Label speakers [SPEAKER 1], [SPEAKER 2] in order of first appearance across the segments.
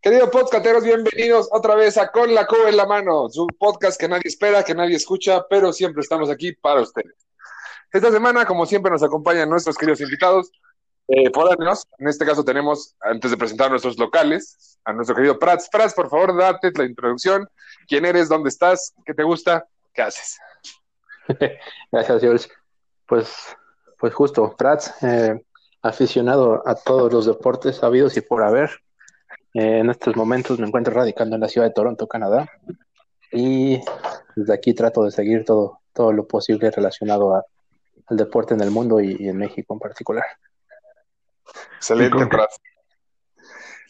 [SPEAKER 1] Queridos podcasteros, bienvenidos otra vez a Con la Cuba en la Mano, su podcast que nadie espera, que nadie escucha, pero siempre estamos aquí para ustedes. Esta semana, como siempre, nos acompañan nuestros queridos invitados eh, foráneos. En este caso tenemos, antes de presentar nuestros locales, a nuestro querido Prats. Prats, por favor, date la introducción. ¿Quién eres? ¿Dónde estás? ¿Qué te gusta? ¿Qué haces?
[SPEAKER 2] Gracias, George. Pues, pues justo, Prats, eh, aficionado a todos los deportes habidos y por haber. Eh, en estos momentos me encuentro radicando en la ciudad de Toronto, Canadá, y desde aquí trato de seguir todo, todo lo posible relacionado a- al deporte en el mundo y, y en México en particular.
[SPEAKER 1] Excelente,
[SPEAKER 2] Con-
[SPEAKER 1] Prats.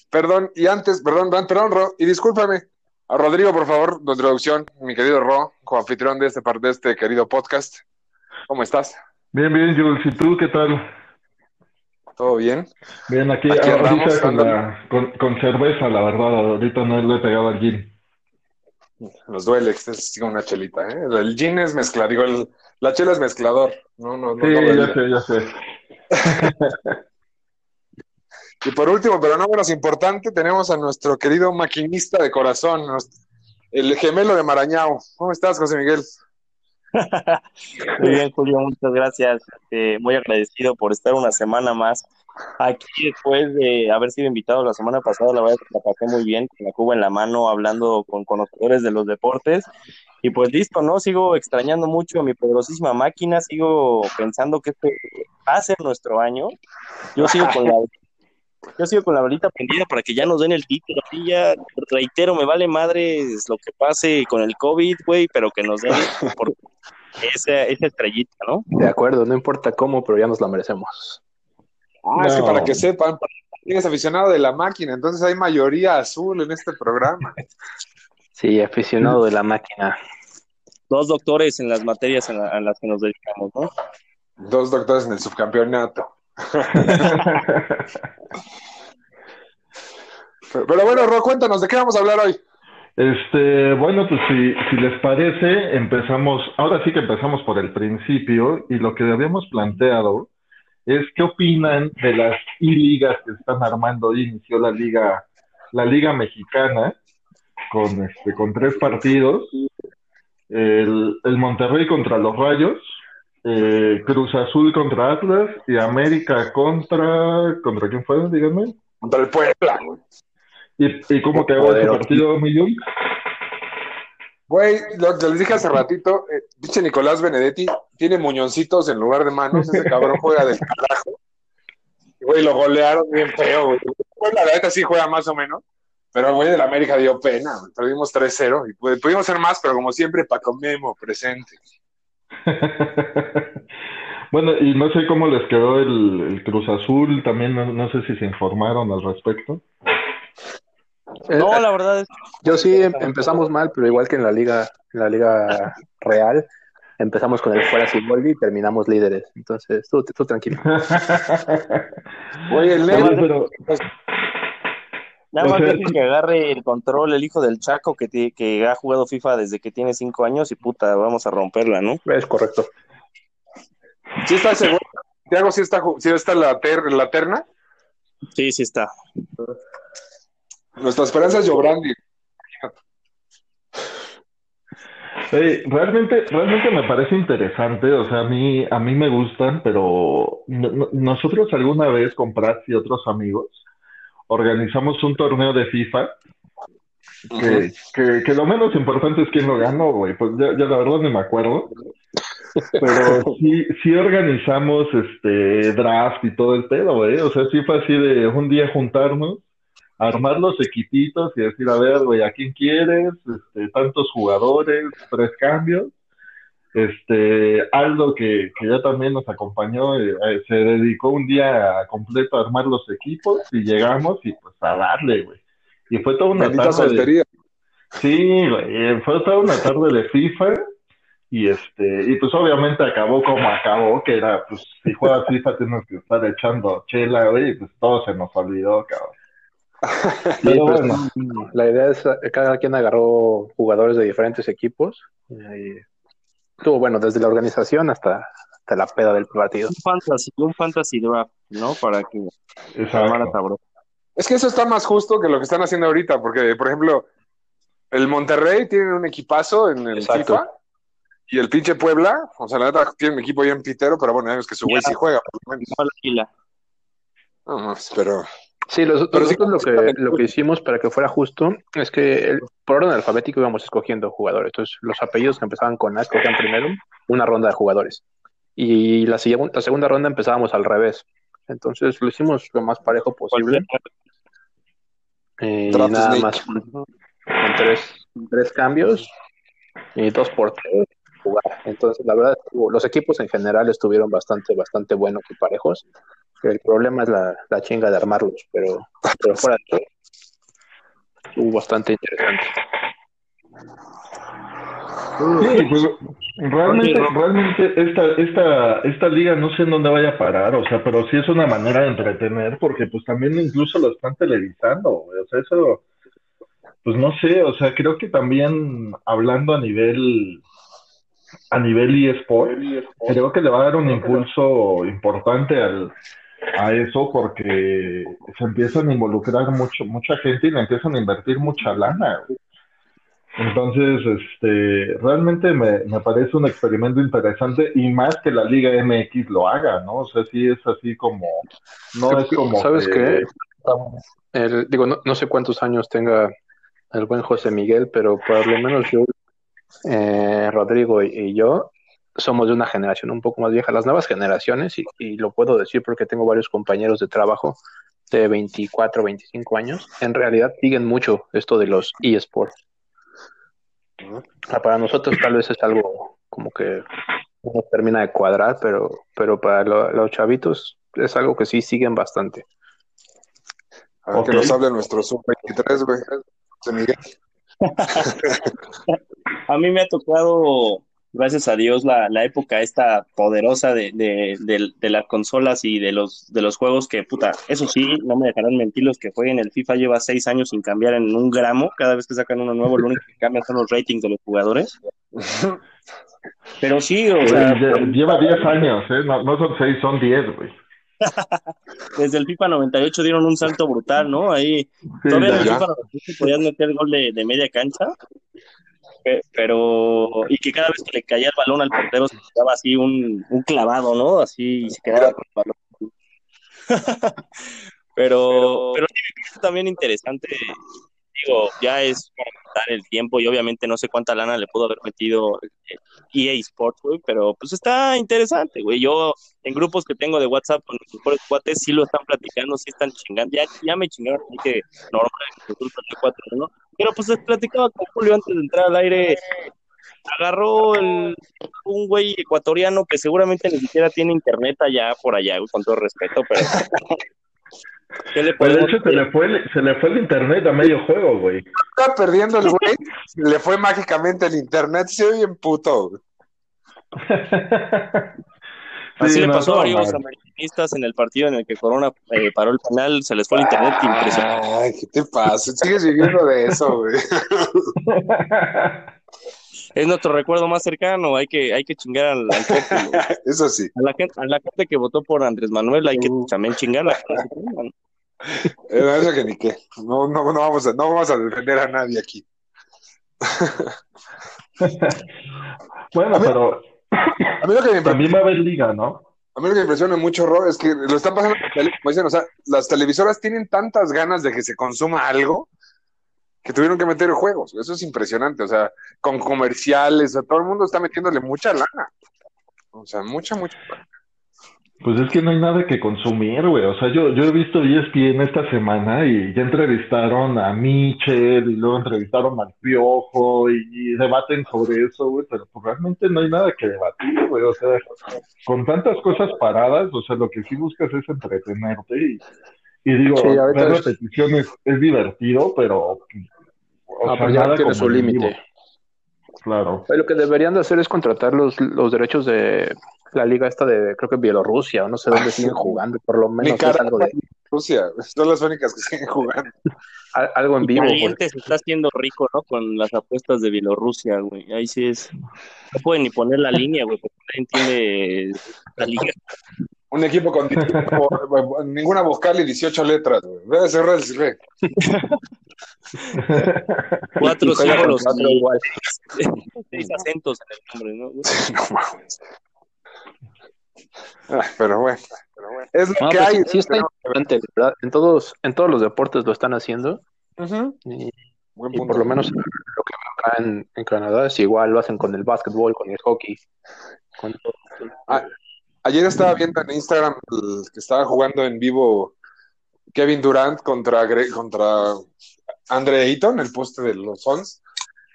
[SPEAKER 1] Perdón, y antes, perdón, perdón, perdón, Ro, y discúlpame. A Rodrigo, por favor, tu introducción, mi querido Ro, coanfitrión de este, par- de este querido podcast. ¿Cómo estás?
[SPEAKER 3] Bien, bien, Jules. ¿Y tú qué tal?
[SPEAKER 1] ¿Todo bien?
[SPEAKER 3] Bien, aquí,
[SPEAKER 1] Aquí
[SPEAKER 3] ahorita
[SPEAKER 1] andamos,
[SPEAKER 3] con,
[SPEAKER 1] andamos.
[SPEAKER 3] la- con- con cerveza, la verdad. Ahorita no le he pegado al gin.
[SPEAKER 1] Nos duele que estés así con una chelita, ¿eh? El gin es mezclador, digo, el- la chela es mezclador. No, no, no.
[SPEAKER 3] Sí,
[SPEAKER 1] no
[SPEAKER 3] ya
[SPEAKER 1] duele.
[SPEAKER 3] sé, ya sé.
[SPEAKER 1] y por último, pero no menos importante, tenemos a nuestro querido maquinista de corazón, nos- el gemelo de Marañao. ¿Cómo estás, José Miguel?
[SPEAKER 4] Muy bien, Julio, muchas gracias. Eh, muy agradecido por estar una semana más aquí después de haber sido invitado la semana pasada. La verdad que la pasé muy bien con la Cuba en la mano, hablando con conocedores de los deportes. Y pues listo, ¿no? Sigo extrañando mucho a mi poderosísima máquina, sigo pensando que este va a ser nuestro año. Yo sigo con la... Yo sigo con la velita prendida para que ya nos den el título. Y ya, reitero, me vale madres lo que pase con el COVID, güey, pero que nos den por esa, esa estrellita, ¿no?
[SPEAKER 2] De acuerdo, no importa cómo, pero ya nos la merecemos.
[SPEAKER 1] Ah, es que
[SPEAKER 3] No.
[SPEAKER 1] para que sepan, eres aficionado de la máquina, entonces hay mayoría azul en este programa.
[SPEAKER 2] Sí, aficionado de la máquina.
[SPEAKER 4] Dos doctores en las materias en, la- a las que nos dedicamos, ¿no?
[SPEAKER 1] Dos doctores en el subcampeonato. Pero, pero bueno, Ro, cuéntanos, ¿de qué vamos a hablar hoy?
[SPEAKER 3] Este, bueno, pues si, si les parece, empezamos, ahora sí que empezamos por el principio y lo que habíamos planteado es qué opinan de las I-ligas que están armando. Hoy inició la liga, la liga mexicana con, este, con tres partidos. El, el Monterrey contra los Rayos, eh, Cruz Azul contra Atlas y América contra, ¿contra quién fue? Díganme.
[SPEAKER 1] Contra el Puebla, güey.
[SPEAKER 3] ¿Y, y cómo quedó ese
[SPEAKER 2] Joder,
[SPEAKER 3] partido, Millón?
[SPEAKER 1] Güey, lo que les dije hace ratito, eh, pinche Nicolás Benedetti tiene muñoncitos en lugar de manos, ese cabrón juega del carajo. Güey, lo golearon bien feo, güey. Bueno, la verdad sí juega más o menos, pero güey del América dio pena, güey. perdimos 3-0 y pu- pudimos ser más, pero como siempre, Paco Memo presente.
[SPEAKER 3] Bueno, y no sé cómo les quedó el, el Cruz Azul, también no, no sé si se informaron al respecto.
[SPEAKER 2] Eh,
[SPEAKER 4] No, la verdad es
[SPEAKER 2] Yo sí em- empezamos mal, pero igual que en la liga, en la liga real, empezamos con el fuera sin gol y terminamos líderes. Entonces, tú, tú tranquilo.
[SPEAKER 1] Güey, el
[SPEAKER 3] Oye,
[SPEAKER 1] Leo,
[SPEAKER 3] pero
[SPEAKER 4] nada
[SPEAKER 3] O
[SPEAKER 4] más
[SPEAKER 3] sea-
[SPEAKER 4] dejen que agarre el control el hijo del Chaco que, ti- que ha jugado FIFA desde que tiene cinco años y puta, vamos a romperla, ¿no?
[SPEAKER 2] Es correcto.
[SPEAKER 1] sí está seguro, Santiago sí está, ju- sí está la, ter- la terna,
[SPEAKER 4] Sí, sí está.
[SPEAKER 1] nuestra esperanza es Yobrandi.
[SPEAKER 3] eh, realmente, realmente me parece interesante, o sea, a mí, a mí me gustan, pero no- no- nosotros alguna vez con Prats y otros amigos organizamos un torneo de FIFA que, que, que lo menos importante es quién lo ganó, güey. Pues ya, ya la verdad ni me acuerdo. Pero sí, sí organizamos este draft y todo el pedo, güey. O sea, sí fue así de un día juntarnos, armar los equipitos y decir, a ver, güey, ¿a quién quieres? Este, tantos jugadores, tres cambios. Este, Aldo, que, que ya también nos acompañó, eh, eh, se dedicó un día a completo a armar los equipos y llegamos y pues a darle, güey. Y fue toda una
[SPEAKER 1] Bendita
[SPEAKER 3] tarde de-
[SPEAKER 1] soltería.
[SPEAKER 3] Sí, güey, eh, fue toda una tarde de FIFA y este, y pues obviamente acabó como acabó, que era, pues si juegas FIFA tienes que estar echando chela, güey, y pues todo se nos olvidó, cabrón.
[SPEAKER 2] Sí,
[SPEAKER 3] Pero
[SPEAKER 2] pues,
[SPEAKER 3] bueno,
[SPEAKER 2] La idea es eh, cada quien agarró jugadores de diferentes equipos. eh, Y estuvo bueno, desde la organización hasta, hasta la peda del partido.
[SPEAKER 4] Un fantasy, un fantasy draft, ¿no? Para que se
[SPEAKER 3] exacto.
[SPEAKER 4] armara sabroso.
[SPEAKER 1] Es que eso está más justo que lo que están haciendo ahorita, porque, por ejemplo, el Monterrey tiene un equipazo en el
[SPEAKER 2] Exacto.
[SPEAKER 1] FIFA y el pinche Puebla, o sea, la neta tiene un equipo bien pitero, pero bueno, ya ves que su güey sí juega, por lo menos.
[SPEAKER 4] No, la fila.
[SPEAKER 1] No mames, pero.
[SPEAKER 2] Sí, los-
[SPEAKER 1] Pero sí-
[SPEAKER 2] nosotros lo que, lo que hicimos para que fuera justo es que el- por orden alfabético íbamos escogiendo jugadores. Entonces, los apellidos que empezaban con A escogían primero una ronda de jugadores. Y la, siguiente- la segunda ronda empezábamos al revés. Entonces, lo hicimos lo más parejo posible. Eh, Y
[SPEAKER 1] Draft
[SPEAKER 2] nada
[SPEAKER 1] Snake.
[SPEAKER 2] más con, con tres, tres cambios y dos por tres jugar. Entonces, la verdad, estuvo- los equipos en general estuvieron bastante, bastante buenos y parejos. El problema es la, la chinga de armarlos, pero, pero fuera de todo, estuvo bastante interesante.
[SPEAKER 3] Sí, pues, realmente,
[SPEAKER 2] Oye,
[SPEAKER 3] realmente esta, esta, esta liga no sé en dónde vaya a parar, o sea, pero sí es una manera de entretener, porque pues también incluso lo están televisando, güey, o sea, eso, pues no sé, o sea, creo que también hablando a nivel, a nivel eSport, creo que le va a dar un impulso importante al, a eso, porque se empiezan a involucrar mucho, mucha gente y le empiezan a invertir mucha lana, güey. Entonces, este, realmente me, me parece un experimento interesante y más que la Liga MX lo haga, ¿no? O sea, sí es así como, no es como
[SPEAKER 2] ¿Sabes
[SPEAKER 3] que-
[SPEAKER 2] qué? El- digo, no, no sé cuántos años tenga el buen José Miguel, pero por lo menos yo, eh, Rodrigo y, y yo somos de una generación un poco más vieja, las nuevas generaciones, y, y lo puedo decir porque tengo varios compañeros de trabajo de 24, 25 años, en realidad siguen mucho esto de los eSports. O sea, Para nosotros tal vez es algo como que no nos termina de cuadrar, pero, pero para lo- los chavitos es algo que sí siguen bastante.
[SPEAKER 1] A ver
[SPEAKER 3] Ok.
[SPEAKER 1] que nos hable nuestro sub-23, güey. José Miguel.
[SPEAKER 4] A mí me ha tocado, gracias a Dios, la, la época esta poderosa de, de, de- de las consolas y de los, de los juegos que, puta, eso sí, no me dejarán mentir los que jueguen. El FIFA lleva seis años sin cambiar en un gramo. Cada vez que sacan uno nuevo, lo único que cambian son los ratings de los jugadores. Pero sí, o
[SPEAKER 3] Güey,
[SPEAKER 4] sea,
[SPEAKER 3] lle- lleva 10 años, ¿eh? No, no son 6, son 10, güey.
[SPEAKER 4] desde el FIFA 98 dieron un salto brutal, ¿no? Ahí Todavía en el
[SPEAKER 1] ya.
[SPEAKER 4] FIFA 98 podías meter gol de, de media cancha, pe- pero. Y que cada vez que le caía el balón al portero se quedaba así un, un clavado, ¿no? Así y se quedaba con el balón. pero, pero sí me parece también interesante. Digo, ya es para matar el tiempo y obviamente no sé cuánta lana le pudo haber metido eh, EA Sports, güey, pero pues está interesante, güey. Yo en grupos que tengo de WhatsApp con mis mejores cuates sí lo están platicando, sí están chingando. Ya, ya me chingaron, así que normal, resulta que cuatro, ¿no? Pero pues les platicaba con Julio antes de entrar al aire. Agarró el, un güey ecuatoriano que seguramente ni siquiera tiene internet allá por allá, güey, con todo respeto, pero. ¿Qué le
[SPEAKER 3] Pero de
[SPEAKER 4] podemos
[SPEAKER 3] hecho se le, fue el, se le fue el internet a medio juego, güey.
[SPEAKER 1] Está perdiendo el güey. Le fue mágicamente el internet. Se ve bien puto. güey.
[SPEAKER 4] Así
[SPEAKER 3] Sí,
[SPEAKER 4] le
[SPEAKER 3] no,
[SPEAKER 4] pasó a
[SPEAKER 3] no,
[SPEAKER 4] varios
[SPEAKER 3] man.
[SPEAKER 4] americanistas en el partido en el que Corona eh, paró el penal, se les fue el internet impresionante.
[SPEAKER 1] Ay, ¿qué te pasa? Sigues viviendo de eso, güey.
[SPEAKER 4] Es nuestro recuerdo más cercano, hay que, hay que chingar al, al pueblo.
[SPEAKER 1] Eso sí,
[SPEAKER 4] A la, gente, a la gente que votó por Andrés Manuel hay que
[SPEAKER 2] Uh.
[SPEAKER 4] también chingarla.
[SPEAKER 1] Eh, eso que ni qué. No, no, no, vamos a, no vamos a defender a nadie aquí.
[SPEAKER 3] Bueno, pero
[SPEAKER 1] A mí lo que me impresiona
[SPEAKER 3] también va a haber liga, ¿no?
[SPEAKER 1] A mí lo que me impresiona mucho, Rob, es que lo están pasando, por tele, como dicen, o sea, las televisoras tienen tantas ganas de que se consuma algo que tuvieron que meter juegos. Eso es impresionante, o sea, con comerciales, o sea, todo el mundo está metiéndole mucha lana. O sea, mucha, mucha.
[SPEAKER 3] Pues es que no hay nada que consumir, güey. O sea, yo, yo he visto E ESPN esta semana y ya entrevistaron a Mitchell y luego entrevistaron al Piojo y, y debaten sobre eso, güey. Pero pues, realmente no hay nada que debatir, güey. O sea, con tantas cosas paradas, o sea, lo que sí buscas es entretenerte y, y digo,
[SPEAKER 2] Sí, ahorita
[SPEAKER 3] ver
[SPEAKER 2] es-
[SPEAKER 3] repeticiones es divertido, pero O
[SPEAKER 2] Ah,
[SPEAKER 3] sea,
[SPEAKER 2] pues ya
[SPEAKER 3] nada
[SPEAKER 2] tiene su
[SPEAKER 3] como en vivo.
[SPEAKER 2] límite.
[SPEAKER 3] Claro.
[SPEAKER 2] Pues Lo que deberían de hacer es contratar los, los derechos de la liga esta de, creo que Bielorrusia, o no sé dónde
[SPEAKER 1] Ah,
[SPEAKER 2] siguen
[SPEAKER 1] sí.
[SPEAKER 2] jugando, por lo menos es
[SPEAKER 1] Nicaragua.
[SPEAKER 2] algo, de-
[SPEAKER 1] Rusia, son las únicas que siguen jugando.
[SPEAKER 2] a- algo en
[SPEAKER 4] Y
[SPEAKER 2] vivo. porque-
[SPEAKER 4] Caliente se está haciendo rico, ¿no? Con las apuestas de Bielorrusia, güey. Ahí sí es. No pueden ni poner la línea, güey, porque nadie entiende la liga.
[SPEAKER 1] Un equipo con como- ninguna vocal y 18 letras, güey. Debe ser el rec.
[SPEAKER 4] Cuatro
[SPEAKER 2] y juega con
[SPEAKER 4] símbolos
[SPEAKER 2] cuatro
[SPEAKER 4] y
[SPEAKER 2] igual.
[SPEAKER 4] seis acentos en el nombre, ¿no? güey?
[SPEAKER 1] No mames. Ah, pero bueno, pero bueno. Es lo
[SPEAKER 2] No,
[SPEAKER 1] que
[SPEAKER 2] pues
[SPEAKER 1] hay.
[SPEAKER 2] sí- sí está
[SPEAKER 1] pero-
[SPEAKER 2] interesante, la ¿verdad? En todos, en todos los deportes lo están haciendo.
[SPEAKER 1] Ujú.
[SPEAKER 2] Y,
[SPEAKER 1] Buen
[SPEAKER 2] y
[SPEAKER 1] punto.
[SPEAKER 2] por lo menos lo que veo acá en, en Canadá es igual, lo hacen con el básquetbol, con el hockey. con-
[SPEAKER 1] Ayer estaba viendo en Instagram el que estaba jugando en vivo Kevin Durant contra, Gre- contra Andre Ayton, el poste de los Suns.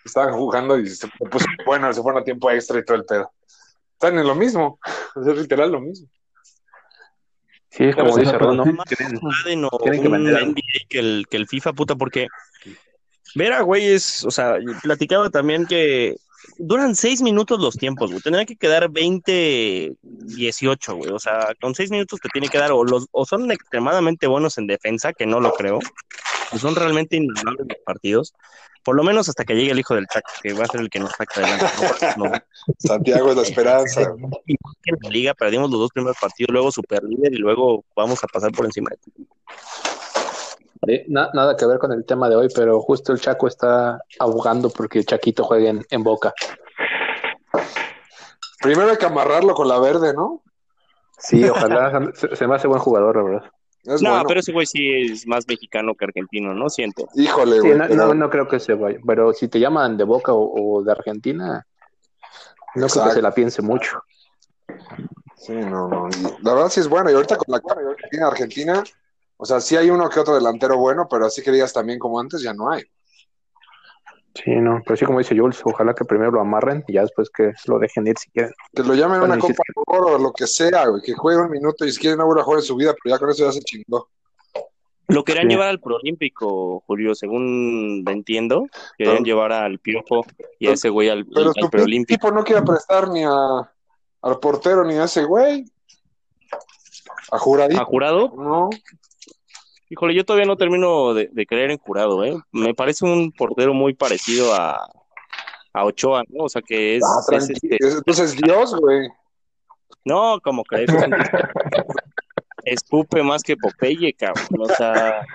[SPEAKER 1] Estaban jugando y se puso bueno, se fueron a tiempo extra y todo el pedo. Están en lo mismo, es literal lo mismo.
[SPEAKER 2] Sí, es como
[SPEAKER 3] Pero,
[SPEAKER 2] dice
[SPEAKER 3] pero
[SPEAKER 2] Rodo, ¿no?
[SPEAKER 3] sí-
[SPEAKER 2] Tienen-
[SPEAKER 4] Madden o
[SPEAKER 2] Tienen que
[SPEAKER 4] un
[SPEAKER 2] vender algo.
[SPEAKER 4] NBA que el, que el FIFA, puta, porque Vera, güey, es, o sea, platicaba también que duran seis minutos los tiempos, güey. Tendría que quedar 20, 18, güey. O sea, con seis minutos te tiene que dar, o, los, o son extremadamente buenos en defensa, que no lo creo, o son realmente inundables los partidos. Por lo menos hasta que llegue el hijo del Chaco, que va a ser el que nos saca adelante. ¿no? Nos-
[SPEAKER 1] Santiago es la esperanza.
[SPEAKER 4] que en la liga perdimos los dos primeros partidos, luego superlíder y luego vamos a pasar por encima de ti.
[SPEAKER 2] Eh, na- nada que ver con el tema de hoy, pero justo el Chaco está abogando porque Chaquito juegue en, en Boca.
[SPEAKER 1] Primero hay que amarrarlo con la verde, ¿no?
[SPEAKER 2] Sí, ojalá se, se me hace buen jugador, la verdad.
[SPEAKER 1] Es
[SPEAKER 4] no,
[SPEAKER 1] bueno.
[SPEAKER 4] pero ese güey sí es más mexicano que argentino, ¿no? Siento.
[SPEAKER 1] Híjole,
[SPEAKER 2] Sí,
[SPEAKER 1] güey.
[SPEAKER 2] no,
[SPEAKER 1] pero-
[SPEAKER 2] no, no creo que se vaya, pero si te llaman de Boca o, o de Argentina, no creo
[SPEAKER 1] Exacto.
[SPEAKER 2] que se la piense mucho.
[SPEAKER 1] Sí, no, no. y La verdad sí es bueno. Y ahorita con la bueno, que tiene Argentina, o sea, sí hay uno que otro delantero bueno, pero así que digas también como antes, ya no hay.
[SPEAKER 2] Sí, no, pero sí como dice Jules, ojalá que primero lo amarren y ya después que lo dejen ir si quieren.
[SPEAKER 1] Que lo llamen a una
[SPEAKER 2] Bueno, y si-
[SPEAKER 1] Copa de Oro o lo que sea, güey, que juegue un minuto y si quieren ahora jugar en su vida, pero ya con eso ya se chingó.
[SPEAKER 4] Lo querían
[SPEAKER 2] Sí.
[SPEAKER 4] llevar al Proolímpico, Julio, según entiendo. Querían
[SPEAKER 1] Pero-
[SPEAKER 4] llevar al Piojo y a ese güey al,
[SPEAKER 1] Pero
[SPEAKER 4] al
[SPEAKER 1] su pinche
[SPEAKER 4] Preolímpico.
[SPEAKER 1] tipo no quiere prestar ni a, al portero ni a ese güey. A
[SPEAKER 4] ¿A
[SPEAKER 1] juradito,
[SPEAKER 4] jurado?
[SPEAKER 1] ¿no?
[SPEAKER 4] Híjole, yo todavía no termino de, de creer en jurado, ¿eh? Me parece un portero muy parecido a, a Ochoa, ¿no? O sea, que es,
[SPEAKER 1] Ah,
[SPEAKER 4] es
[SPEAKER 1] tranqui-
[SPEAKER 4] este,
[SPEAKER 1] Entonces, Dios, güey.
[SPEAKER 4] No, como crees, es un tipo que escupe más que Popeye, cabrón. O sea,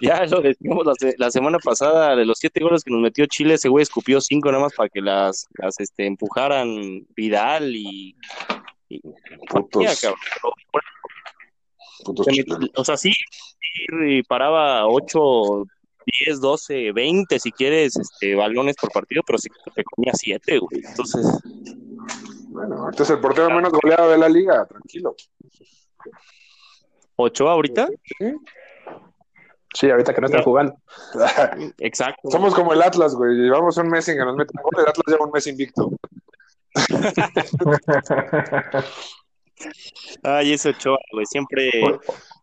[SPEAKER 4] ya lo decíamos la, se- la semana pasada, de los siete goles que nos metió Chile, ese güey escupió cinco nada más para que las, las este, empujaran Vidal y. y-
[SPEAKER 1] Putos.
[SPEAKER 4] Ya, cabrón.
[SPEAKER 1] Putos
[SPEAKER 4] Se
[SPEAKER 1] chilenos.
[SPEAKER 4] metió- o sea, sí, y paraba ocho, diez, doce, veinte, si quieres, este, balones por partido, pero sí te comía siete, güey. Entonces.
[SPEAKER 1] Bueno, ahorita es el portero menos goleado de la liga, tranquilo.
[SPEAKER 4] ¿Ochoa ahorita?
[SPEAKER 2] Sí, ahorita que no están
[SPEAKER 4] Sí.
[SPEAKER 2] jugando.
[SPEAKER 4] Exacto.
[SPEAKER 1] Somos como el Atlas, güey. Llevamos un mes sin que nos metan gol. El Atlas lleva un mes invicto.
[SPEAKER 4] Ay, ese Ochoa, güey, siempre,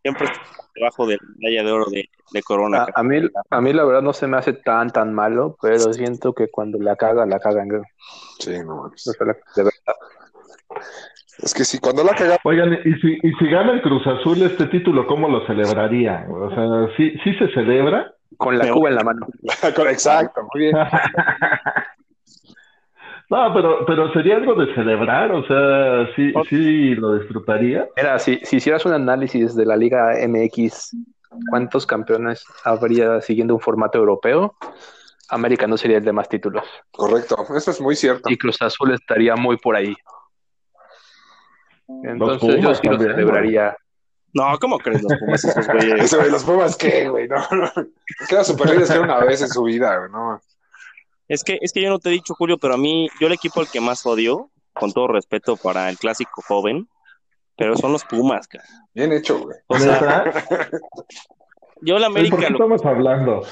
[SPEAKER 4] siempre está debajo de la medalla de oro de, de Corona.
[SPEAKER 3] Ah,
[SPEAKER 2] A, a mí, a mí la verdad no se me hace tan, tan malo, pero siento que cuando la caga, la cagan. creo.
[SPEAKER 1] Sí, no mames.
[SPEAKER 2] O sea, la- de verdad.
[SPEAKER 1] Es que si cuando la cagamos,
[SPEAKER 3] Oigan, y si, y si gana el Cruz Azul este título, ¿cómo lo celebraría? O sea, ¿sí, sí se celebra?
[SPEAKER 2] Con la
[SPEAKER 4] Me-
[SPEAKER 2] cuba en la mano.
[SPEAKER 1] exacto, muy
[SPEAKER 4] Ah.
[SPEAKER 1] bien.
[SPEAKER 3] No, pero, pero sería algo de celebrar, o sea, sí, sí lo disfrutaría.
[SPEAKER 2] Mira, si, si hicieras un análisis de la Liga MX, ¿cuántos campeones habría siguiendo un formato europeo? América no sería el de más títulos.
[SPEAKER 1] Correcto, eso es muy cierto.
[SPEAKER 2] Y Cruz Azul estaría muy por ahí. Entonces yo
[SPEAKER 3] Pumas
[SPEAKER 2] sí lo
[SPEAKER 3] también,
[SPEAKER 2] celebraría.
[SPEAKER 4] No, ¿cómo crees los Pumas esos güeyes?
[SPEAKER 1] Ese, güey, los Pumas, ¿qué, güey? No, no. Queda super líderes que una vez en su vida, güey, no.
[SPEAKER 4] Es que, es que yo no te he dicho, Julio, pero a mí, yo el equipo al que más odio, con todo respeto para el clásico joven, pero son los Pumas, cara.
[SPEAKER 1] Bien hecho, güey.
[SPEAKER 4] O sea,
[SPEAKER 3] ¿Neta?
[SPEAKER 4] yo la
[SPEAKER 3] ¿Por qué
[SPEAKER 4] América, lo-
[SPEAKER 3] estamos hablando?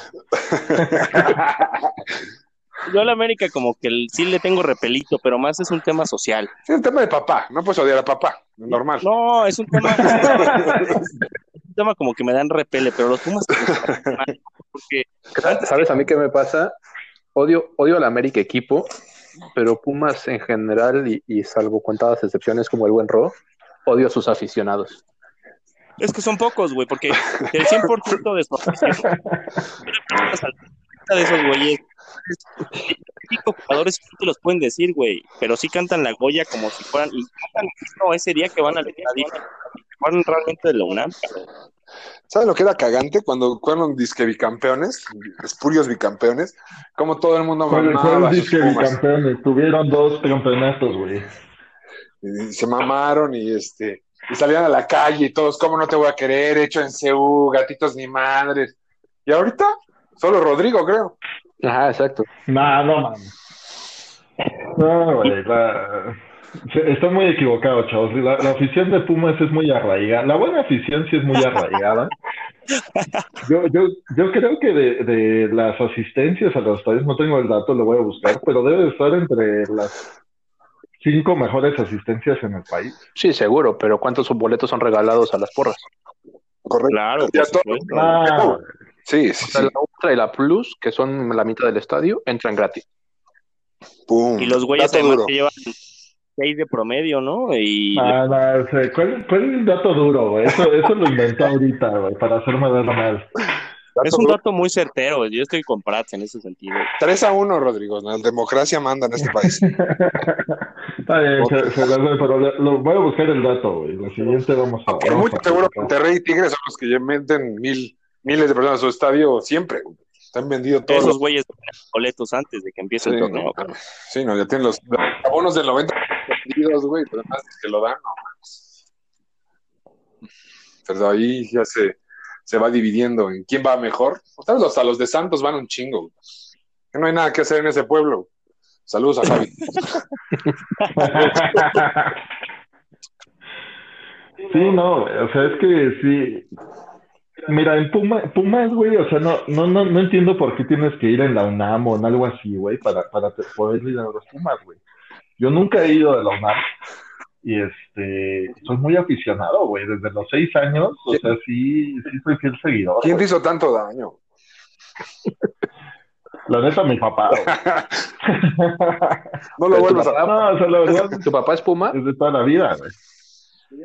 [SPEAKER 4] yo la América como que el- sí le tengo repelito, pero más es un tema social.
[SPEAKER 1] Es el tema de papá, no puedes odiar a papá, es normal.
[SPEAKER 4] No, es un tema, es un tema como que me dan repele, pero los Pumas como que me dan mal. porque
[SPEAKER 2] ¿Sabes a mí qué me pasa? Odio, odio al América equipo, pero Pumas en general, y, y salvo contadas excepciones como el buen Ro, odio a sus aficionados.
[SPEAKER 4] es que son pocos, güey, porque el 100% de su afición, una salta de esos güeyes, cinco jugadores no te los pueden decir, güey, pero sí cantan la Goya como si fueran, y cantan el himno ese día que van al estadio, que van realmente de la UNAM,
[SPEAKER 1] ¿Sabes lo que era cagante cuando fueron disque bicampeones, espurios bicampeones? Como todo el mundo
[SPEAKER 3] Fueron
[SPEAKER 1] mamaba a
[SPEAKER 3] fueron
[SPEAKER 1] sus
[SPEAKER 3] disque
[SPEAKER 1] Pumas.
[SPEAKER 3] bicampeones, tuvieron dos campeonatos, güey.
[SPEAKER 1] Y se mamaron y este y salían a la calle y todos, ¿cómo no te voy a querer? Hecho en CU, gatitos ni madres. Y ahorita, solo Rodrigo, creo.
[SPEAKER 2] Ajá, exacto.
[SPEAKER 3] Nah, no mames. No, güey, la... se- está muy equivocado, chavos. La, la afición de Pumas es muy arraigada. La buena afición sí es muy arraigada. Yo, yo, yo creo que de, de las asistencias a los estadios, no tengo el dato, lo voy a buscar, pero debe de estar entre las cinco mejores asistencias en el país.
[SPEAKER 2] Sí, seguro, pero ¿cuántos boletos son regalados a las porras?
[SPEAKER 1] Correcto.
[SPEAKER 4] claro, por
[SPEAKER 1] Ya todo.
[SPEAKER 4] supuesto.
[SPEAKER 3] Ah,
[SPEAKER 1] güey. Sí, sí,
[SPEAKER 2] O sea,
[SPEAKER 1] sí.
[SPEAKER 2] la Ultra y la Plus, que son la mitad del estadio, entran gratis.
[SPEAKER 1] Pum.
[SPEAKER 4] y los güeyes
[SPEAKER 1] Dato
[SPEAKER 4] además
[SPEAKER 1] duro.
[SPEAKER 4] que llevan seis de promedio, ¿no? Y
[SPEAKER 3] Ah, no, sé, ¿cuál, ¿Cuál es el dato duro, güey? Eso, eso lo inventé ahorita, güey, para hacerme ver mal.
[SPEAKER 4] es
[SPEAKER 1] Dato
[SPEAKER 4] un
[SPEAKER 1] duro.
[SPEAKER 4] dato muy certero, yo estoy con Prats en ese sentido.
[SPEAKER 1] 3 a 1, Rodrigo. La democracia manda en este país.
[SPEAKER 3] Está bien, se, se las doy, pero le- lo- voy a buscar el dato, güey. La siguiente vamos a.
[SPEAKER 1] Aunque
[SPEAKER 3] vamos
[SPEAKER 1] muy
[SPEAKER 3] a-
[SPEAKER 1] seguro Monterrey y Tigres son los que ya meten mil, miles de personas a su estadio siempre. güey. Están vendidos todos
[SPEAKER 4] Esos
[SPEAKER 1] los
[SPEAKER 4] güeyes tienen boletos antes de que empiece
[SPEAKER 1] Sí,
[SPEAKER 4] el
[SPEAKER 1] no,
[SPEAKER 4] torneo.
[SPEAKER 1] mames. sí, no, ya tienen los los abonos del 90 vendidos, güey, pero además que lo dan, no mames. Pero ahí ya se, se va dividiendo en quién va mejor. Ustedes hasta los de Santos van un chingo. güey. Que No hay nada que hacer en ese pueblo. Saludos a Javi.
[SPEAKER 3] sí, no, güey, o sea, es que sí. Mira, en Puma, Pumas, güey, o sea, no, no, no, no entiendo por qué tienes que ir en la UNAM o en algo así, güey, para, para te- poder ir a los Pumas, güey. Yo nunca he ido a la UNAM y este, soy muy aficionado, güey, desde los seis años, o sea, sí, sí soy fiel seguidor.
[SPEAKER 1] ¿Quién te hizo tanto daño?
[SPEAKER 3] La neta, mi papá, güey.
[SPEAKER 1] No lo
[SPEAKER 2] Pero tu
[SPEAKER 1] vuelvas a.
[SPEAKER 2] papá-
[SPEAKER 3] Ah, No, o sea, la verdad,
[SPEAKER 2] ¿Tu papá es Puma?
[SPEAKER 3] Es de toda la vida, güey.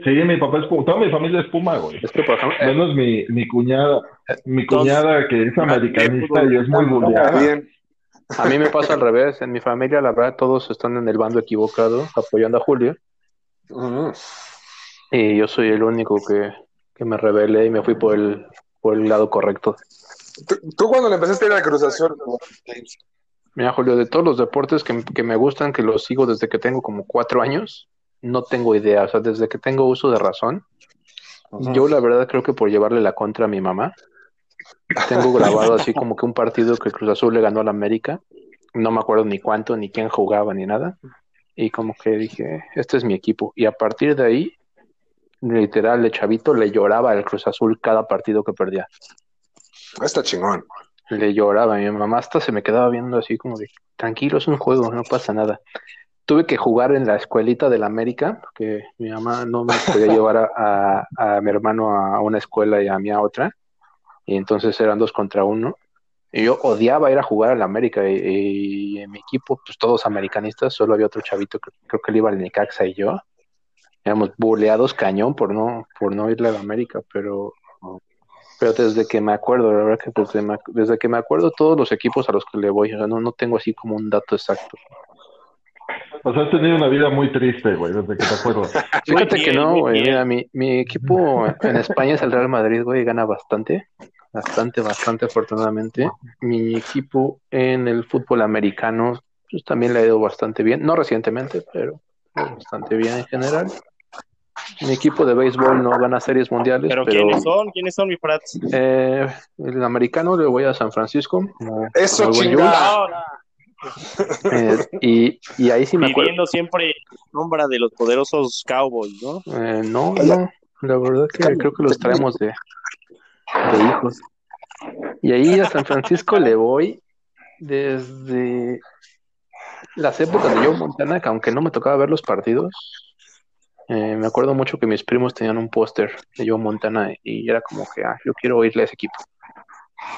[SPEAKER 3] Sí, mi papá es Puma. Toda mi familia es Puma, güey.
[SPEAKER 2] Es que, por ejemplo, eh,
[SPEAKER 3] Menos mi, mi cuñada. Mi
[SPEAKER 4] Entonces-
[SPEAKER 3] cuñada que es americanista y es muy
[SPEAKER 1] Está
[SPEAKER 3] buleada.
[SPEAKER 1] bien.
[SPEAKER 2] a mí me pasa al revés. En mi familia, la verdad, todos están en el bando equivocado, apoyando a Julio.
[SPEAKER 1] Ujú.
[SPEAKER 2] Y yo soy el único que, que me rebelé y me fui por el, por el lado correcto.
[SPEAKER 1] ¿Tú, tú cuando le empezaste a ir a Cruz Azul, James,
[SPEAKER 2] Mira, Julio, de todos los deportes que, que me gustan, que los sigo desde que tengo como cuatro años, no tengo idea. O sea, desde que tengo uso de razón, yo la verdad creo que por llevarle la contra a mi mamá, tengo grabado así como que un partido que el Cruz Azul le ganó al América. No me acuerdo ni cuánto, ni quién jugaba, ni nada. Y como que dije, este es mi equipo. Y a partir de ahí, literal, de chavito le lloraba al Cruz Azul cada partido que perdía.
[SPEAKER 1] está chingón.
[SPEAKER 2] Le lloraba. Mi mamá hasta se me quedaba viendo así como de, tranquilo, es un juego, no pasa nada. Tuve que jugar en la escuelita del América, porque mi mamá no me podía llevar a, a- a mi hermano a una escuela y a mí a otra. Y entonces eran dos contra uno. Y yo odiaba ir a jugar al América. Y, y en mi equipo, pues todos americanistas, solo había otro chavito, que- creo que le iba al Necaxa y yo. Éramos buleados cañón por no, por no irle al América, pero pero desde que me acuerdo, la verdad que desde, me- desde que me acuerdo todos los equipos a los que le voy, o sea, no, no tengo así como un dato exacto.
[SPEAKER 3] O sea, has tenido una vida muy triste, güey, desde que te acuerdas.
[SPEAKER 2] Fíjate
[SPEAKER 4] bien,
[SPEAKER 2] que no,
[SPEAKER 4] Ah, muy
[SPEAKER 2] güey,
[SPEAKER 4] bien.
[SPEAKER 2] mira, mi, mi equipo en España es el Real Madrid, güey, y gana bastante, bastante, bastante afortunadamente. Mi equipo en el fútbol americano pues, también le ha ido bastante bien, no recientemente, pero pero bastante bien en general. Mi equipo de béisbol no gana series mundiales,
[SPEAKER 4] Pero,
[SPEAKER 2] pero,
[SPEAKER 4] ¿quiénes son? ¿Quiénes son mis Prats?
[SPEAKER 2] eh, el americano le voy a San Francisco. como-
[SPEAKER 1] Eso
[SPEAKER 2] como el buen Jules.
[SPEAKER 1] chingada.
[SPEAKER 4] No, no,
[SPEAKER 2] Eh, y, y ahí sí me acuerdo.
[SPEAKER 4] pidiendo siempre sombra de los poderosos Cowboys, ¿no?
[SPEAKER 2] Eh, no, no, la verdad que creo que los traemos de, de hijos. Y ahí a San Francisco le voy desde las épocas de Joe Montana, que aunque no me tocaba ver los partidos, eh, me acuerdo mucho que mis primos tenían un póster de Joe Montana y era como que, ah, yo quiero irle a ese equipo.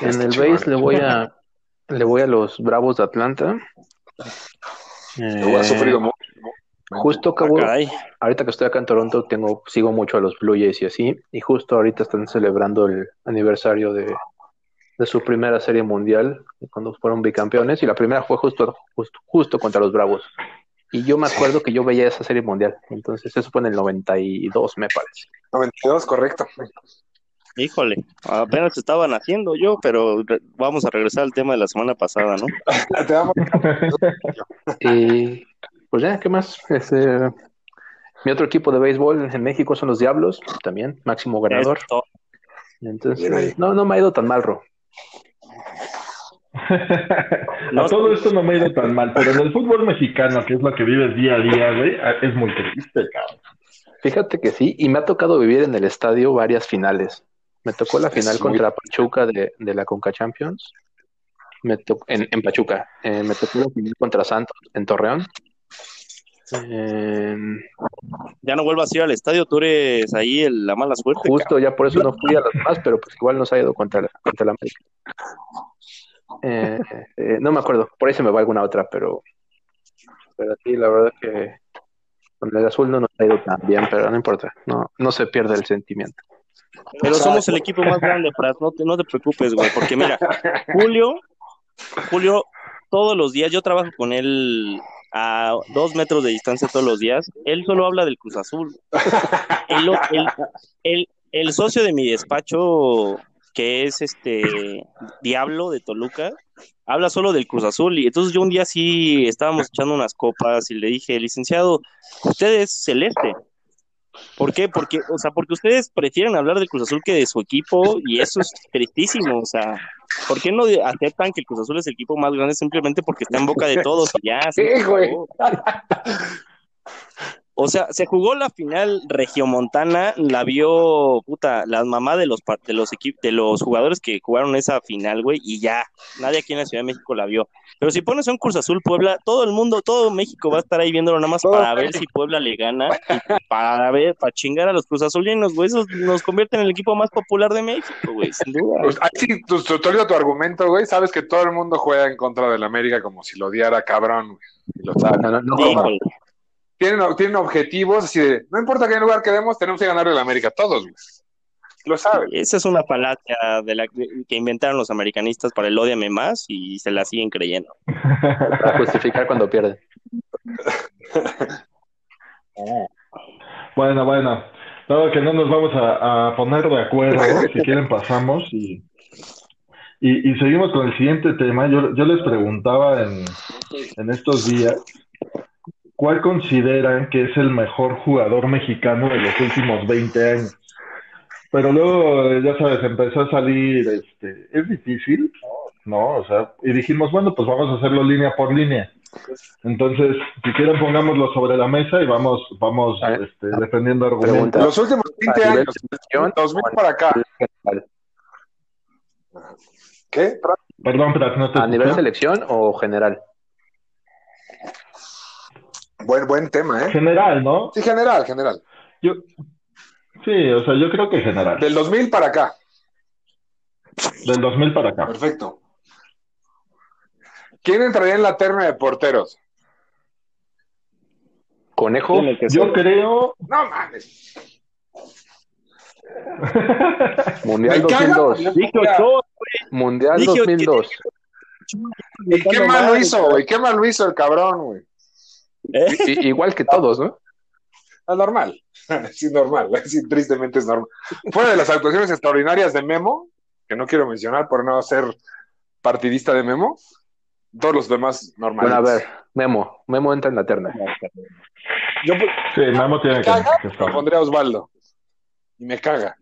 [SPEAKER 2] En el base le voy a le voy a los Bravos de Atlanta.
[SPEAKER 1] Luego ha sufrido
[SPEAKER 2] Eh,
[SPEAKER 1] mucho.
[SPEAKER 2] justo
[SPEAKER 4] Ah,
[SPEAKER 2] acabo,
[SPEAKER 4] caray.
[SPEAKER 2] ahorita que estoy acá en Toronto, tengo, sigo mucho a los Blue Jays y así, y justo ahorita están celebrando el aniversario de, de su primera serie mundial, cuando fueron bicampeones, y la primera fue justo, justo, justo contra los Bravos. Y yo me acuerdo que yo veía esa serie mundial, entonces eso fue en el 92, me parece.
[SPEAKER 1] 92, correcto.
[SPEAKER 4] Híjole, apenas estaban haciendo yo, pero re- vamos a regresar al tema de la semana pasada, ¿no?
[SPEAKER 1] Te damos
[SPEAKER 2] Y pues ya, ¿qué más? Este, mi otro equipo de béisbol en México son los Diablos, también, máximo ganador.
[SPEAKER 4] Esto,
[SPEAKER 1] Bien ahí.
[SPEAKER 2] Entonces, no, no me ha ido tan mal, Ro.
[SPEAKER 4] No,
[SPEAKER 3] a todo esto no me ha ido tan mal, pero en el fútbol mexicano, que es lo que vives día a día, güey, a- es muy triste, cabrón.
[SPEAKER 2] Fíjate que sí, y me ha tocado vivir en el estadio varias finales. Me tocó la final
[SPEAKER 1] Es muy-
[SPEAKER 2] contra Pachuca de, de la Conca Champions, me to- en, en Pachuca. Eh, me tocó la final contra Santos en Torreón. Eh,
[SPEAKER 4] ya no vuelvas a ir al estadio, tú eres ahí el- la mala suerte.
[SPEAKER 2] justo ya por eso no fui a las más, pero pues igual nos ha ido contra la, contra la América. Eh, eh, no me acuerdo, por ahí se me va alguna otra, pero, pero sí, la verdad que con el azul no nos ha ido tan bien, pero no importa, no, no se pierde el sentimiento.
[SPEAKER 4] cabrón. Pero somos el equipo más grande, Pras, no te, no te preocupes, güey, porque mira, Julio, Julio, todos los días, yo trabajo con él a dos metros de distancia todos los días, él solo habla del Cruz Azul. El, o- el- el- el socio de mi despacho, que es este Diablo de Toluca, habla solo del Cruz Azul. Y entonces yo un día sí estábamos echando unas copas y le dije, licenciado, usted es celeste. ¿Por qué? Porque, o sea, porque ustedes prefieren hablar del Cruz Azul que de su equipo y eso es tristísimo. O sea, ¿por qué no de- aceptan que el Cruz Azul es el equipo más grande simplemente porque está en boca de todos y ya? sí,
[SPEAKER 1] Sí, güey.
[SPEAKER 4] O sea, se jugó la final regiomontana, la vio, puta, las mamás de los par- de los equip- de los jugadores que jugaron esa final, güey, y ya, nadie aquí en la Ciudad de México la vio. Pero si pones un Cruz Azul Puebla, todo el mundo, todo México va a estar ahí viéndolo nada más
[SPEAKER 1] Todo
[SPEAKER 4] para ver si Puebla le gana, y para ver, para chingar a los Cruz Azulinos, güey, esos nos convierten en el equipo más popular de México, güey, sin duda.
[SPEAKER 1] Pues, ahí sí, tu, tu, tu, tu argumento, güey. Sabes que todo el mundo juega en contra del América como si lo odiara, cabrón, güey. Y lo sabe.
[SPEAKER 2] No, no, no,
[SPEAKER 4] Sí, güey.
[SPEAKER 1] Tienen, tienen objetivos así de, no importa qué lugar quedemos, tenemos que ganarle al América. Todos, güey. Lo saben.
[SPEAKER 4] Esa es una falacia de la de- que inventaron los americanistas para el ódiame más y se la siguen creyendo.
[SPEAKER 2] para justificar cuando pierden.
[SPEAKER 3] Bueno, bueno, dado que no nos vamos a, a poner de acuerdo, si quieren pasamos y, y, y seguimos con el siguiente tema. Yo, yo les preguntaba en, en estos días, ¿cuál consideran que es el mejor jugador mexicano de los últimos 20 años? Pero luego, eh, ya sabes, empezó a salir, este, es difícil, ¿no? O sea, y dijimos, bueno, pues vamos a hacerlo línea por línea. Entonces, si quieren, pongámoslo sobre la mesa y vamos, vamos,
[SPEAKER 2] A ver.
[SPEAKER 3] este, defendiendo argumentos.
[SPEAKER 2] Pregunta.
[SPEAKER 1] Los últimos 20
[SPEAKER 2] A nivel
[SPEAKER 1] años, 2000 para acá. ¿Qué?
[SPEAKER 3] Perdón, Prat, no te
[SPEAKER 2] ¿A nivel
[SPEAKER 3] escuché.
[SPEAKER 2] selección o general?
[SPEAKER 1] Buen, buen tema, ¿eh?
[SPEAKER 3] General, ¿no?
[SPEAKER 1] Sí, general, general.
[SPEAKER 3] Yo... Sí, o sea, yo creo que general.
[SPEAKER 1] Del 2000 para acá.
[SPEAKER 3] Del 2000 para acá.
[SPEAKER 1] Perfecto. ¿Quién entraría en la terna de porteros?
[SPEAKER 2] ¿Conejo?
[SPEAKER 3] Yo creo...
[SPEAKER 1] No mames.
[SPEAKER 2] Mundial
[SPEAKER 1] Me caga
[SPEAKER 2] 2002.
[SPEAKER 4] Dije Ochoa,
[SPEAKER 2] Mundial
[SPEAKER 4] Dije,
[SPEAKER 2] 2002.
[SPEAKER 1] ¿Y qué mal lo hizo, güey? ¿Qué mal lo hizo el cabrón, güey?
[SPEAKER 2] I- igual que todos, ¿no?
[SPEAKER 1] Es normal. Sí, normal. Sí, tristemente es normal. Fuera de las actuaciones extraordinarias de Memo, que no quiero mencionar por no ser partidista de Memo, todos los demás normales.
[SPEAKER 2] Bueno, a ver, Memo. Memo entra en la terna.
[SPEAKER 1] Yo pu-
[SPEAKER 3] Sí, Memo tiene
[SPEAKER 1] me
[SPEAKER 3] que,
[SPEAKER 1] caga,
[SPEAKER 3] que
[SPEAKER 1] lo
[SPEAKER 3] estar.
[SPEAKER 1] pondría a Osvaldo. Y me caga.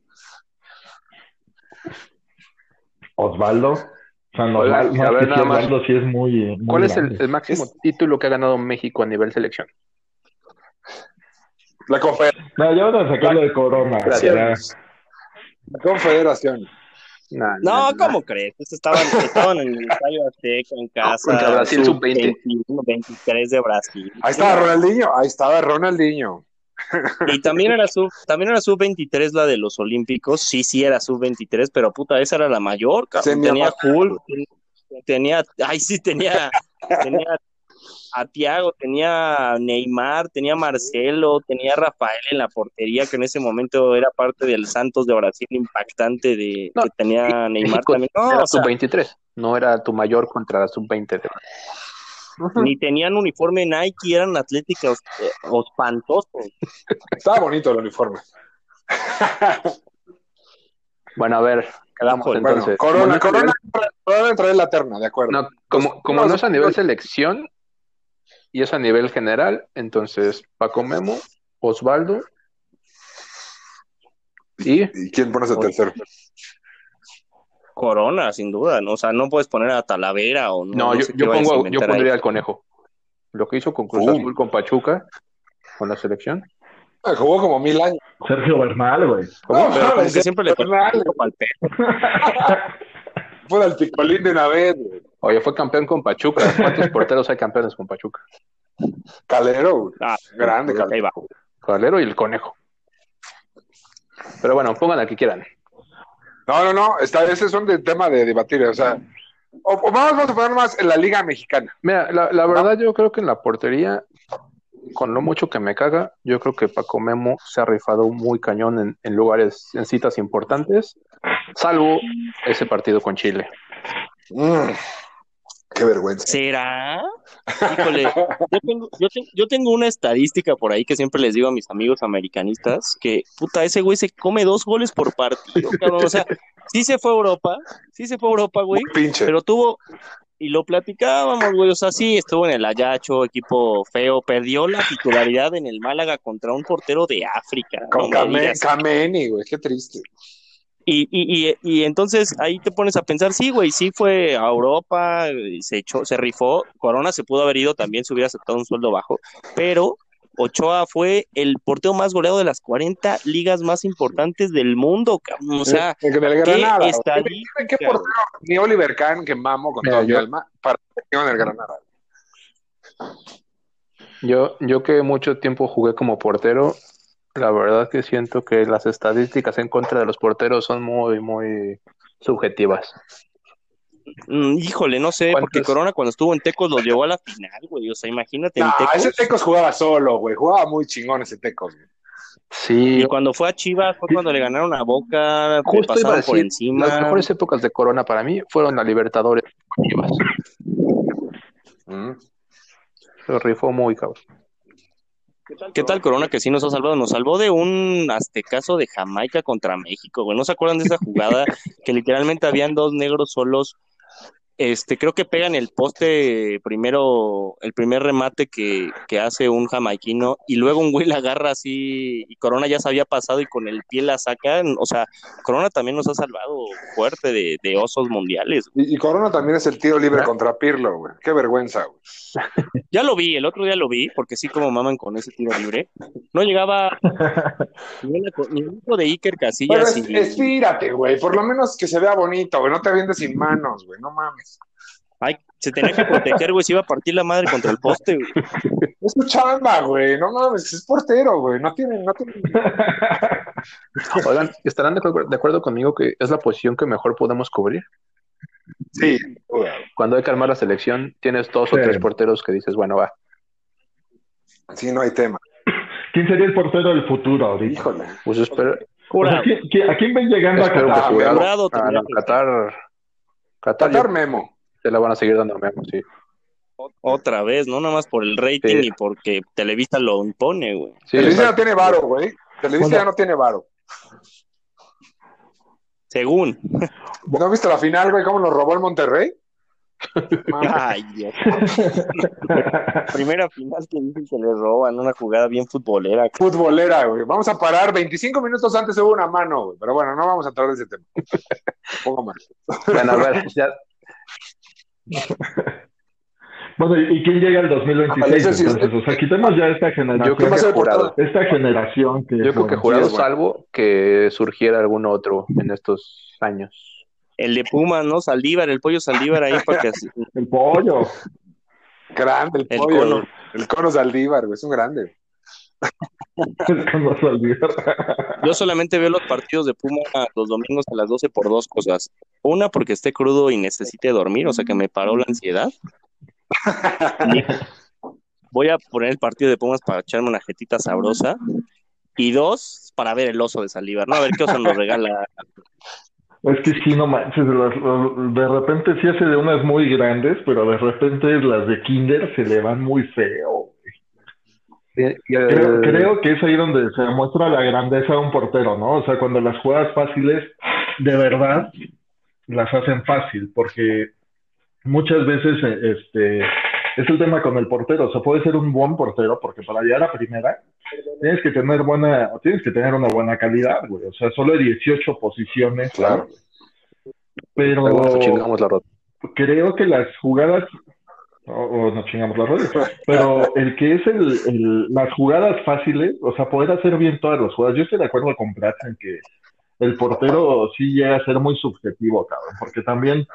[SPEAKER 3] Osvaldo. O sea, normal,
[SPEAKER 2] Hola,
[SPEAKER 3] no,
[SPEAKER 2] a
[SPEAKER 3] es
[SPEAKER 2] ver,
[SPEAKER 3] que sí,
[SPEAKER 2] nada más.
[SPEAKER 3] Osvaldo sí es muy... eh, muy
[SPEAKER 2] ¿Cuál es el,
[SPEAKER 3] grande.
[SPEAKER 2] el máximo título que ha ganado México a nivel selección?
[SPEAKER 1] La confederación.
[SPEAKER 3] No, ya van a sacarlo de corona.
[SPEAKER 2] Gracias.
[SPEAKER 3] ya.
[SPEAKER 1] La confederación.
[SPEAKER 2] Nah, nah,
[SPEAKER 4] No,
[SPEAKER 2] nah.
[SPEAKER 4] ¿cómo crees? Pues estaban, estaban en el estadio Azteca, en casa.
[SPEAKER 2] Ah, Contra Brasil, sub-20.
[SPEAKER 4] 21, 23 de Brasil.
[SPEAKER 1] Ahí estaba Ronaldinho. Ahí estaba Ronaldinho.
[SPEAKER 4] Y también era sub, también era sub 23 la de los Olímpicos, sí, sí era sub 23, pero puta, esa era la mayor, cabrón.
[SPEAKER 1] Semi
[SPEAKER 4] Tenía Hulk, ten- tenía, ay sí, tenía, tenía a Tiago, tenía a Neymar, tenía a Marcelo, tenía a Rafael en la portería, que en ese momento era parte del Santos de Brasil impactante de
[SPEAKER 2] No,
[SPEAKER 4] que tenía Neymar
[SPEAKER 2] México
[SPEAKER 4] también. No,
[SPEAKER 2] era
[SPEAKER 4] o sea,
[SPEAKER 2] sub-23, no era tu mayor contra la sub-20.
[SPEAKER 4] ni tenían uniforme Nike, eran atléticos eh, espantosos.
[SPEAKER 1] Estaba bonito el uniforme.
[SPEAKER 2] Bueno, a ver, quedamos
[SPEAKER 4] Híjole,
[SPEAKER 1] bueno,
[SPEAKER 2] entonces.
[SPEAKER 1] Corona,
[SPEAKER 2] Como no es a
[SPEAKER 1] Corona,
[SPEAKER 2] nivel-
[SPEAKER 1] Corona entra en la terna, de acuerdo.
[SPEAKER 2] no, como, como
[SPEAKER 1] no,
[SPEAKER 2] no es a nivel
[SPEAKER 1] sí.
[SPEAKER 2] selección y es a nivel general, entonces Paco Memo, Osvaldo y
[SPEAKER 1] ¿Y quién pones el tercero?
[SPEAKER 4] Corona, sin duda, ¿no? O sea, no puedes poner a Talavera o no.
[SPEAKER 2] No, yo,
[SPEAKER 4] sé qué
[SPEAKER 2] yo
[SPEAKER 4] vayas a
[SPEAKER 2] pongo, yo
[SPEAKER 4] inventar
[SPEAKER 2] pondría
[SPEAKER 4] ahí.
[SPEAKER 2] al conejo. Lo que hizo con Cruz
[SPEAKER 1] Uh.
[SPEAKER 2] Azul, con Pachuca, con la selección.
[SPEAKER 1] Ah, Jugó como mil años.
[SPEAKER 3] Sergio Bernal, güey.
[SPEAKER 1] No,
[SPEAKER 4] Pero como
[SPEAKER 1] mames,
[SPEAKER 4] que siempre le
[SPEAKER 1] Bernal.
[SPEAKER 4] al
[SPEAKER 1] Fue al picolín de una vez, güey.
[SPEAKER 2] Oye, fue campeón con Pachuca. ¿Cuántos porteros hay campeones con Pachuca?
[SPEAKER 1] Calero, güey.
[SPEAKER 4] Ah,
[SPEAKER 1] grande, Calero.
[SPEAKER 4] ahí va.
[SPEAKER 2] Calero y el conejo. Pero bueno, pongan al que quieran.
[SPEAKER 1] No, no, no. Está, ese es un de- tema de debatir. O sea, o, o vamos, vamos a poner más en la Liga Mexicana.
[SPEAKER 2] Mira, la, la verdad yo creo que en la portería, con lo mucho que me caga, yo creo que Paco Memo se ha rifado muy cañón en, en lugares, en citas importantes, salvo ese partido con Chile.
[SPEAKER 1] Mm, qué vergüenza.
[SPEAKER 4] ¿Será? Híjole, yo tengo, yo, te- yo tengo una estadística por ahí que siempre les digo a mis amigos americanistas, que puta, ese güey se come dos goles por partido, cabrón. O sea, sí se fue a Europa, sí se fue a Europa, güey,
[SPEAKER 1] Muy pinche.
[SPEAKER 4] pero tuvo, y lo platicábamos, güey, o sea, sí, estuvo en el Ayacho, equipo feo, perdió la titularidad en el Málaga contra un portero de África.
[SPEAKER 1] con
[SPEAKER 4] no me
[SPEAKER 1] Came-
[SPEAKER 4] digas.
[SPEAKER 1] Kameni, güey. Qué triste.
[SPEAKER 4] Y, y, y, y entonces ahí te pones a pensar, sí, güey, sí fue a Europa, eh, se echó, se rifó, Corona se pudo haber ido también, se hubiera aceptado un sueldo bajo, pero Ochoa fue el portero más goleado de las 40 ligas más importantes del mundo, cabrón. O sea,
[SPEAKER 1] Eh, del
[SPEAKER 4] ¿qué
[SPEAKER 1] Granada. güey.
[SPEAKER 4] estadística,
[SPEAKER 1] ¿Qué portero? Ni Oliver Kahn, que mamo con
[SPEAKER 2] Mira,
[SPEAKER 1] todo mi
[SPEAKER 2] yo-
[SPEAKER 1] alma, para que en el Granada.
[SPEAKER 2] Yo, yo que mucho tiempo jugué como portero, la verdad que siento que las estadísticas en contra de los porteros son muy, muy subjetivas.
[SPEAKER 4] Mm, híjole, no sé, porque
[SPEAKER 2] ¿Cuántas?
[SPEAKER 4] Corona cuando estuvo en Tecos lo llevó a la final, güey, o sea, imagínate en
[SPEAKER 1] No,
[SPEAKER 4] Tecos.
[SPEAKER 1] ese Tecos jugaba solo, güey. Jugaba muy chingón ese Tecos. güey.
[SPEAKER 2] Sí,
[SPEAKER 4] Y cuando fue a Chivas fue cuando le ganaron a Boca, le
[SPEAKER 2] justo iba a
[SPEAKER 4] pasaron por
[SPEAKER 2] decir,
[SPEAKER 4] encima.
[SPEAKER 2] las mejores épocas de Corona para mí fueron la Libertadores. con Chivas.
[SPEAKER 1] Mm.
[SPEAKER 2] Se rifó muy cabrón.
[SPEAKER 4] ¿Qué tal Corona que sí nos ha salvado? Nos salvó de un aztecaso de Jamaica contra México, güey. ¿No se acuerdan de esa jugada que literalmente habían dos negros solos? Este, creo que pegan el poste primero, el primer remate que, que hace un jamaiquino, y luego un güey la agarra así, y Corona ya se había pasado y con el pie la sacan. O sea, Corona también nos ha salvado fuerte de, de osos mundiales.
[SPEAKER 1] Y, y Corona también es el tiro libre contra Pirlo, güey. Qué vergüenza, güey.
[SPEAKER 4] Ya lo vi, el otro día lo vi, porque sí como maman con ese tiro libre. No llegaba ni, una co- ni un hijo de Iker
[SPEAKER 1] Pero
[SPEAKER 4] Casillas.
[SPEAKER 1] es-
[SPEAKER 4] y-
[SPEAKER 1] estírate, güey. Por lo menos que se vea bonito, güey. No te vendes sin manos, güey. No mames.
[SPEAKER 4] Ay, se tenía que proteger, güey, se iba a partir la madre contra el poste, güey.
[SPEAKER 1] Es tu chamba, güey. No mames. Es portero, güey. No tiene, no tiene.
[SPEAKER 2] Oigan, ¿estarán de, acuerdo- de acuerdo conmigo que es la posición que mejor podemos cubrir?
[SPEAKER 1] Sí. güey.
[SPEAKER 2] Cuando hay que armar la selección, tienes dos o
[SPEAKER 3] Sí.
[SPEAKER 2] tres porteros que dices, bueno, va.
[SPEAKER 1] Sí, no hay tema.
[SPEAKER 3] ¿Quién sería el portero del futuro ahorita?
[SPEAKER 1] Híjole.
[SPEAKER 2] Pues yo espero,
[SPEAKER 3] O sea,
[SPEAKER 4] Jurado,
[SPEAKER 3] ¿quién- quién- ¿A quién ven llegando a
[SPEAKER 2] espero que
[SPEAKER 3] Qatar?
[SPEAKER 1] Jurado.
[SPEAKER 2] Jurado-
[SPEAKER 4] Jurado
[SPEAKER 2] ah,
[SPEAKER 4] tendría
[SPEAKER 2] no,
[SPEAKER 4] que-
[SPEAKER 2] Qatar, Qatar, yo-
[SPEAKER 1] Tatar Memo.
[SPEAKER 2] te la van a seguir dando memo, sí.
[SPEAKER 4] otra vez, no nada más por el rating
[SPEAKER 2] Sí.
[SPEAKER 4] y porque Televisa lo impone, güey.
[SPEAKER 2] Sí,
[SPEAKER 1] Televisa no
[SPEAKER 2] exacto.
[SPEAKER 1] tiene varo, güey. Televisa
[SPEAKER 3] Hola.
[SPEAKER 1] ya no tiene varo.
[SPEAKER 4] Según.
[SPEAKER 1] ¿No viste la final, güey? ¿Cómo nos robó el Monterrey? Mames.
[SPEAKER 4] Ay, Dios. Primera final que dicen que le roban, una jugada bien futbolera.
[SPEAKER 1] futbolera, güey. Vamos a parar. 25 minutos antes hubo una mano, güey. Pero bueno, no vamos a entrar en ese tema. Un poco más.
[SPEAKER 2] Bueno, a ver, ya,
[SPEAKER 3] Bueno, ¿y y quién llega al 2026?
[SPEAKER 1] Ojalá ese sí
[SPEAKER 3] Entonces, o sea, quitemos ya esta
[SPEAKER 2] yo
[SPEAKER 3] generación.
[SPEAKER 2] creo
[SPEAKER 1] va a
[SPEAKER 2] que
[SPEAKER 1] ser
[SPEAKER 2] jurado,
[SPEAKER 3] Esta generación que.
[SPEAKER 2] yo creo que
[SPEAKER 3] bueno,
[SPEAKER 2] jurado,
[SPEAKER 1] sí, es bueno.
[SPEAKER 2] salvo que surgiera algún otro en estos años.
[SPEAKER 4] El de Pumas, ¿no? Saldívar, el pollo Saldívar ahí para que así-
[SPEAKER 3] El pollo.
[SPEAKER 1] Grande el,
[SPEAKER 4] El
[SPEAKER 1] pollo,
[SPEAKER 4] cono.
[SPEAKER 1] güey. El cono Saldívar, güey. Es un grande.
[SPEAKER 3] Esto no se olvida.
[SPEAKER 4] Yo solamente veo los partidos de Puma los domingos a las 12 por dos cosas. Una, porque esté crudo y necesite dormir, o sea que me paró la ansiedad. Y voy a poner el partido de Pumas para echarme una jetita sabrosa. Y dos, para ver el oso de saliva, ¿no? A ver qué oso nos regala.
[SPEAKER 3] Es que sí, no manches, las- las- de repente sí hace de unas muy grandes, pero de repente las de Kinder se le van muy feo.
[SPEAKER 2] Y- y el-
[SPEAKER 3] Creo, creo que es ahí donde se demuestra la grandeza de un portero, ¿no? O sea, cuando las jugadas fáciles, de verdad, las hacen fácil, porque muchas veces, eh, este, es el tema con el portero. O sea, puede ser un buen portero, porque para llegar a primera, tienes que tener buena, tienes que tener una buena calidad, güey. O sea, solo hay 18 posiciones,
[SPEAKER 1] Claro.
[SPEAKER 3] Pero
[SPEAKER 2] luego nos chingamos la rota.
[SPEAKER 3] creo que las jugadas, o, o nos chingamos las redes, pero el que es el, el- las jugadas fáciles, o sea, poder hacer bien todas las jugadas. Yo estoy de acuerdo con Prats en que el portero sí llega a ser muy subjetivo, cabrón, porque también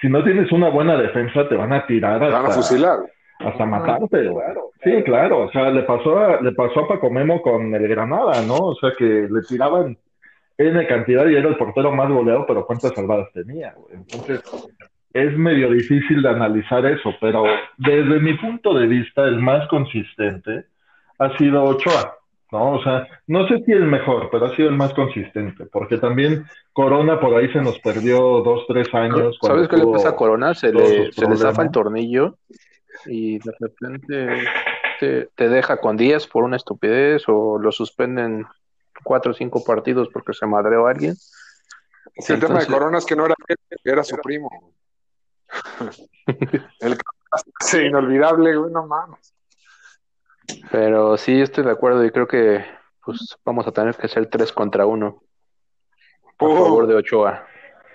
[SPEAKER 3] si no tienes una buena defensa te van a tirar
[SPEAKER 2] Ah,
[SPEAKER 1] Te van a
[SPEAKER 3] hasta,
[SPEAKER 1] fusilar.
[SPEAKER 3] hasta matarte. güey. Ah, sí, claro, o sea, le pasó a, le pasó a Paco Memo con el Granada, ¿no? O sea, que le tiraban N cantidad y era el portero más goleado, pero cuántas salvadas tenía, güey. Entonces, es medio difícil de analizar eso, pero desde mi punto de vista, el más consistente ha sido Ochoa, ¿no? O sea, no sé si el mejor, pero ha sido el más consistente, porque también Corona por ahí se nos perdió dos, tres años. cuando
[SPEAKER 2] ¿Sabes qué le
[SPEAKER 3] tuvo-
[SPEAKER 2] pasa a Corona? Se
[SPEAKER 3] todos
[SPEAKER 2] le,
[SPEAKER 3] sus
[SPEAKER 2] se le zafa
[SPEAKER 3] problemas.
[SPEAKER 2] el tornillo y de repente te, te deja con 10 por una estupidez o lo suspenden cuatro o cinco partidos porque se madreó a alguien.
[SPEAKER 1] Es que el Este tema de
[SPEAKER 2] Entonces-
[SPEAKER 1] Corona es que no era él, era su primo. el sí, inolvidable, güey, no mames.
[SPEAKER 2] Pero sí, estoy de acuerdo y creo que pues vamos a tener que ser tres contra uno a
[SPEAKER 1] Pum.
[SPEAKER 2] favor de Ochoa.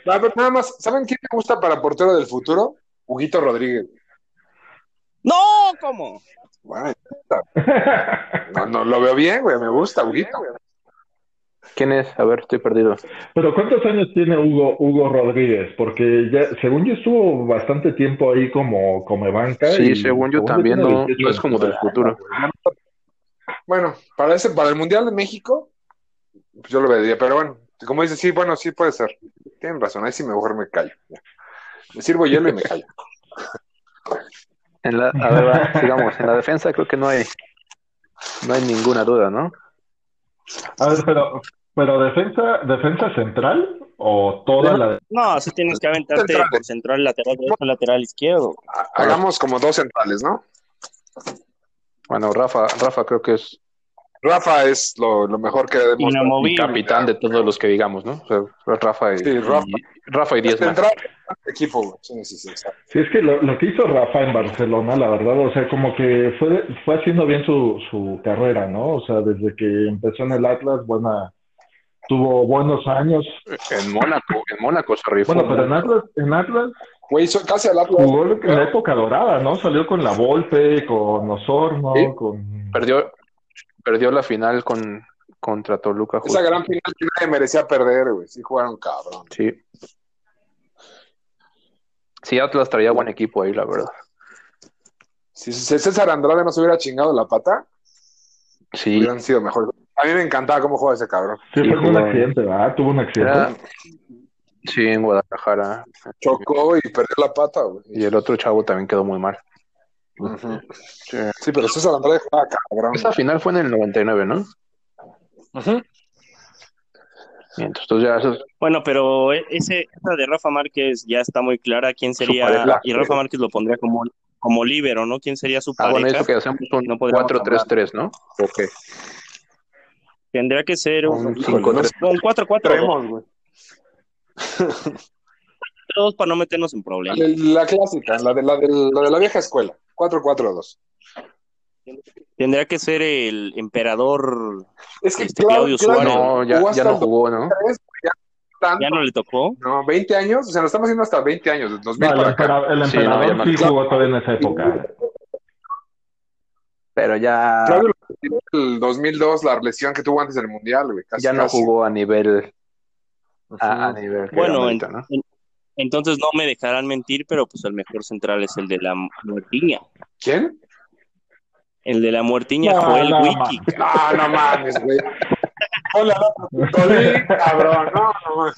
[SPEAKER 1] A ver, nada más, ¿saben quién me gusta para portero del futuro? Huguito Rodríguez.
[SPEAKER 4] ¡No! ¿Cómo?
[SPEAKER 1] Bueno, no, no, lo veo bien, güey, me gusta, Huguito.
[SPEAKER 2] ¿Quién es? A ver, estoy perdido.
[SPEAKER 3] Pero ¿cuántos años tiene Hugo, Hugo Rodríguez? Porque ya, según yo, estuvo bastante tiempo ahí como, como banca.
[SPEAKER 2] Sí,
[SPEAKER 3] y
[SPEAKER 2] según yo
[SPEAKER 3] según
[SPEAKER 2] también
[SPEAKER 3] tiene
[SPEAKER 2] no,
[SPEAKER 3] 18
[SPEAKER 2] no es como del
[SPEAKER 3] años.
[SPEAKER 2] futuro.
[SPEAKER 1] Bueno, para ese, para el Mundial de México, pues yo lo vería, pero bueno, como dice, sí, bueno, sí puede ser. Tienen razón, ahí sí mejor me callo. ya. Me sirvo hielo y me callo.
[SPEAKER 2] En la, a ver, va, sigamos. En la defensa creo que no hay, no hay ninguna duda, ¿no?
[SPEAKER 3] A ver, pero, pero defensa, defensa central o toda la.
[SPEAKER 4] No, sí tienes que aventarte
[SPEAKER 1] Centrales.
[SPEAKER 4] por central, lateral derecho, lateral izquierdo.
[SPEAKER 1] Ha- Hagamos como dos centrales, ¿no?
[SPEAKER 2] Bueno, Rafa, Rafa creo que es
[SPEAKER 1] Rafa es lo, lo mejor que demuestra.
[SPEAKER 2] el
[SPEAKER 4] Inamovible.
[SPEAKER 2] capitán de todos los que digamos, ¿no? O sea, Rafa y,
[SPEAKER 1] Sí, Rafa. Este
[SPEAKER 2] y- Rafa y diez más.
[SPEAKER 1] Central, equipo, güey. Sí, sí, sí, exacto.
[SPEAKER 3] Sí, es que lo, lo que hizo Rafa en Barcelona, la verdad, o sea, como que fue, fue haciendo bien su, su carrera, ¿no? O sea, desde que empezó en el Atlas, buena, tuvo buenos años.
[SPEAKER 2] En Mónaco, en Mónaco se rifó.
[SPEAKER 3] Bueno, pero en Atlas, en Atlas
[SPEAKER 1] Güey, hizo casi al Atlas.
[SPEAKER 3] jugó en la época dorada, ¿no? Salió con la Volpe, con Osorno,
[SPEAKER 2] Sí.
[SPEAKER 3] con...
[SPEAKER 2] perdió, perdió la final con, contra Toluca. justo.
[SPEAKER 1] Esa gran final que nadie merecía perder, güey. Sí jugaron cabrón.
[SPEAKER 2] Sí. Sí, Atlas traía buen equipo ahí, la verdad.
[SPEAKER 1] Si, si César Andrade no se hubiera chingado la pata,
[SPEAKER 2] Sí,
[SPEAKER 1] hubieran sido mejores. A mí me encantaba cómo jugaba ese cabrón.
[SPEAKER 3] Sí,
[SPEAKER 2] Y
[SPEAKER 3] fue un
[SPEAKER 2] jugó-
[SPEAKER 3] accidente, ¿verdad? Tuvo un accidente.
[SPEAKER 2] era- sí, en Guadalajara.
[SPEAKER 1] Chocó y perdió la pata, güey.
[SPEAKER 2] Y el otro chavo también quedó muy mal.
[SPEAKER 1] Ujú.
[SPEAKER 2] Sí.
[SPEAKER 1] Sí, pero César Andrade jugaba cabrón.
[SPEAKER 2] Esa final fue en el 99, ¿no?
[SPEAKER 1] Ujú.
[SPEAKER 2] Y entonces ya ah, eso es-
[SPEAKER 4] Bueno, pero e- ese, esa de Rafa Márquez ya está muy clara quién sería.
[SPEAKER 2] pareja.
[SPEAKER 4] Y Rafa Márquez lo pondría como, como líbero, ¿no? ¿Quién sería su
[SPEAKER 2] Ah, bueno,
[SPEAKER 4] pareja?
[SPEAKER 2] eso que hacemos un
[SPEAKER 4] No podríamos
[SPEAKER 2] 4-3-3, ¿no? Ok.
[SPEAKER 4] Tendría que ser un,
[SPEAKER 2] Un
[SPEAKER 4] un,
[SPEAKER 2] cinco, tres.
[SPEAKER 4] 4-4-2
[SPEAKER 1] Traemos, güey.
[SPEAKER 4] para no meternos en problemas.
[SPEAKER 1] La, la clásica, la de la, del- la de la vieja escuela. 4-4-2.
[SPEAKER 4] Tendría que ser el emperador.
[SPEAKER 1] Es que
[SPEAKER 4] Este,
[SPEAKER 1] claro,
[SPEAKER 4] Claudio
[SPEAKER 1] claro,
[SPEAKER 4] Suárez.
[SPEAKER 2] No, ya,
[SPEAKER 1] jugó
[SPEAKER 2] ya
[SPEAKER 1] hasta
[SPEAKER 2] no
[SPEAKER 1] el
[SPEAKER 2] jugó, ¿no?
[SPEAKER 1] 2003, güey, ya tanto.
[SPEAKER 4] Ya no le tocó.
[SPEAKER 1] No, 20 años, o sea, lo estamos haciendo hasta 20 años, desde 2000
[SPEAKER 3] No, el,
[SPEAKER 1] para acá.
[SPEAKER 3] empera- el
[SPEAKER 2] Sí, no,
[SPEAKER 3] emperador
[SPEAKER 2] ya
[SPEAKER 3] sí
[SPEAKER 1] me-
[SPEAKER 3] jugó todavía en esa época.
[SPEAKER 2] Pero ya,
[SPEAKER 1] Claudio Suárez, el 2002, la lesión que tuvo antes del Mundial, güey. Casi,
[SPEAKER 2] ya no
[SPEAKER 1] casi.
[SPEAKER 2] jugó a nivel. A, a
[SPEAKER 1] Ujú.
[SPEAKER 2] nivel que
[SPEAKER 4] Bueno,
[SPEAKER 2] ahorita,
[SPEAKER 4] en-
[SPEAKER 2] ¿no?
[SPEAKER 4] en- entonces no me dejarán mentir, pero pues el mejor central es el de la Martiña.
[SPEAKER 1] ¿Quién?
[SPEAKER 4] El de la muertiña
[SPEAKER 3] No,
[SPEAKER 4] fue el
[SPEAKER 3] no,
[SPEAKER 4] wiki.
[SPEAKER 1] No, no mames, güey. Hola, Tolín, cabrón. No, no mames.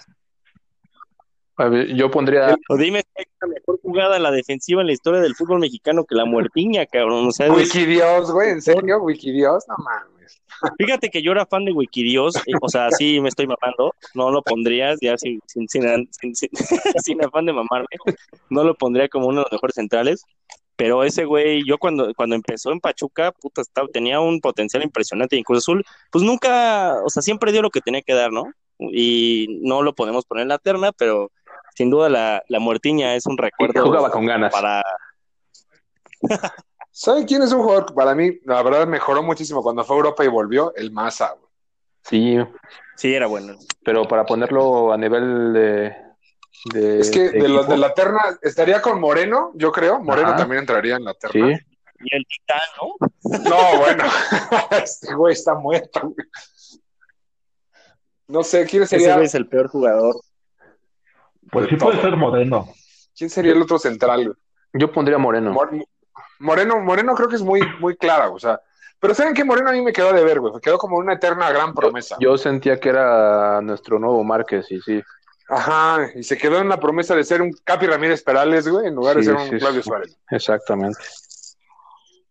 [SPEAKER 2] A ver, Yo pondría
[SPEAKER 4] O dime si hay una mejor jugada en la defensiva en la historia del fútbol mexicano que la muertiña, cabrón. O sea,
[SPEAKER 2] Pues
[SPEAKER 4] es-
[SPEAKER 1] Wikidios, güey, ¿en serio? Wikidios, no mames.
[SPEAKER 4] fíjate que yo era fan de Wikidios, eh, o sea, sí me estoy mamando, no lo pondrías ya sin, sin, sin, sin- sin- sin afán de mamarme, no lo pondría como uno de los mejores centrales, pero ese güey, yo cuando, cuando empezó en Pachuca, puta, estaba, tenía un potencial impresionante y en Cruz Azul, pues nunca, o sea, siempre dio lo que tenía que dar, ¿no? Y no lo podemos poner en la terna, pero sin duda la, la muertiña es un recuerdo
[SPEAKER 2] jugaba con ganas.
[SPEAKER 4] para
[SPEAKER 1] ¿Saben quién es un jugador que para mí, la verdad, mejoró muchísimo cuando fue a Europa y volvió? El Massa, güey.
[SPEAKER 2] Sí,
[SPEAKER 4] Sí, era bueno.
[SPEAKER 2] pero para ponerlo a nivel de. de-
[SPEAKER 1] Es que de, los
[SPEAKER 2] equipo,
[SPEAKER 1] de la terna, estaría con Moreno, yo creo. Moreno
[SPEAKER 2] Ajá.
[SPEAKER 1] también entraría en la
[SPEAKER 2] Sí,
[SPEAKER 1] terna.
[SPEAKER 4] Y el titán, ¿no?
[SPEAKER 1] No, bueno. este güey está muerto, güey. No sé, ¿quién
[SPEAKER 4] Ese
[SPEAKER 1] sería,
[SPEAKER 4] güey es el peor jugador.
[SPEAKER 3] Pues sí puede ser Moreno.
[SPEAKER 1] ¿quién sería el otro central? güey?
[SPEAKER 2] yo pondría Moreno.
[SPEAKER 1] Mor- Moreno, Moreno creo que es muy, muy clara, o sea. Pero ¿saben qué? Moreno a mí me quedó de ver, güey. Quedó como una eterna gran promesa.
[SPEAKER 2] Yo sentía que era nuestro nuevo Márquez, y sí.
[SPEAKER 1] Ajá, y se quedó en la promesa de ser un Capi Ramírez Perales, güey, en lugar de
[SPEAKER 2] Sí,
[SPEAKER 1] ser un
[SPEAKER 2] sí,
[SPEAKER 1] Claudio
[SPEAKER 2] sí.
[SPEAKER 1] Suárez.
[SPEAKER 2] Exactamente.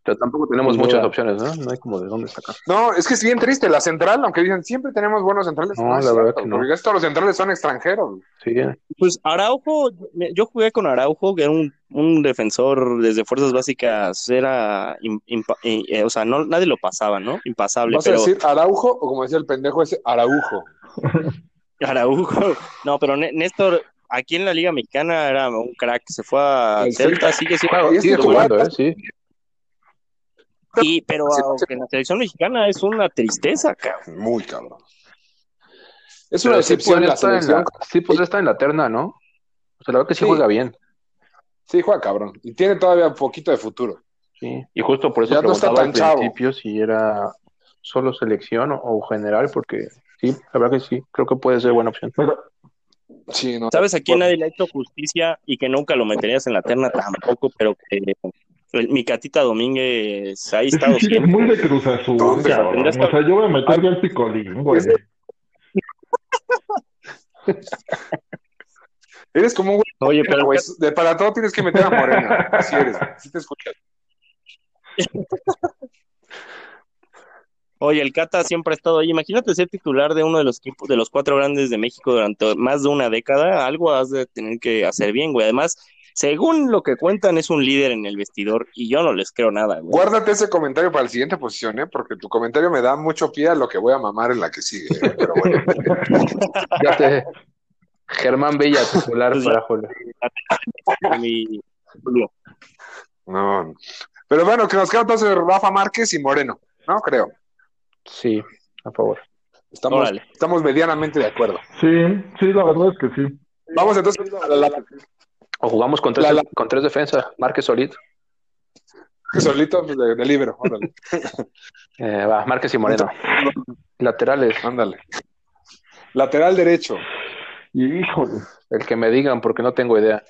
[SPEAKER 2] Pero tampoco tenemos
[SPEAKER 4] Sin duda.
[SPEAKER 2] muchas opciones, ¿no? No hay como de dónde sacar.
[SPEAKER 1] No, es que es bien triste la central, aunque dicen siempre tenemos buenos centrales.
[SPEAKER 2] No,
[SPEAKER 1] No, es
[SPEAKER 2] la verdad
[SPEAKER 1] cierto,
[SPEAKER 2] que no.
[SPEAKER 1] Porque casi todos los centrales son extranjeros. güey.
[SPEAKER 2] Sí,
[SPEAKER 4] Pues Araujo, me- yo jugué con Araujo, que era un, un defensor desde fuerzas básicas, era, im- impa- eh, eh, o sea, no, nadie lo pasaba, ¿no? Impasable,
[SPEAKER 1] ¿Vas
[SPEAKER 4] pero
[SPEAKER 1] a decir Araujo o como decía el pendejo ese, Araujo?
[SPEAKER 4] Araujo, no, pero Né- Néstor, aquí en la Liga Mexicana era un crack, se fue a
[SPEAKER 1] El
[SPEAKER 4] Celta, sigue siendo,
[SPEAKER 1] Y este
[SPEAKER 2] sigue
[SPEAKER 1] jugador
[SPEAKER 2] jugando, ¿eh? Sí.
[SPEAKER 4] y, pero aunque en la selección mexicana es una tristeza, cabrón.
[SPEAKER 1] Muy cabrón. Es una
[SPEAKER 2] Pero sí
[SPEAKER 1] decepción
[SPEAKER 2] podría
[SPEAKER 1] la
[SPEAKER 2] estar en
[SPEAKER 1] selección.
[SPEAKER 2] la, sí podría estar en la terna, ¿no? O sea, la verdad que sí,
[SPEAKER 1] Sí.
[SPEAKER 2] juega bien.
[SPEAKER 1] Sí, juega cabrón. Y tiene todavía un poquito de futuro.
[SPEAKER 2] Sí. Y justo por eso
[SPEAKER 1] Ya no está
[SPEAKER 2] preguntaba al
[SPEAKER 1] tan chavo.
[SPEAKER 2] principio si era solo selección o, o general, porque sí, la verdad que sí, creo que puede ser buena opción.
[SPEAKER 3] Pero
[SPEAKER 1] Sí, no.
[SPEAKER 4] ¿Sabes a quién nadie le ha hecho justicia y que nunca lo meterías en la terna tampoco, pero que el- mi catita Domínguez ha
[SPEAKER 3] es
[SPEAKER 4] estado
[SPEAKER 3] que sí, es
[SPEAKER 4] siempre?
[SPEAKER 3] muy de Cruz Azul,
[SPEAKER 1] ¿Dónde?
[SPEAKER 3] cabrón. O sea, yo voy a meter ya el picolín, güey.
[SPEAKER 1] Eres como un güey,
[SPEAKER 4] Oye, pero
[SPEAKER 1] güey. De para todo tienes que meter a Morena. Así eres. güey. Así te escuchas.
[SPEAKER 4] Oye, el Cata siempre ha estado ahí. Imagínate ser titular de uno de los equipos, de los cuatro grandes de México durante más de una década. Algo has de tener que hacer bien, güey. Además, según lo que cuentan, es un líder en el vestidor y yo no les creo nada, güey.
[SPEAKER 1] Guárdate ese comentario para la siguiente posición, ¿eh? Porque tu comentario me da mucho pie a lo que voy a mamar en la que sigue. ¿eh? Pero bueno.
[SPEAKER 2] Ya te- Germán Bella titular
[SPEAKER 4] Pues ya.
[SPEAKER 2] para Julio.
[SPEAKER 4] Mi-
[SPEAKER 1] No. Pero bueno, que nos queda entonces Rafa Márquez y Moreno. No creo.
[SPEAKER 2] Sí, a favor.
[SPEAKER 1] Estamos,
[SPEAKER 4] Órale.
[SPEAKER 1] estamos medianamente de acuerdo.
[SPEAKER 3] Sí, sí, la verdad es que sí.
[SPEAKER 1] Vamos entonces a la, la-
[SPEAKER 2] O jugamos con tres,
[SPEAKER 1] La- la-
[SPEAKER 2] con tres defensas, Márquez Solid,
[SPEAKER 1] solito pues, de, de libro. Órale.
[SPEAKER 2] eh, va, Márquez y Moreno. Laterales,
[SPEAKER 1] Ándale. Lateral derecho.
[SPEAKER 3] Híjole.
[SPEAKER 2] el que me digan porque no tengo idea.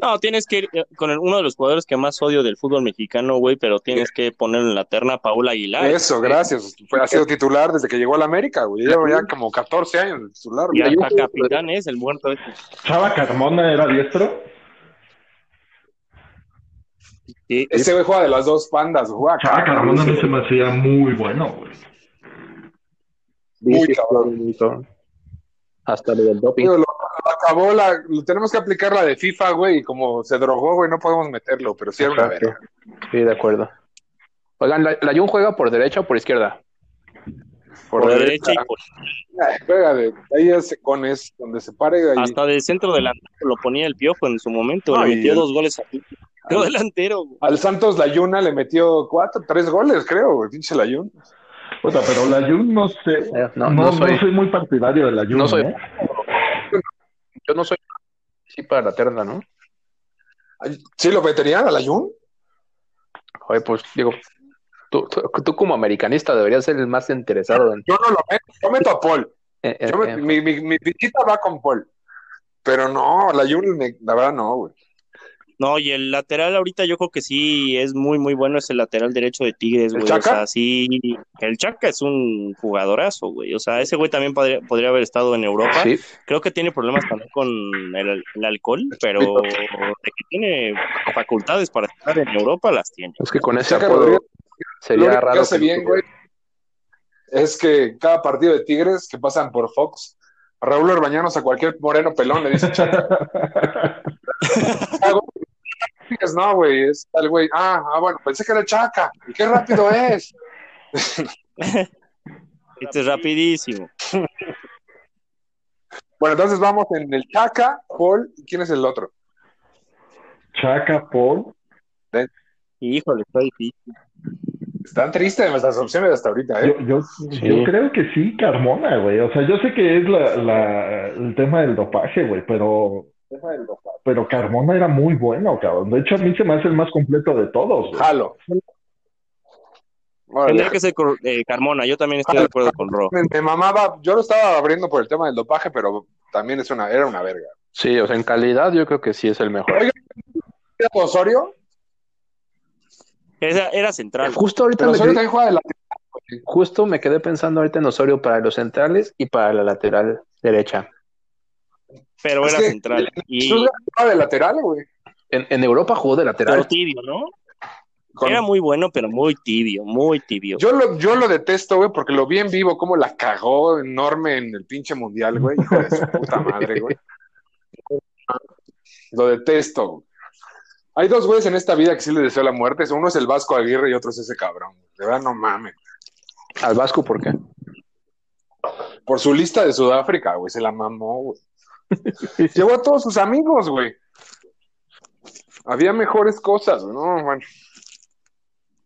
[SPEAKER 4] No, tienes que ir eh, con el- uno de los jugadores que más odio del fútbol mexicano, güey, pero tienes que poner en la terna a Paula Aguilar.
[SPEAKER 1] Eso, gracias. Fue, ha sido titular desde que llegó a la América, güey. Lleva ya como 14 años de titular.
[SPEAKER 4] Y
[SPEAKER 1] güey.
[SPEAKER 4] hasta capitán es el muerto. este. ese.
[SPEAKER 3] ¿Chava Carmona era diestro?
[SPEAKER 4] Sí,
[SPEAKER 1] Ese güey juega de las dos pandas, güey.
[SPEAKER 3] Chava Carmona Ah, no se me hacía muy bueno, güey.
[SPEAKER 1] Muy
[SPEAKER 2] Sí, sí,
[SPEAKER 1] cabrón.
[SPEAKER 2] muy cabrón. Hasta lo del doping.
[SPEAKER 1] Digo, lo, lo acabó la, lo- tenemos que aplicar la de FIFA, güey, y como se drogó, güey, no podemos meterlo, pero sí era una
[SPEAKER 2] Exacto.
[SPEAKER 1] verga.
[SPEAKER 2] Sí, de acuerdo. Oigan, ¿la, la Jun juega por derecha o por izquierda?
[SPEAKER 4] por la derecha y por-
[SPEAKER 1] Ay, Juega de ahí es con es donde se pare de ahí.
[SPEAKER 4] hasta de centro delantero lo ponía el piojo en su momento.
[SPEAKER 1] No,
[SPEAKER 4] le
[SPEAKER 1] y
[SPEAKER 4] metió
[SPEAKER 1] el-
[SPEAKER 4] dos goles a centro delantero, güey.
[SPEAKER 1] Al Santos Layuna le metió cuatro, tres goles, creo, güey, pinche Layun.
[SPEAKER 3] O sea, pero la Jun no sé.
[SPEAKER 2] Eh,
[SPEAKER 3] No, no soy, muy partidario de la Jun.
[SPEAKER 2] no soy-
[SPEAKER 3] ¿eh?
[SPEAKER 2] Yo no soy sí para la terna, ¿no?
[SPEAKER 1] Ay, ¿Sí lo meterían a Layun?
[SPEAKER 2] Oye, pues digo, tú, tú, tú como americanista deberías ser el más interesado en...
[SPEAKER 1] Yo no lo meto, yo meto a Paul.
[SPEAKER 2] en- en-
[SPEAKER 1] Yo me-
[SPEAKER 2] en-
[SPEAKER 1] mi, mi, mi pichita va con Paul. Pero no, Layun, me- la verdad no, güey.
[SPEAKER 4] No, y el lateral ahorita yo creo que sí es muy, muy bueno, es el lateral derecho de Tigres,
[SPEAKER 1] ¿El
[SPEAKER 4] güey. O
[SPEAKER 1] Chaca?
[SPEAKER 4] sea, sí, el Chaca es un jugadorazo, güey. O sea, ese güey también podría, podría haber estado en Europa.
[SPEAKER 2] Sí,
[SPEAKER 4] Creo que tiene problemas también con el, el alcohol, pero de que tiene facultades para estar en Europa, las tiene.
[SPEAKER 2] es que con ese
[SPEAKER 1] Chaca
[SPEAKER 2] apodo
[SPEAKER 1] Rodríguez, Lo
[SPEAKER 2] sería
[SPEAKER 1] único
[SPEAKER 2] raro.
[SPEAKER 1] que hace
[SPEAKER 2] que-
[SPEAKER 1] bien, güey, es que cada partido de Tigres que pasan por Fox, a Raúl Orbañanos a cualquier moreno pelón le dice chaca. Tigres no, güey, es tal güey. Ah, ah, bueno, pensé que era chaca. ¿Y qué rápido es?
[SPEAKER 4] Este es rapidísimo.
[SPEAKER 1] Bueno, entonces vamos en el chaca, Paul, ¿y ¿quién es el otro?
[SPEAKER 3] Chaca, Paul.
[SPEAKER 4] Híjole, está difícil.
[SPEAKER 1] Están tristes nuestras opciones hasta ahorita, ¿eh?
[SPEAKER 3] Yo, yo,
[SPEAKER 2] Sí.
[SPEAKER 3] yo creo que sí, Carmona, güey. O sea, yo sé que es la, la- el tema del dopaje, güey, pero, pero Carmona era muy bueno, cabrón. De hecho, a mí se me hace el más completo de todos, güey.
[SPEAKER 1] Jalo. Órale.
[SPEAKER 4] Tendría que ser Cor- eh, Carmona, yo también estoy de acuerdo con Ro.
[SPEAKER 1] Me, me mamaba, yo lo estaba abriendo por el tema del dopaje, pero también es una, era una verga.
[SPEAKER 2] Sí, o sea, en calidad yo creo que sí es el mejor.
[SPEAKER 1] ¿Era Osorio?
[SPEAKER 4] Esa era central.
[SPEAKER 2] Justo ahorita
[SPEAKER 1] Ah, Pero
[SPEAKER 2] me,
[SPEAKER 1] Osorio
[SPEAKER 2] quedé-
[SPEAKER 1] también juega de la...
[SPEAKER 2] justo me quedé pensando ahorita en Osorio para los centrales y para la lateral derecha.
[SPEAKER 4] Pero
[SPEAKER 1] Es
[SPEAKER 4] era
[SPEAKER 1] que-
[SPEAKER 4] central. Y,
[SPEAKER 1] Suga juega de lateral, güey.
[SPEAKER 2] En, en Europa jugó de
[SPEAKER 4] pero
[SPEAKER 2] lateral.
[SPEAKER 4] tibio, ¿no?
[SPEAKER 1] Con-
[SPEAKER 4] Era muy bueno, pero muy tibio, muy tibio.
[SPEAKER 1] Yo lo, yo lo detesto, güey, porque lo vi en vivo cómo la cagó enorme en el pinche mundial, güey. Hijo de su puta madre, güey. Lo detesto. güey. Hay dos güeyes en esta vida que sí les deseo la muerte. Uno es el Vasco Aguirre y otro es ese cabrón. De verdad, no mames.
[SPEAKER 2] Al Vasco, ¿por qué?
[SPEAKER 1] Por su lista de Sudáfrica, güey. Se la mamó, güey. Llevó a todos sus amigos, güey. Había mejores cosas, güey. No, bueno.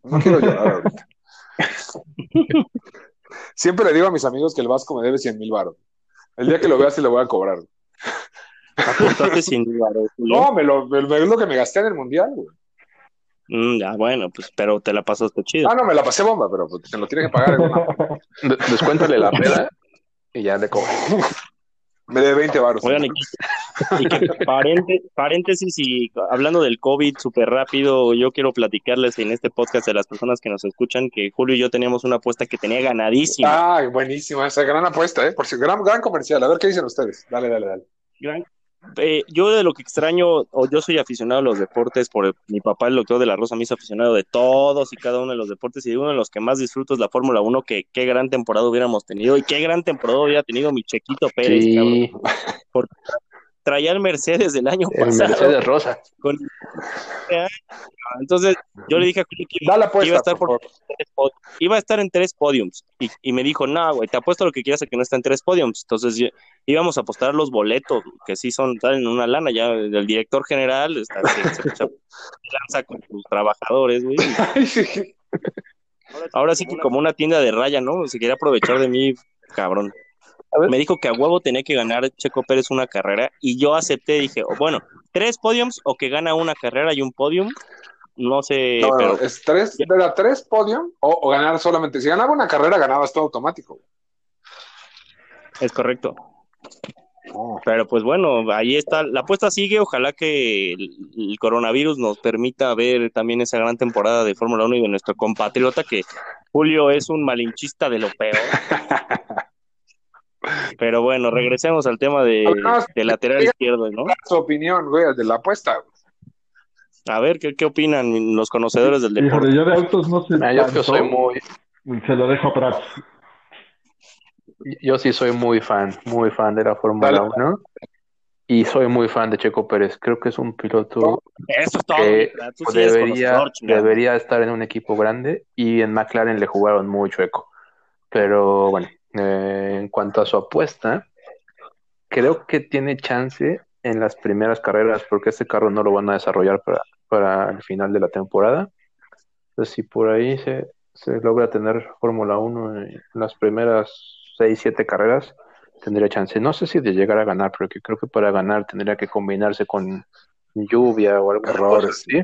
[SPEAKER 1] No quiero llorar ahorita. Siempre le digo a mis amigos que el Vasco me debe 100 mil baros. El día que lo vea sí le voy a cobrar.
[SPEAKER 4] Aportaste sin duda, ¿eh? Ro, ¿no?
[SPEAKER 1] No, me lo, me- me- es lo que me gasté en el mundial, güey.
[SPEAKER 4] Mm, ah, bueno, pues, pero te la pasaste chido.
[SPEAKER 1] Ah, no, me la pasé bomba, pero pues, se lo tiene que pagar. güey.
[SPEAKER 2] De- descuéntale la peda y ya le cobra.
[SPEAKER 1] Me debe 20 baros.
[SPEAKER 4] Oigan, y que- y que paréntesis, paréntesis y hablando del COVID súper rápido, yo quiero platicarles en este podcast de las personas que nos escuchan que Julio y yo teníamos una apuesta que tenía ganadísima.
[SPEAKER 1] Ay, buenísima esa gran apuesta, ¿eh? Por si, gran, gran comercial. A ver qué dicen ustedes. Dale, dale, dale.
[SPEAKER 4] Gran- Eh, yo de lo que extraño, o yo soy aficionado a los deportes, por el- mi papá, el doctor de la Rosa, me hizo aficionado de todos y cada uno de los deportes, y uno de los que más disfruto es la Fórmula 1, que qué gran temporada hubiéramos tenido, y qué gran temporada hubiera tenido mi Chequito Pérez, cabrón.
[SPEAKER 2] Sí,
[SPEAKER 4] Traía el Mercedes del año
[SPEAKER 2] el
[SPEAKER 4] pasado.
[SPEAKER 2] Mercedes Rosa.
[SPEAKER 4] con- Entonces, yo le dije a Julio que
[SPEAKER 1] Da la
[SPEAKER 4] iba a
[SPEAKER 1] apuesta,
[SPEAKER 4] estar
[SPEAKER 1] por
[SPEAKER 4] por-
[SPEAKER 1] favor.
[SPEAKER 4] tres pod- iba a estar en tres podiums y, y me dijo, no, güey, te apuesto lo que quieras a que no está en tres podiums. Entonces yo- íbamos a apostar los boletos, que sí son, en una lana, ya el director general está, se, se- se lanza con sus trabajadores, güey.
[SPEAKER 1] Ay, sí.
[SPEAKER 4] Ahora sí que como una tienda de raya, ¿no? Se quería aprovechar de mí, cabrón. Me dijo que a huevo tenía que ganar Checo Pérez una carrera y yo acepté, dije, "Oh, bueno, tres podiums o que gana una carrera y un podium. No sé,
[SPEAKER 1] No, no,
[SPEAKER 4] Eh, pero
[SPEAKER 1] es tres, era tres podium o, o ganar solamente. Si ganaba una carrera, ganabas todo automático.
[SPEAKER 4] es correcto.
[SPEAKER 2] Ah.
[SPEAKER 4] Pero pues bueno, ahí está. La apuesta sigue. Ojalá que el, el coronavirus nos permita ver también esa gran temporada de Fórmula 1 y de nuestro compatriota, que Julio es un malinchista de lo peor. Pero bueno, regresemos al tema de, de lateral izquierdo, ¿no?
[SPEAKER 1] Su opinión, güey, de la apuesta. güey.
[SPEAKER 4] A ver, ¿qué, qué opinan los conocedores del deporte?
[SPEAKER 3] Híjole, yo de autos no sé
[SPEAKER 2] Mira, Yo, yo
[SPEAKER 3] tanto.
[SPEAKER 2] soy muy,
[SPEAKER 3] Se lo dejo a Prats.
[SPEAKER 2] yo sí soy muy fan, muy fan de la Fórmula
[SPEAKER 1] Dale.
[SPEAKER 2] 1 y soy muy fan de Checo Pérez. Creo que es un piloto
[SPEAKER 4] Eso es todo.
[SPEAKER 2] que
[SPEAKER 4] mira, tú sí eres
[SPEAKER 2] debería,
[SPEAKER 4] conocedor, chingado.
[SPEAKER 2] debería estar en un equipo grande y en McLaren le jugaron muy chueco. Pero bueno, eh, en cuanto a su apuesta, creo que tiene chance en las primeras carreras porque este carro no lo van a desarrollar para, para el final de la temporada. Entonces, si por ahí se, se logra tener Fórmula 1 en las primeras 6, 7 carreras, tendría chance. No sé si de llegar a ganar, porque creo que para ganar tendría que combinarse con lluvia o algo
[SPEAKER 1] Errores.
[SPEAKER 2] ¿sí?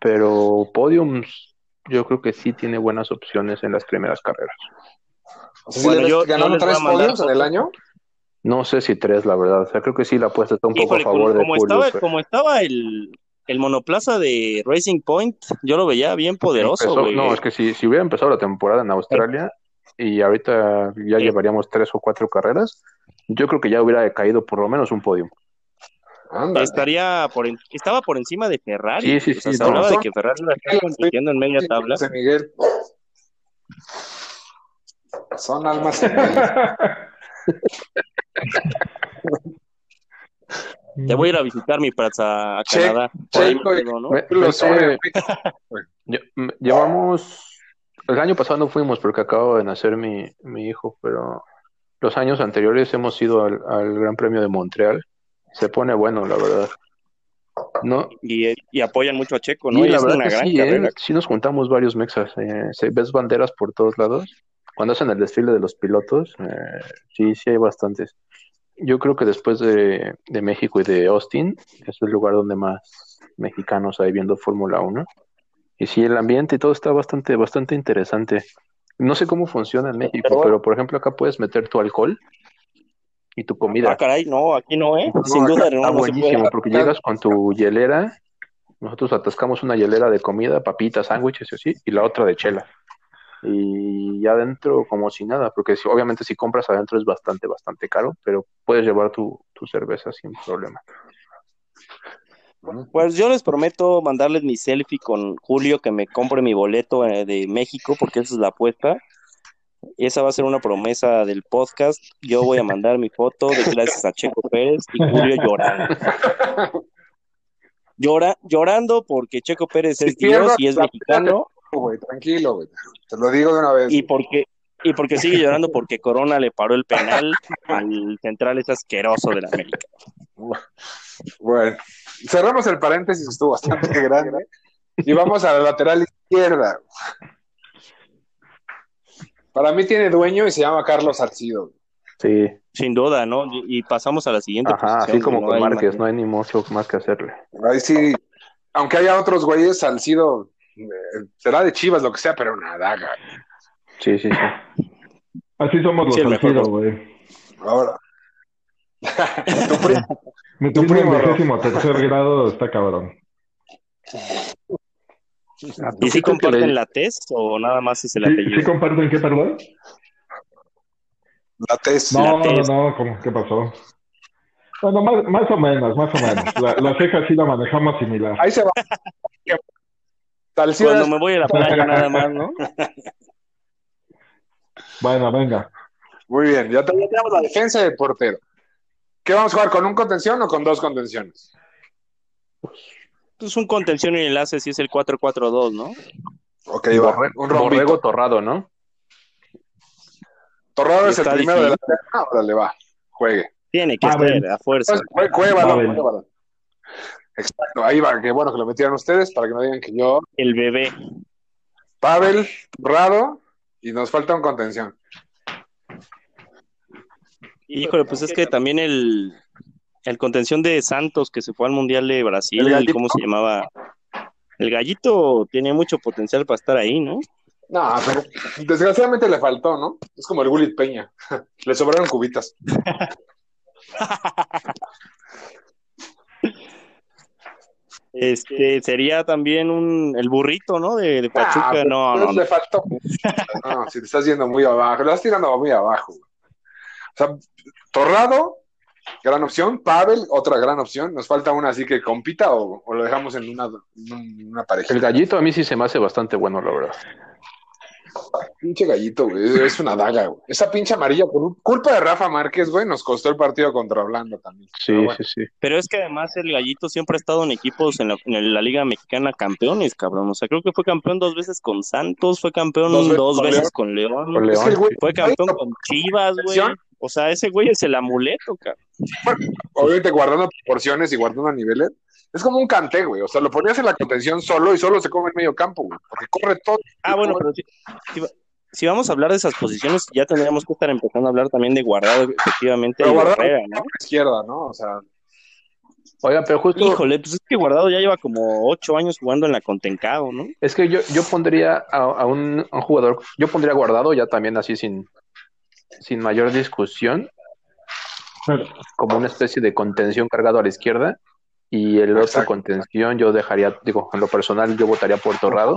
[SPEAKER 2] pero podiums yo creo que sí tiene buenas opciones en las primeras carreras.
[SPEAKER 1] O sea,
[SPEAKER 4] Bueno,
[SPEAKER 1] si le-
[SPEAKER 4] yo-
[SPEAKER 1] ganaron
[SPEAKER 4] yo les voy
[SPEAKER 1] tres
[SPEAKER 4] a mandar
[SPEAKER 1] podiums en el año.
[SPEAKER 2] No sé si tres, la verdad. O sea, creo que sí la apuesta está un poco
[SPEAKER 4] Híjole,
[SPEAKER 2] a favor
[SPEAKER 4] como,
[SPEAKER 2] de
[SPEAKER 4] como
[SPEAKER 2] Julio,
[SPEAKER 4] estaba,
[SPEAKER 2] pero-
[SPEAKER 4] como estaba el, el monoplaza de Racing Point, yo lo veía bien poderoso,
[SPEAKER 2] Empezó-
[SPEAKER 4] güey.
[SPEAKER 2] no, es que si, si hubiera empezado la temporada en Australia y ahorita ya
[SPEAKER 4] Sí.
[SPEAKER 2] llevaríamos tres o cuatro carreras, yo creo que ya hubiera caído por lo menos un podio.
[SPEAKER 1] Anda.
[SPEAKER 4] Estaría por en- estaba por encima de
[SPEAKER 2] Sí,
[SPEAKER 4] Ferrari.
[SPEAKER 2] sí,
[SPEAKER 4] O sea,
[SPEAKER 2] sí,
[SPEAKER 4] se
[SPEAKER 2] no.
[SPEAKER 4] hablaba de que Ferrari la estaba compitiendo en media tabla.
[SPEAKER 1] José Miguel. Son almas gemelas.
[SPEAKER 4] Te voy a ir a visitar mi Prats a, a
[SPEAKER 1] Che-
[SPEAKER 4] Canadá. Por ahí
[SPEAKER 1] Checo
[SPEAKER 4] me
[SPEAKER 1] y-
[SPEAKER 4] quedo, ¿no?
[SPEAKER 2] Me-
[SPEAKER 1] Lo
[SPEAKER 2] me-
[SPEAKER 1] sé.
[SPEAKER 2] lle- me- llevamos, el año pasado no fuimos porque acabo de nacer mi, mi hijo, pero los años anteriores hemos ido al, al Gran Premio de Montreal. Se pone bueno, la verdad. No,
[SPEAKER 4] Y, y apoyan mucho a Checo, ¿no?
[SPEAKER 2] Y
[SPEAKER 4] Y
[SPEAKER 2] la
[SPEAKER 4] es
[SPEAKER 2] verdad
[SPEAKER 4] una
[SPEAKER 2] que
[SPEAKER 4] gran
[SPEAKER 2] sí, ¿eh?
[SPEAKER 4] carrera.
[SPEAKER 2] Sí nos juntamos varios mexas. eh, se- ves banderas por todos lados. Cuando hacen el desfile de los pilotos, eh, sí, sí hay bastantes. Yo creo que después de, de México y de Austin, es el lugar donde más mexicanos hay viendo Fórmula 1. Y sí, el ambiente y todo está bastante, bastante interesante. No sé cómo funciona en México, pero por ejemplo acá puedes meter tu alcohol y tu comida.
[SPEAKER 4] Ah, caray, no, aquí no, ¿eh?
[SPEAKER 1] No,
[SPEAKER 4] Sin
[SPEAKER 1] acá
[SPEAKER 4] duda,
[SPEAKER 2] Está
[SPEAKER 4] no, no se puede.
[SPEAKER 2] Ah, buenísimo, porque llegas con tu hielera, nosotros atascamos una hielera de comida, papitas, sándwiches y así, y la otra de chela. Y ya adentro como si nada, porque si, obviamente si compras adentro es bastante, bastante caro, pero puedes llevar tu, tu cerveza sin problema.
[SPEAKER 4] Pues yo les prometo mandarles mi selfie con Julio que me compre mi boleto eh, de México porque esa es la apuesta. Esa va a ser una promesa del podcast. Yo voy a mandar mi foto de gracias a Checo Pérez y Julio llorando. Llora, llorando porque Checo Pérez
[SPEAKER 1] Si
[SPEAKER 4] es Dios
[SPEAKER 1] pierdas
[SPEAKER 4] y es
[SPEAKER 1] la
[SPEAKER 4] mexicano
[SPEAKER 1] güey, tranquilo, güey. Te lo digo de una vez.
[SPEAKER 4] y porque y porque sigue llorando porque Corona le paró el penal al central es asqueroso de la América.
[SPEAKER 1] Bueno, cerramos el paréntesis, estuvo bastante grande. Y vamos a la lateral izquierda. Para mí tiene dueño y se llama Carlos Arcido.
[SPEAKER 2] Sí,
[SPEAKER 4] Sin duda, ¿no? Y, y pasamos a la siguiente
[SPEAKER 2] ajá, así
[SPEAKER 4] posición,
[SPEAKER 2] como
[SPEAKER 4] ¿no?
[SPEAKER 2] con
[SPEAKER 4] Ahí
[SPEAKER 2] Márquez,
[SPEAKER 4] imagínate.
[SPEAKER 2] no hay ni mucho más que hacerle.
[SPEAKER 1] Ahí sí, aunque haya otros güeyes, Salcido eh, será de Chivas, lo que sea, pero nada. güey.
[SPEAKER 2] Sí, sí, sí.
[SPEAKER 3] Así somos los
[SPEAKER 4] Sí, el mejor.
[SPEAKER 3] Salcido, güey.
[SPEAKER 1] Ahora. tu primo,
[SPEAKER 3] Mi
[SPEAKER 1] Tu
[SPEAKER 3] primo en
[SPEAKER 1] primo, ¿no?
[SPEAKER 3] vigésimo tercer grado está cabrón.
[SPEAKER 4] ¿Y si comparten la test o nada más es el
[SPEAKER 3] ¿Sí, ¿sí
[SPEAKER 4] apellido?
[SPEAKER 3] comparten qué, perdón?
[SPEAKER 1] la tesis.
[SPEAKER 3] No,
[SPEAKER 4] La tesis.
[SPEAKER 3] no, ¿cómo? ¿qué pasó? Bueno, más, más o menos, más o menos. La, la ceja sí la manejamos similar.
[SPEAKER 1] Ahí se va. Salcido
[SPEAKER 4] Cuando
[SPEAKER 1] es
[SPEAKER 4] me voy a la
[SPEAKER 3] Pues,
[SPEAKER 4] playa nada más, ¿no?
[SPEAKER 3] Bueno, venga.
[SPEAKER 1] Muy bien, ya te- ya tenemos la defensa y el portero. ¿Qué vamos a jugar? ¿Con un contención o con dos contenciones?
[SPEAKER 4] Es un contención y enlace si es el 4-4-2, ¿no?
[SPEAKER 1] Ok,
[SPEAKER 2] Borre-
[SPEAKER 1] va.
[SPEAKER 2] Borrego,
[SPEAKER 1] Un rombito.
[SPEAKER 2] torrado, ¿no?
[SPEAKER 1] Torrado es el
[SPEAKER 4] Está
[SPEAKER 1] primero de la
[SPEAKER 4] difícil.
[SPEAKER 1] Ah, órale, va. Juegue.
[SPEAKER 4] Tiene que
[SPEAKER 3] Ah,
[SPEAKER 4] ser,
[SPEAKER 3] bueno.
[SPEAKER 4] a fuerza.
[SPEAKER 1] Jue- Juévalo,
[SPEAKER 3] Pavel.
[SPEAKER 1] juévalo. Exacto, ahí va. Qué bueno que lo metieron ustedes para que no digan que yo.
[SPEAKER 4] El bebé.
[SPEAKER 1] Pavel, Torrado y nos falta un contención.
[SPEAKER 4] Híjole, pues es que también el, el contención de Santos que se fue al Mundial de Brasil,
[SPEAKER 1] El gallito.
[SPEAKER 4] ¿cómo se llamaba? El gallito tiene mucho potencial para estar ahí, ¿no?
[SPEAKER 1] No, pero desgraciadamente le faltó, ¿no? Es como el Gullit Peña. le sobraron cubitas.
[SPEAKER 4] Este sería también un el burrito, ¿no? De, de
[SPEAKER 1] Ah,
[SPEAKER 3] pues,
[SPEAKER 4] Pachuca,
[SPEAKER 1] pero
[SPEAKER 4] no, no,
[SPEAKER 1] entonces
[SPEAKER 4] no.
[SPEAKER 1] Le faltó. No, si te estás yendo muy abajo, lo estás tirando muy abajo. güey. O sea, Torrado, gran opción. Pavel, otra gran opción. Nos falta una así que compita o, o lo dejamos en una, en un- una pareja.
[SPEAKER 2] El gallito a mí sí se me hace bastante bueno, la verdad.
[SPEAKER 1] Pinche gallito, güey. Es una daga, güey. Esa pinche amarilla, por un- culpa de Rafa Márquez, güey, nos costó el partido contra Blanda también.
[SPEAKER 2] Sí,
[SPEAKER 1] Pero bueno.
[SPEAKER 2] sí, sí.
[SPEAKER 4] Pero es que además el Gallito siempre ha estado en equipos en la, en la Liga Mexicana campeones, cabrón. O sea, creo que fue campeón dos veces con Santos, fue campeón
[SPEAKER 1] Dos
[SPEAKER 4] dos,
[SPEAKER 1] veces con
[SPEAKER 4] veces
[SPEAKER 1] León.
[SPEAKER 4] con León,
[SPEAKER 2] Con
[SPEAKER 1] Es que el
[SPEAKER 2] León.
[SPEAKER 1] güey,
[SPEAKER 4] fue campeón con Chivas, güey. O sea, ese güey es el amuleto, cabrón.
[SPEAKER 1] obviamente guardando proporciones y guardando niveles, es como un canté, güey. O sea, lo ponías en la contención solo y solo se come el medio campo, güey. Porque corre todo.
[SPEAKER 4] Ah, bueno, pero si, si va- si vamos a hablar de esas posiciones, ya tendríamos que estar empezando a hablar también de guardado, efectivamente,
[SPEAKER 1] Pero
[SPEAKER 4] y
[SPEAKER 1] Guardado-
[SPEAKER 4] Herrera, ¿no?
[SPEAKER 1] izquierda, ¿no? O sea,
[SPEAKER 2] Oigan, pero justo...
[SPEAKER 4] Híjole, pues es que Guardado ya lleva como ocho años jugando en la Contencao, ¿no?
[SPEAKER 2] Es que yo, yo pondría a, a un, a un jugador, yo pondría guardado ya también así sin, sin mayor discusión, como una especie de contención cargado a la izquierda Y el otro
[SPEAKER 1] Exacto.
[SPEAKER 2] contención yo dejaría, digo, en lo personal yo votaría por Torrado,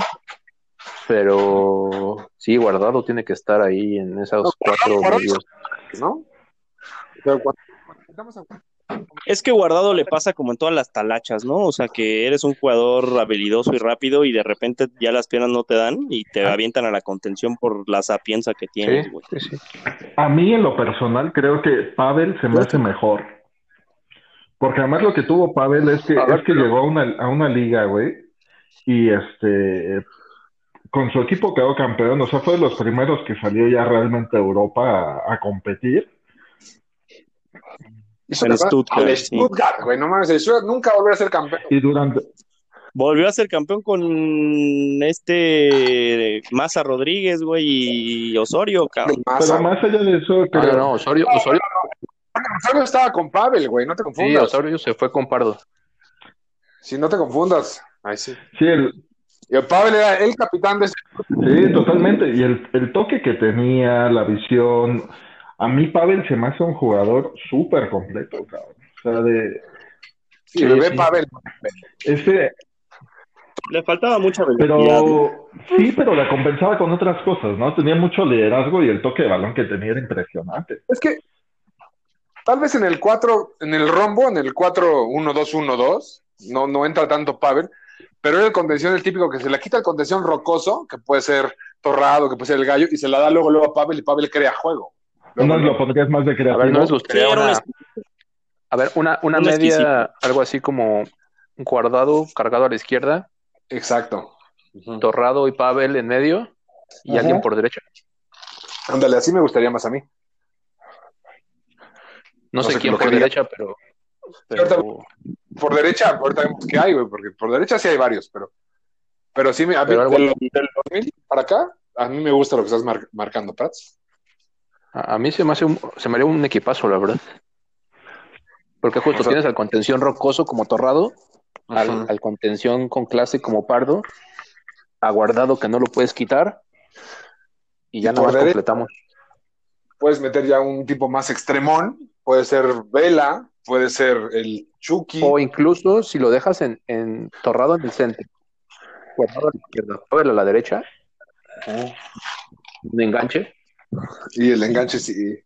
[SPEAKER 2] pero sí, guardado tiene que estar ahí en esos
[SPEAKER 1] No,
[SPEAKER 2] cuatro
[SPEAKER 1] Guardado,
[SPEAKER 2] medios.
[SPEAKER 1] ¿no? Pero cuando estamos a-
[SPEAKER 4] Es que Guardado le pasa como en todas las talachas, ¿no? O sea, que eres un jugador habilidoso y rápido y de repente ya las piernas no te dan y te avientan a la contención por la sapienza que tienes,
[SPEAKER 2] Sí,
[SPEAKER 4] güey.
[SPEAKER 2] sí, sí.
[SPEAKER 3] A mí en lo personal creo que Pavel se me hace mejor. Porque además lo que tuvo Pavel es que,
[SPEAKER 1] A ver,
[SPEAKER 3] es que
[SPEAKER 1] pero-
[SPEAKER 3] llegó a una, a una liga, güey, y este, con su equipo quedó campeón, o sea, fue de los primeros que salió ya realmente a Europa a, a competir.
[SPEAKER 1] hizo
[SPEAKER 4] El
[SPEAKER 1] la-
[SPEAKER 4] Stuttgart,
[SPEAKER 1] el
[SPEAKER 4] sí.
[SPEAKER 1] Stuttgart, güey, no mames, el Stuttgart nunca volverá a ser campeón.
[SPEAKER 3] Y durante,
[SPEAKER 4] Volvió a ser campeón con este Maza Rodríguez, güey, y Osorio, cabrón.
[SPEAKER 3] pero
[SPEAKER 1] Massa,
[SPEAKER 3] más allá de
[SPEAKER 4] Ah,
[SPEAKER 3] eso,
[SPEAKER 2] No,
[SPEAKER 3] creo-
[SPEAKER 2] Ah, no, no, Osorio, Osorio,
[SPEAKER 1] Osorio estaba con Pavel, güey, no te
[SPEAKER 2] sí,
[SPEAKER 1] confundas.
[SPEAKER 2] Osorio se fue con Pardo.
[SPEAKER 1] Si no te confundas. Ahí sí.
[SPEAKER 3] sí, el,
[SPEAKER 1] Y el Pavel era el capitán de ese.
[SPEAKER 3] Sí, totalmente. Y el, el toque que tenía, la visión. A mí, Pavel se me hace un jugador súper completo, cabrón. O sea, de.
[SPEAKER 1] Y
[SPEAKER 2] Sí,
[SPEAKER 1] bebé
[SPEAKER 2] sí.
[SPEAKER 1] Pavel.
[SPEAKER 3] Este,
[SPEAKER 4] Le faltaba mucha velocidad. güey.
[SPEAKER 3] pero. Sí, pero la compensaba con otras cosas, ¿no? Tenía mucho liderazgo y el toque de balón que tenía era impresionante.
[SPEAKER 1] Es que tal vez en el 4, en el rombo, en el 4-1-2-1-2, no, no entra tanto Pavel, pero era el contención el típico que se le quita el contención rocoso, que puede ser Torrado, que puede ser el gallo, y se la da luego luego a Pavel y Pavel crea juego. Luego,
[SPEAKER 3] ¿No lo pondrías más de
[SPEAKER 2] A ver, ¿no
[SPEAKER 3] creativo?
[SPEAKER 2] les gustaría
[SPEAKER 4] Sí, era un
[SPEAKER 2] una, a ver, una, una
[SPEAKER 4] un
[SPEAKER 2] media,
[SPEAKER 4] exquisito.
[SPEAKER 2] algo así como guardado, cargado a la izquierda,
[SPEAKER 1] Exacto. Ujú.
[SPEAKER 2] Torrado y Pavel en medio y
[SPEAKER 1] Ajá.
[SPEAKER 2] alguien por derecha?
[SPEAKER 1] Ándale, así me gustaría más a mí.
[SPEAKER 2] No,
[SPEAKER 1] No
[SPEAKER 2] sé,
[SPEAKER 1] sé
[SPEAKER 2] quién
[SPEAKER 1] lo que
[SPEAKER 2] por
[SPEAKER 1] diga.
[SPEAKER 2] derecha, pero, pero-
[SPEAKER 1] Por derecha, ahorita vemos que hay, güey, porque por derecha sí hay varios, pero, pero sí, me- a mí,
[SPEAKER 2] Pero algo
[SPEAKER 1] del, del 2000 para acá, a mí me gusta lo que estás mar- marcando, Prats.
[SPEAKER 2] a, a mí se me hace un, se me haría un equipazo, la verdad. Porque justo
[SPEAKER 1] O sea-
[SPEAKER 2] tienes al contención rocoso como Torrado, al,
[SPEAKER 1] Ajá.
[SPEAKER 2] al contención con clase como Pardo, aguardado que no lo puedes quitar y ya
[SPEAKER 1] Y
[SPEAKER 2] no
[SPEAKER 1] por
[SPEAKER 2] más
[SPEAKER 1] derecha.
[SPEAKER 2] completamos.
[SPEAKER 1] puedes meter ya un tipo más extremón, puede ser Vela, puede ser el Chucky,
[SPEAKER 2] O incluso si lo dejas en, en Torrado en el centro, Guardado a la izquierda, Pavel a la derecha, un enganche.
[SPEAKER 1] y el enganche sí.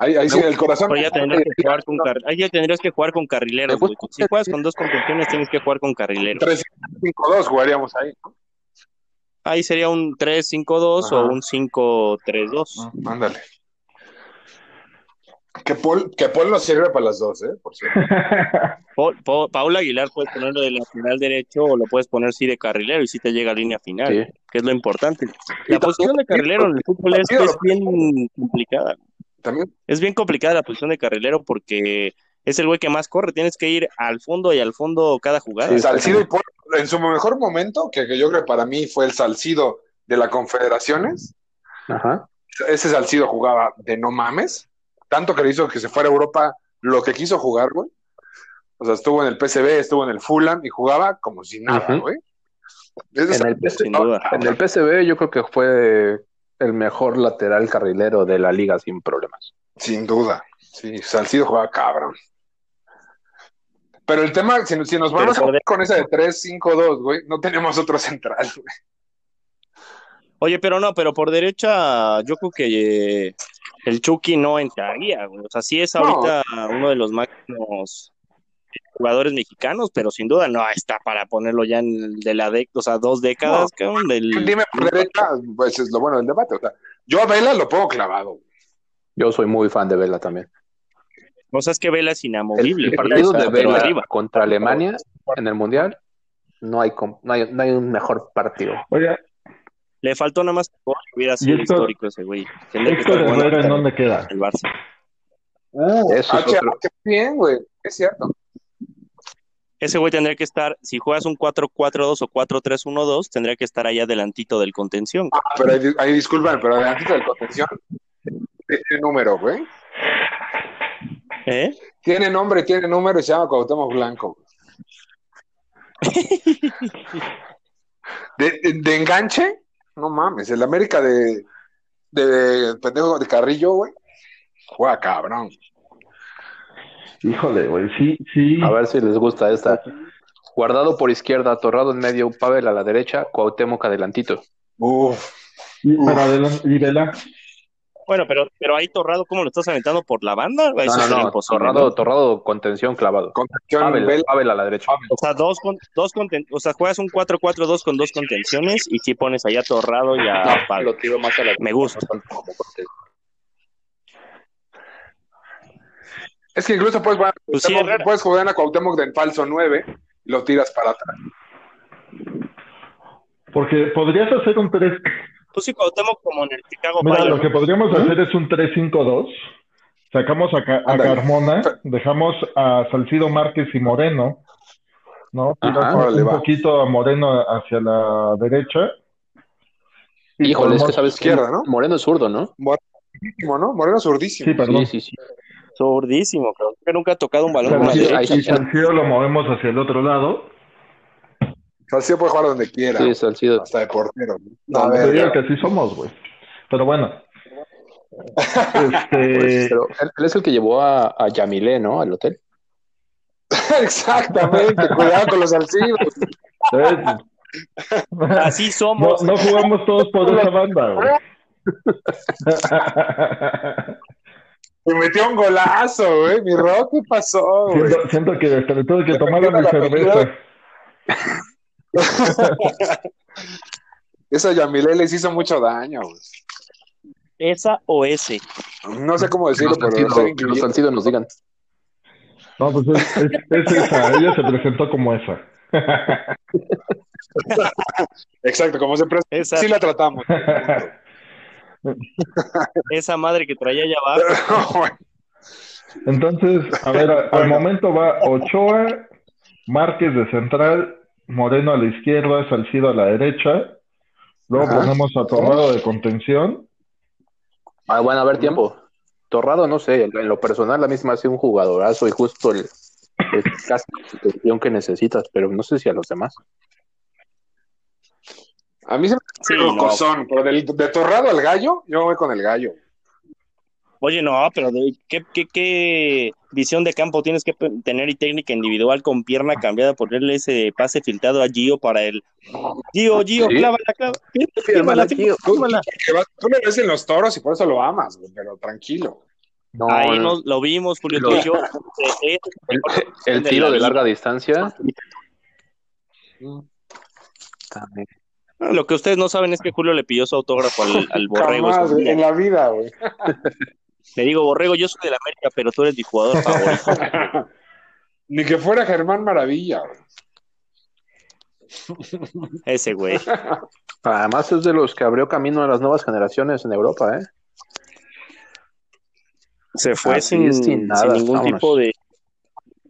[SPEAKER 1] Ahí, ahí sí, el corazón.
[SPEAKER 4] Pero ya tendrías que jugar con car- ahí ya tendrías que jugar con carrileros,
[SPEAKER 2] Me
[SPEAKER 4] güey.
[SPEAKER 2] gusta-
[SPEAKER 4] Si juegas con dos contenciones, tienes que jugar con carrileros.
[SPEAKER 1] 3-5-2 jugaríamos ahí. ¿no?
[SPEAKER 4] Ahí sería un 3-5-2 o
[SPEAKER 1] Ajá.
[SPEAKER 4] un 5-3-2.
[SPEAKER 1] Ándale. Que Paul, que Paul nos sirve para las dos, ¿eh? Por cierto.
[SPEAKER 4] Pa- Pa- Paula Aguilar puedes ponerlo de lateral derecho o lo puedes poner sí de carrilero y si te llega a línea final,
[SPEAKER 2] Sí.
[SPEAKER 4] que es lo importante.
[SPEAKER 1] Y
[SPEAKER 4] La
[SPEAKER 1] también-
[SPEAKER 4] posición de carrilero en el fútbol es,
[SPEAKER 1] también-
[SPEAKER 4] es bien complicada.
[SPEAKER 1] También
[SPEAKER 4] Es bien complicada la posición de carrilero porque es el güey que más corre. Tienes que ir al fondo y al fondo cada jugada.
[SPEAKER 2] Sí,
[SPEAKER 1] Salcido y Paul, en su mejor momento, que, que yo creo que para mí fue el Salcido de la Confederaciones,
[SPEAKER 2] Ajá.
[SPEAKER 1] ese Salcido jugaba de no mames, tanto que le hizo que se fuera a Europa lo que quiso jugar, güey. O sea, estuvo en el PCB, estuvo en el Fulham y jugaba como si nada,
[SPEAKER 2] Ujú.
[SPEAKER 1] güey. Ese
[SPEAKER 2] En el
[SPEAKER 1] Salcido,
[SPEAKER 4] sin duda.
[SPEAKER 2] En el PCB yo creo que fue el mejor lateral carrilero de la liga sin problemas.
[SPEAKER 1] Sin duda. Sí, Salcido jugaba cabrón. Pero el tema, si, si nos vamos a
[SPEAKER 4] Pero por
[SPEAKER 1] jugar con esa de 3-5-2, güey, no tenemos otro central, güey.
[SPEAKER 4] Oye, pero no, pero por derecha yo creo que eh, el Chucky no entraría, güey. O sea, sí es ahorita uno de los máximos jugadores mexicanos, pero sin duda no está para ponerlo ya en el de la década, o sea, dos décadas, cabrón, del-
[SPEAKER 1] Dime por derecha, pues es lo bueno del debate. O sea, yo a Vela lo pongo clavado, güey.
[SPEAKER 2] Yo soy muy fan de Vela también.
[SPEAKER 4] o sea, es que Vela es
[SPEAKER 2] El,
[SPEAKER 4] inamovible.
[SPEAKER 2] el
[SPEAKER 4] Vela
[SPEAKER 2] partido
[SPEAKER 4] está,
[SPEAKER 2] de
[SPEAKER 4] pero
[SPEAKER 2] Vela
[SPEAKER 4] arriba.
[SPEAKER 2] contra Alemania en el Mundial no hay, com- no hay, no hay un mejor partido.
[SPEAKER 3] Oiga,
[SPEAKER 4] Le faltó nada más que hubiera sido
[SPEAKER 3] Héctor-
[SPEAKER 4] histórico ese güey. Tendría que
[SPEAKER 3] Héctor
[SPEAKER 4] estar jugando
[SPEAKER 3] Herrera, ¿en dónde queda?
[SPEAKER 4] el Barça.
[SPEAKER 2] Eso
[SPEAKER 1] Ah,
[SPEAKER 2] es
[SPEAKER 1] que-
[SPEAKER 2] otro.
[SPEAKER 1] que bien, güey. Es cierto.
[SPEAKER 4] Ese güey tendría que estar, si juegas un 4-4-2 o 4-3-1-2, tendría que estar allá adelantito del contención.
[SPEAKER 1] Ah, pero ahí, ahí disculpan, pero adelantito del contención. Tiene número, güey.
[SPEAKER 4] ¿Eh?
[SPEAKER 1] Tiene nombre, tiene número y se llama Cuauhtémoc Blanco. güey. De, de- de enganche, no mames. El América de, de, pendejo de Carrillo, güey. Juega cabrón.
[SPEAKER 3] Híjole, güey, sí, sí.
[SPEAKER 2] A ver si les gusta esta. Guardado por izquierda, atorrado en medio, Pavel a la derecha, Cuauhtémoc adelantito.
[SPEAKER 1] Uf.
[SPEAKER 3] Y, para adelante, y vela.
[SPEAKER 4] Bueno, pero, pero ahí Torrado, ¿cómo lo estás aventando por la banda? Ahí
[SPEAKER 2] No,
[SPEAKER 4] Pues sí
[SPEAKER 2] no,
[SPEAKER 4] sería
[SPEAKER 2] no,
[SPEAKER 4] imposible,
[SPEAKER 2] Torrado, Torrado contención clavado.
[SPEAKER 1] Contención,
[SPEAKER 2] Pavel,
[SPEAKER 1] Vela.
[SPEAKER 2] Pavel a la derecha.
[SPEAKER 4] O sea, dos con, dos conten- o sea, juegas un 4-4-2 con dos contenciones y si pones allá a Torrado y a Pablo.
[SPEAKER 5] Lo tiro más a la
[SPEAKER 4] Ah, Me gusta.
[SPEAKER 1] Es que incluso puedes jugar,
[SPEAKER 4] Pues sí,
[SPEAKER 1] Cuauhtémoc-
[SPEAKER 4] Herrera.
[SPEAKER 1] puedes jugar a Cuauhtémoc de en falso 9 y lo tiras para atrás.
[SPEAKER 3] Porque podrías hacer un 3.
[SPEAKER 4] Tú sí Cuauhtémoc como en el Chicago
[SPEAKER 3] Mira,
[SPEAKER 4] Fire,
[SPEAKER 3] lo
[SPEAKER 4] ¿no?
[SPEAKER 3] que podríamos hacer es un 3-5-2. Sacamos a, Ca- a
[SPEAKER 1] Ándale.
[SPEAKER 3] Carmona, dejamos a Salcido Márquez y Moreno, ¿no? Tiramos
[SPEAKER 1] órale,
[SPEAKER 3] un
[SPEAKER 1] va.
[SPEAKER 3] poquito a Moreno hacia la derecha. Y
[SPEAKER 2] Híjole, es que
[SPEAKER 3] podemos-
[SPEAKER 2] sabes que
[SPEAKER 1] izquierda, ¿no?
[SPEAKER 2] Moreno es zurdo, ¿no?
[SPEAKER 1] Zurdísimo, ¿no? Moreno zurdísimo.
[SPEAKER 3] Sí, perdón.
[SPEAKER 2] Sí, sí, sí.
[SPEAKER 4] Zurdísimo, cabrón. Creo que nunca ha tocado un balón
[SPEAKER 3] Pero
[SPEAKER 4] con la
[SPEAKER 3] sí,
[SPEAKER 4] derecha.
[SPEAKER 2] ahí sí.
[SPEAKER 3] y Salcido lo movemos hacia el otro lado.
[SPEAKER 1] Salcido puede jugar donde quiera,
[SPEAKER 2] Sí, Salcido.
[SPEAKER 1] hasta de portero. ¿no?
[SPEAKER 3] No,
[SPEAKER 1] A
[SPEAKER 3] no te
[SPEAKER 1] ver,
[SPEAKER 3] digo que así somos, güey. Pero bueno.
[SPEAKER 2] Pues,
[SPEAKER 3] Este,
[SPEAKER 2] pero él, él es el que llevó a, a Yamilé, ¿no? Al hotel.
[SPEAKER 1] Exactamente, cuidado con los salcidos.
[SPEAKER 3] eh,
[SPEAKER 4] Así
[SPEAKER 3] no,
[SPEAKER 4] somos.
[SPEAKER 3] no jugamos todos por esa banda, güey.
[SPEAKER 1] Me metió un golazo, güey. Mi rock, ¿qué pasó, güey?
[SPEAKER 3] Siento, siento que hasta le tuve que
[SPEAKER 1] Pero
[SPEAKER 3] tomar
[SPEAKER 1] ¿qué
[SPEAKER 3] a mi
[SPEAKER 1] tal la
[SPEAKER 3] cerveza.
[SPEAKER 1] Esa Yamile les hizo mucho daño, güey.
[SPEAKER 4] Esa o ese.
[SPEAKER 1] No sé cómo
[SPEAKER 2] Que
[SPEAKER 1] decirlo,
[SPEAKER 2] los
[SPEAKER 1] pero ser
[SPEAKER 2] Salcido- que los
[SPEAKER 1] incluyente.
[SPEAKER 2] Salcido nos digan.
[SPEAKER 3] No, pues es, es, es esa. Ella se presentó como esa.
[SPEAKER 1] Exacto, como siempre.
[SPEAKER 4] Esa,
[SPEAKER 1] Sí la tratamos.
[SPEAKER 4] esa madre que traía allá abajo.
[SPEAKER 3] Entonces, a ver, a- al momento va Ochoa, Márquez de central, Moreno a la izquierda, Salcido a la derecha. Luego
[SPEAKER 1] Ajá.
[SPEAKER 3] ponemos a Torrado de contención.
[SPEAKER 2] Ah, bueno, a ver, tiempo. Torrado, no sé, en lo personal, la misma hace un jugadorazo y justo el, el casi la sustitución que necesitas, pero no sé si a los demás.
[SPEAKER 1] A mí se me hace
[SPEAKER 4] Sí, no.
[SPEAKER 1] rocosón, pero del, de torrado al gallo, yo voy con el gallo.
[SPEAKER 4] Oye, no, pero de- ¿qué, qué, qué visión de campo tienes que pe- tener y técnica individual con pierna cambiada? Ponerle ese pase filtrado a Gio para el. Gio, Gio,
[SPEAKER 2] Sí.
[SPEAKER 4] clávala, clávala.
[SPEAKER 2] Fírmala, Gio,
[SPEAKER 4] fírmala.
[SPEAKER 1] Que va- Tú le ves en los toros y por eso lo amas, güey, pero tranquilo.
[SPEAKER 2] No,
[SPEAKER 4] Ahí
[SPEAKER 2] no.
[SPEAKER 4] nos, lo vimos, Julio.
[SPEAKER 2] Lo-
[SPEAKER 4] tú y yo. Eh, eh,
[SPEAKER 2] el, el tiro de larga distancia. También.
[SPEAKER 4] Lo que ustedes no saben es que Julio le pidió su autógrafo al, al Borrego.
[SPEAKER 1] Jamás,
[SPEAKER 4] ese
[SPEAKER 1] güey,
[SPEAKER 4] día.
[SPEAKER 1] en la vida, güey.
[SPEAKER 4] Le digo, Borrego, yo soy del América, pero tú eres mi jugador favorito.
[SPEAKER 1] Ni que fuera Germán Maravilla, güey.
[SPEAKER 4] Ese güey.
[SPEAKER 2] Además es de los que abrió camino a las nuevas generaciones en Europa, ¿eh?
[SPEAKER 4] Se fue
[SPEAKER 2] Así
[SPEAKER 4] sin,
[SPEAKER 2] es, sin nada,
[SPEAKER 4] sin ningún
[SPEAKER 2] vámonos.
[SPEAKER 4] tipo de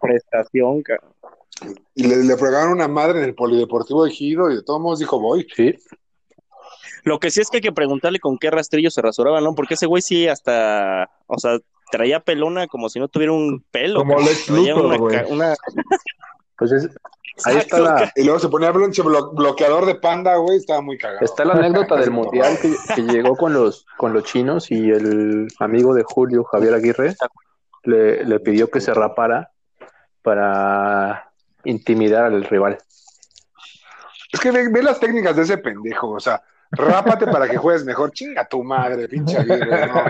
[SPEAKER 4] prestación. ca-
[SPEAKER 1] Y le, le fregaron una madre en el polideportivo de Gido y de todos modos dijo, voy.
[SPEAKER 2] Sí.
[SPEAKER 4] Lo que sí es que hay que preguntarle con qué rastrillo se rasuraba, ¿no? Porque ese güey sí hasta, o sea, traía pelona como si no tuviera un pelo.
[SPEAKER 3] Como
[SPEAKER 4] ca-
[SPEAKER 3] Lex
[SPEAKER 4] traía
[SPEAKER 3] Luthor,
[SPEAKER 4] una
[SPEAKER 3] güey.
[SPEAKER 4] ca- una-
[SPEAKER 2] Pues es- ahí está
[SPEAKER 4] Exacto,
[SPEAKER 2] la,
[SPEAKER 4] ca-
[SPEAKER 1] Y luego se ponía blo- blo- bloqueador de panda, güey, estaba muy cagado.
[SPEAKER 2] está la anécdota del mundial que, que llegó con los, con los chinos y el amigo de Julio, Javier Aguirre, le, le pidió que se rapara para intimidar al rival.
[SPEAKER 1] Es que ve, ve las técnicas de ese pendejo, o sea, rápate para que juegues mejor. Chinga tu madre, pinche Aguirre, ¿no?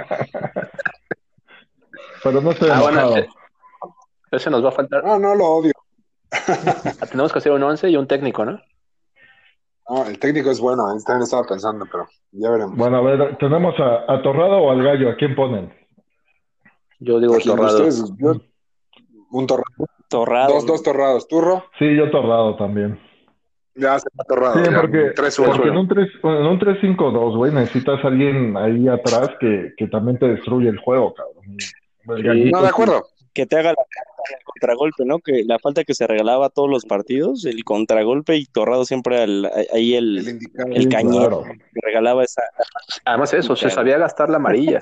[SPEAKER 3] Pero no estoy
[SPEAKER 2] Ah, bueno,
[SPEAKER 3] enojado.
[SPEAKER 2] eh. Ese nos va a faltar. Ah,
[SPEAKER 1] No, no lo odio.
[SPEAKER 2] Tenemos que hacer un 11 y un técnico, ¿no?
[SPEAKER 1] No, el técnico es bueno, eh, también estaba pensando, pero ya veremos.
[SPEAKER 3] Bueno, a ver, tenemos a, a Torrado o al Gallo. ¿A quién ponen?
[SPEAKER 2] Yo digo
[SPEAKER 1] ¿A quién de
[SPEAKER 2] Torrado. Ah,
[SPEAKER 1] ustedes? Yo- un torrado,
[SPEAKER 4] torrado.
[SPEAKER 1] dos, dos torrados. ¿Turro?
[SPEAKER 3] Sí, yo Torrado también.
[SPEAKER 1] Ya se va torrado.
[SPEAKER 3] Sí,
[SPEAKER 1] ya,
[SPEAKER 3] porque,
[SPEAKER 1] tres, uno.
[SPEAKER 3] porque en un 3 en un 3-5-2, güey, necesitas alguien ahí atrás que, que también te destruye el juego, cabrón. El gallito
[SPEAKER 1] No, de
[SPEAKER 3] sí.
[SPEAKER 1] acuerdo.
[SPEAKER 4] Que te haga la el contragolpe, ¿no? Que la falta que se regalaba a todos los partidos, el contragolpe y torrado siempre al- ahí
[SPEAKER 1] El
[SPEAKER 4] el
[SPEAKER 1] indicado.
[SPEAKER 4] El cañero.
[SPEAKER 3] claro.
[SPEAKER 4] que regalaba esa.
[SPEAKER 2] Además eso, se sabía gastar la amarilla.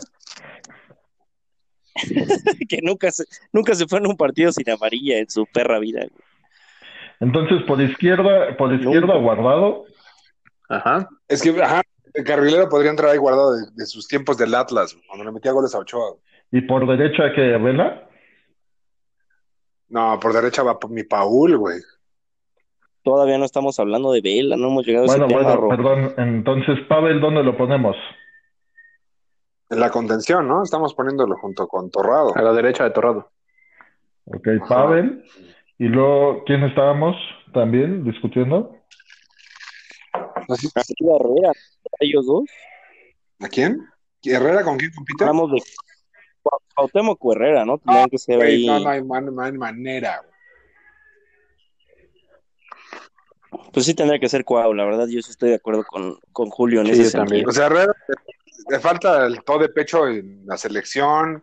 [SPEAKER 4] Que nunca se, nunca se fue en un partido sin amarilla en su perra vida. güey.
[SPEAKER 3] Entonces, por izquierda, por izquierda guardado,
[SPEAKER 2] Ajá.
[SPEAKER 1] Es que, ajá, el carrilero podría entrar ahí guardado de, de sus tiempos del Atlas, güey, cuando le metía goles a Ochoa. güey.
[SPEAKER 3] y por derecha que Vela.
[SPEAKER 1] No, por derecha va mi Paul, güey.
[SPEAKER 4] Todavía no estamos hablando de Vela, no hemos llegado a
[SPEAKER 3] Bueno,
[SPEAKER 4] ese
[SPEAKER 3] bueno,
[SPEAKER 4] tema, Ro.
[SPEAKER 3] perdón. Entonces, Pavel, ¿dónde lo ponemos?
[SPEAKER 1] En la contención, ¿no? Estamos poniéndolo junto con Torrado.
[SPEAKER 2] A la derecha de Torrado.
[SPEAKER 3] Ok, Pavel. Y luego, ¿quién estábamos también discutiendo?
[SPEAKER 1] Así-
[SPEAKER 4] Arriba Herrera, ellos dos.
[SPEAKER 1] ¿A quién? ¿Herrera con quién compite?
[SPEAKER 4] Hablamos de Cuau- Cuauhtémoc o Herrera, ¿no? Tendrían que ser
[SPEAKER 1] Güey,
[SPEAKER 4] ahí.
[SPEAKER 1] Ah, no, no hay man- man- manera, güey.
[SPEAKER 4] Pues sí tendría que ser Cuau, la verdad, yo sí estoy de acuerdo con, con Julio en
[SPEAKER 2] Sí,
[SPEAKER 4] ese
[SPEAKER 2] yo
[SPEAKER 4] sentido.
[SPEAKER 2] también.
[SPEAKER 1] O sea, Herrera le falta el todo de pecho en la selección,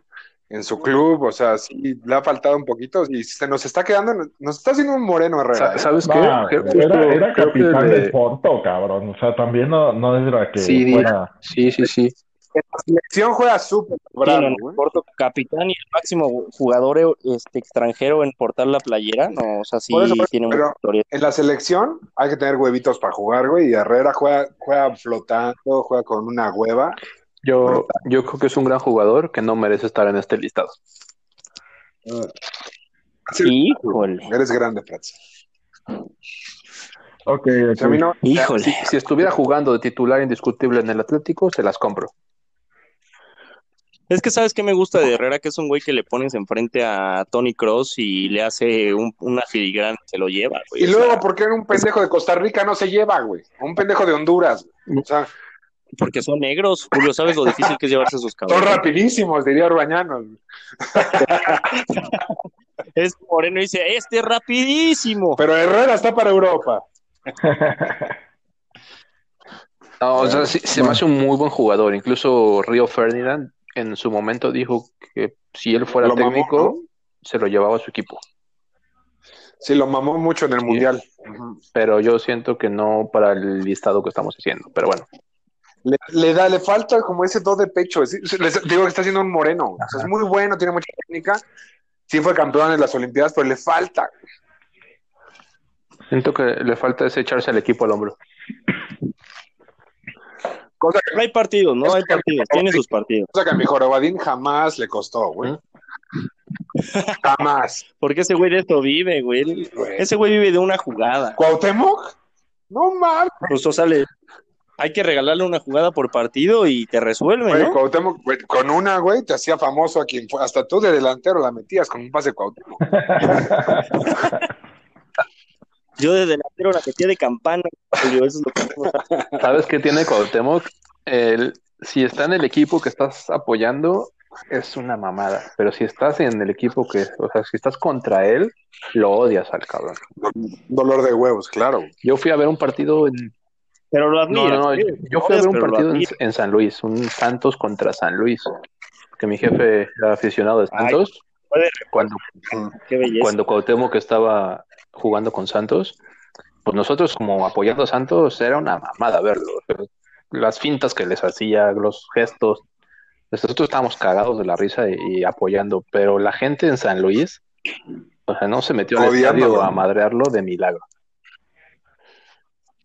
[SPEAKER 1] en su club, o sea, sí le ha faltado un poquito y se nos está quedando, nos está haciendo un moreno Herrera. ¿eh?
[SPEAKER 2] Sa- ¿Sabes qué?
[SPEAKER 3] Ah,
[SPEAKER 2] Creo-
[SPEAKER 3] era,
[SPEAKER 2] creo-
[SPEAKER 3] era
[SPEAKER 2] creo que
[SPEAKER 3] capitán
[SPEAKER 2] le-
[SPEAKER 3] de Porto, cabrón. O sea, también no, no era que
[SPEAKER 2] Sí,
[SPEAKER 3] fuera.
[SPEAKER 2] Sí, sí, sí.
[SPEAKER 1] La selección juega súper Pues, bravo,
[SPEAKER 4] Sí, no, no,
[SPEAKER 1] güey.
[SPEAKER 4] Porto, capitán y el máximo jugador este, extranjero en portar la playera, no, o sea, sí
[SPEAKER 1] Por eso, por eso,
[SPEAKER 4] tiene
[SPEAKER 1] pero-
[SPEAKER 4] mucha historia.
[SPEAKER 1] En la selección hay que tener huevitos para jugar, güey, y Herrera juega, juega flotando, juega con una hueva.
[SPEAKER 2] Yo, yo creo que es un gran jugador que no merece estar en este listado.
[SPEAKER 1] Sí,
[SPEAKER 4] Híjole,
[SPEAKER 1] Eres grande, Prats.
[SPEAKER 3] Ok,
[SPEAKER 1] O sea, a mí no-
[SPEAKER 2] Si,
[SPEAKER 4] híjole.
[SPEAKER 2] si estuviera jugando de titular indiscutible en el Atlético, se las compro.
[SPEAKER 4] Es que sabes qué me gusta de Herrera, que es un güey que le pones enfrente a Tony Cross y le hace un- una filigrana, se lo lleva. güey,
[SPEAKER 1] Y
[SPEAKER 4] o
[SPEAKER 1] luego,
[SPEAKER 4] sea,
[SPEAKER 1] ¿por qué un pendejo de Costa Rica no se lleva, güey? Un pendejo de Honduras, güey. O sea,
[SPEAKER 4] porque son negros, Julio, sabes lo difícil que es llevarse sus
[SPEAKER 1] son
[SPEAKER 4] cabrones.
[SPEAKER 1] rapidísimos, diría Orbañanos. güey.
[SPEAKER 4] Es moreno y dice, este es rapidísimo.
[SPEAKER 1] Pero Herrera está para Europa.
[SPEAKER 2] No, o sea, sí- se me hace un muy buen jugador. Incluso Río Ferdinand en su momento dijo que si él fuera
[SPEAKER 1] Lo mamó,
[SPEAKER 2] técnico, se lo llevaba a su equipo.
[SPEAKER 1] Sí, lo mamó mucho en el Mundial. Ujú.
[SPEAKER 2] Pero yo siento que no para el listado que estamos haciendo. Pero bueno,
[SPEAKER 1] Le, le da, le falta como ese do de pecho. Es- es- les digo que está siendo un moreno. güey. O sea, es muy bueno, tiene mucha técnica. Sí fue campeón en las Olimpiadas, pero le falta.
[SPEAKER 2] siento que le falta es echarse al equipo al hombro.
[SPEAKER 1] Cosa que,
[SPEAKER 4] Hay partidos, ¿no? Hay partidos, tiene sus partidos.
[SPEAKER 1] cosa que a mi jorobadín jamás le costó, güey. Jamás.
[SPEAKER 4] Porque ese güey de esto vive, güey. Él- Ese güey vive de una jugada.
[SPEAKER 1] ¿Cuauhtémoc? No mames.
[SPEAKER 4] Pues, o sea, le- hay que regalarle una jugada por partido y te resuelve,
[SPEAKER 1] Güey,
[SPEAKER 4] ¿no?
[SPEAKER 1] Cuauhtémoc, güey, con una, güey, te hacía famoso a quien fue. Hasta tú de delantero la metías con un pase de Cuauhtémoc.
[SPEAKER 4] Yo de delantero la metía de campana, Julio, eso es lo que no sabe.
[SPEAKER 2] ¿Sabes qué tiene Cuauhtémoc? El- si está en el equipo que estás apoyando, es una mamada. Pero si estás en el equipo que, o sea, si estás contra él, lo odias al cabrón.
[SPEAKER 1] Dolor de huevos, claro.
[SPEAKER 2] Yo fui a ver un partido en
[SPEAKER 4] Pero lo
[SPEAKER 2] No,
[SPEAKER 4] admiras.
[SPEAKER 2] no, no,
[SPEAKER 4] sí,
[SPEAKER 2] yo fui a ver un
[SPEAKER 4] pero lo
[SPEAKER 2] partido en,
[SPEAKER 4] admiras.
[SPEAKER 2] en San Luis, un Santos contra San Luis, que mi jefe era aficionado de
[SPEAKER 4] Ay,
[SPEAKER 2] Santos.
[SPEAKER 4] puede
[SPEAKER 2] cuando,
[SPEAKER 4] Qué belleza.
[SPEAKER 2] cuando Cuauhtémoc estaba jugando con Santos, pues nosotros como apoyando a Santos era una mamada verlo. Las fintas que les hacía, los gestos. Nosotros estábamos cagados de la risa y, y apoyando, pero la gente en San Luis, o sea, no se metió al
[SPEAKER 1] Odiándolo.
[SPEAKER 2] estadio a madrearlo de milagro.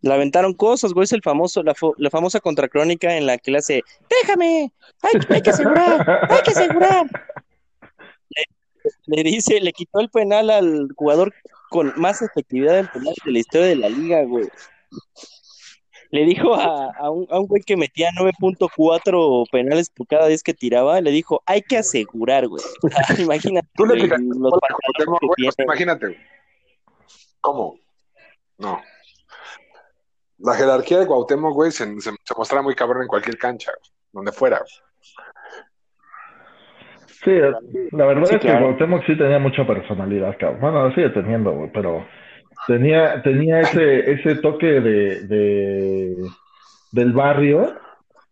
[SPEAKER 4] Le aventaron cosas, güey. Es el famoso, la, fo- la famosa contracrónica en la que le hace, déjame, hay, hay que asegurar, hay que asegurar. Le, le dice, le quitó el penal al jugador con más efectividad del penal de la historia de la liga, güey. Le dijo a, a un, a un güey que metía 9.4 penales por cada 10 que tiraba, le dijo, hay que asegurar, güey. Imagínate.
[SPEAKER 1] Tú le
[SPEAKER 4] güey,
[SPEAKER 1] picaste
[SPEAKER 4] los
[SPEAKER 1] Hola, Cuauhtémoc,
[SPEAKER 4] pantalones que
[SPEAKER 1] güey, o sea,
[SPEAKER 4] tiene.
[SPEAKER 1] imagínate. güey. ¿Cómo? No. La jerarquía de Cuauhtémoc, güey, se, se, se mostraba muy cabrón en cualquier cancha, güey, donde fuera. güey.
[SPEAKER 3] Sí, la verdad
[SPEAKER 4] Sí,
[SPEAKER 3] es que
[SPEAKER 4] claro.
[SPEAKER 3] Cuauhtémoc sí tenía mucha personalidad, cabrón. Bueno, la sigue teniendo, güey, pero tenía, tenía ese, ese toque de, de- del barrio,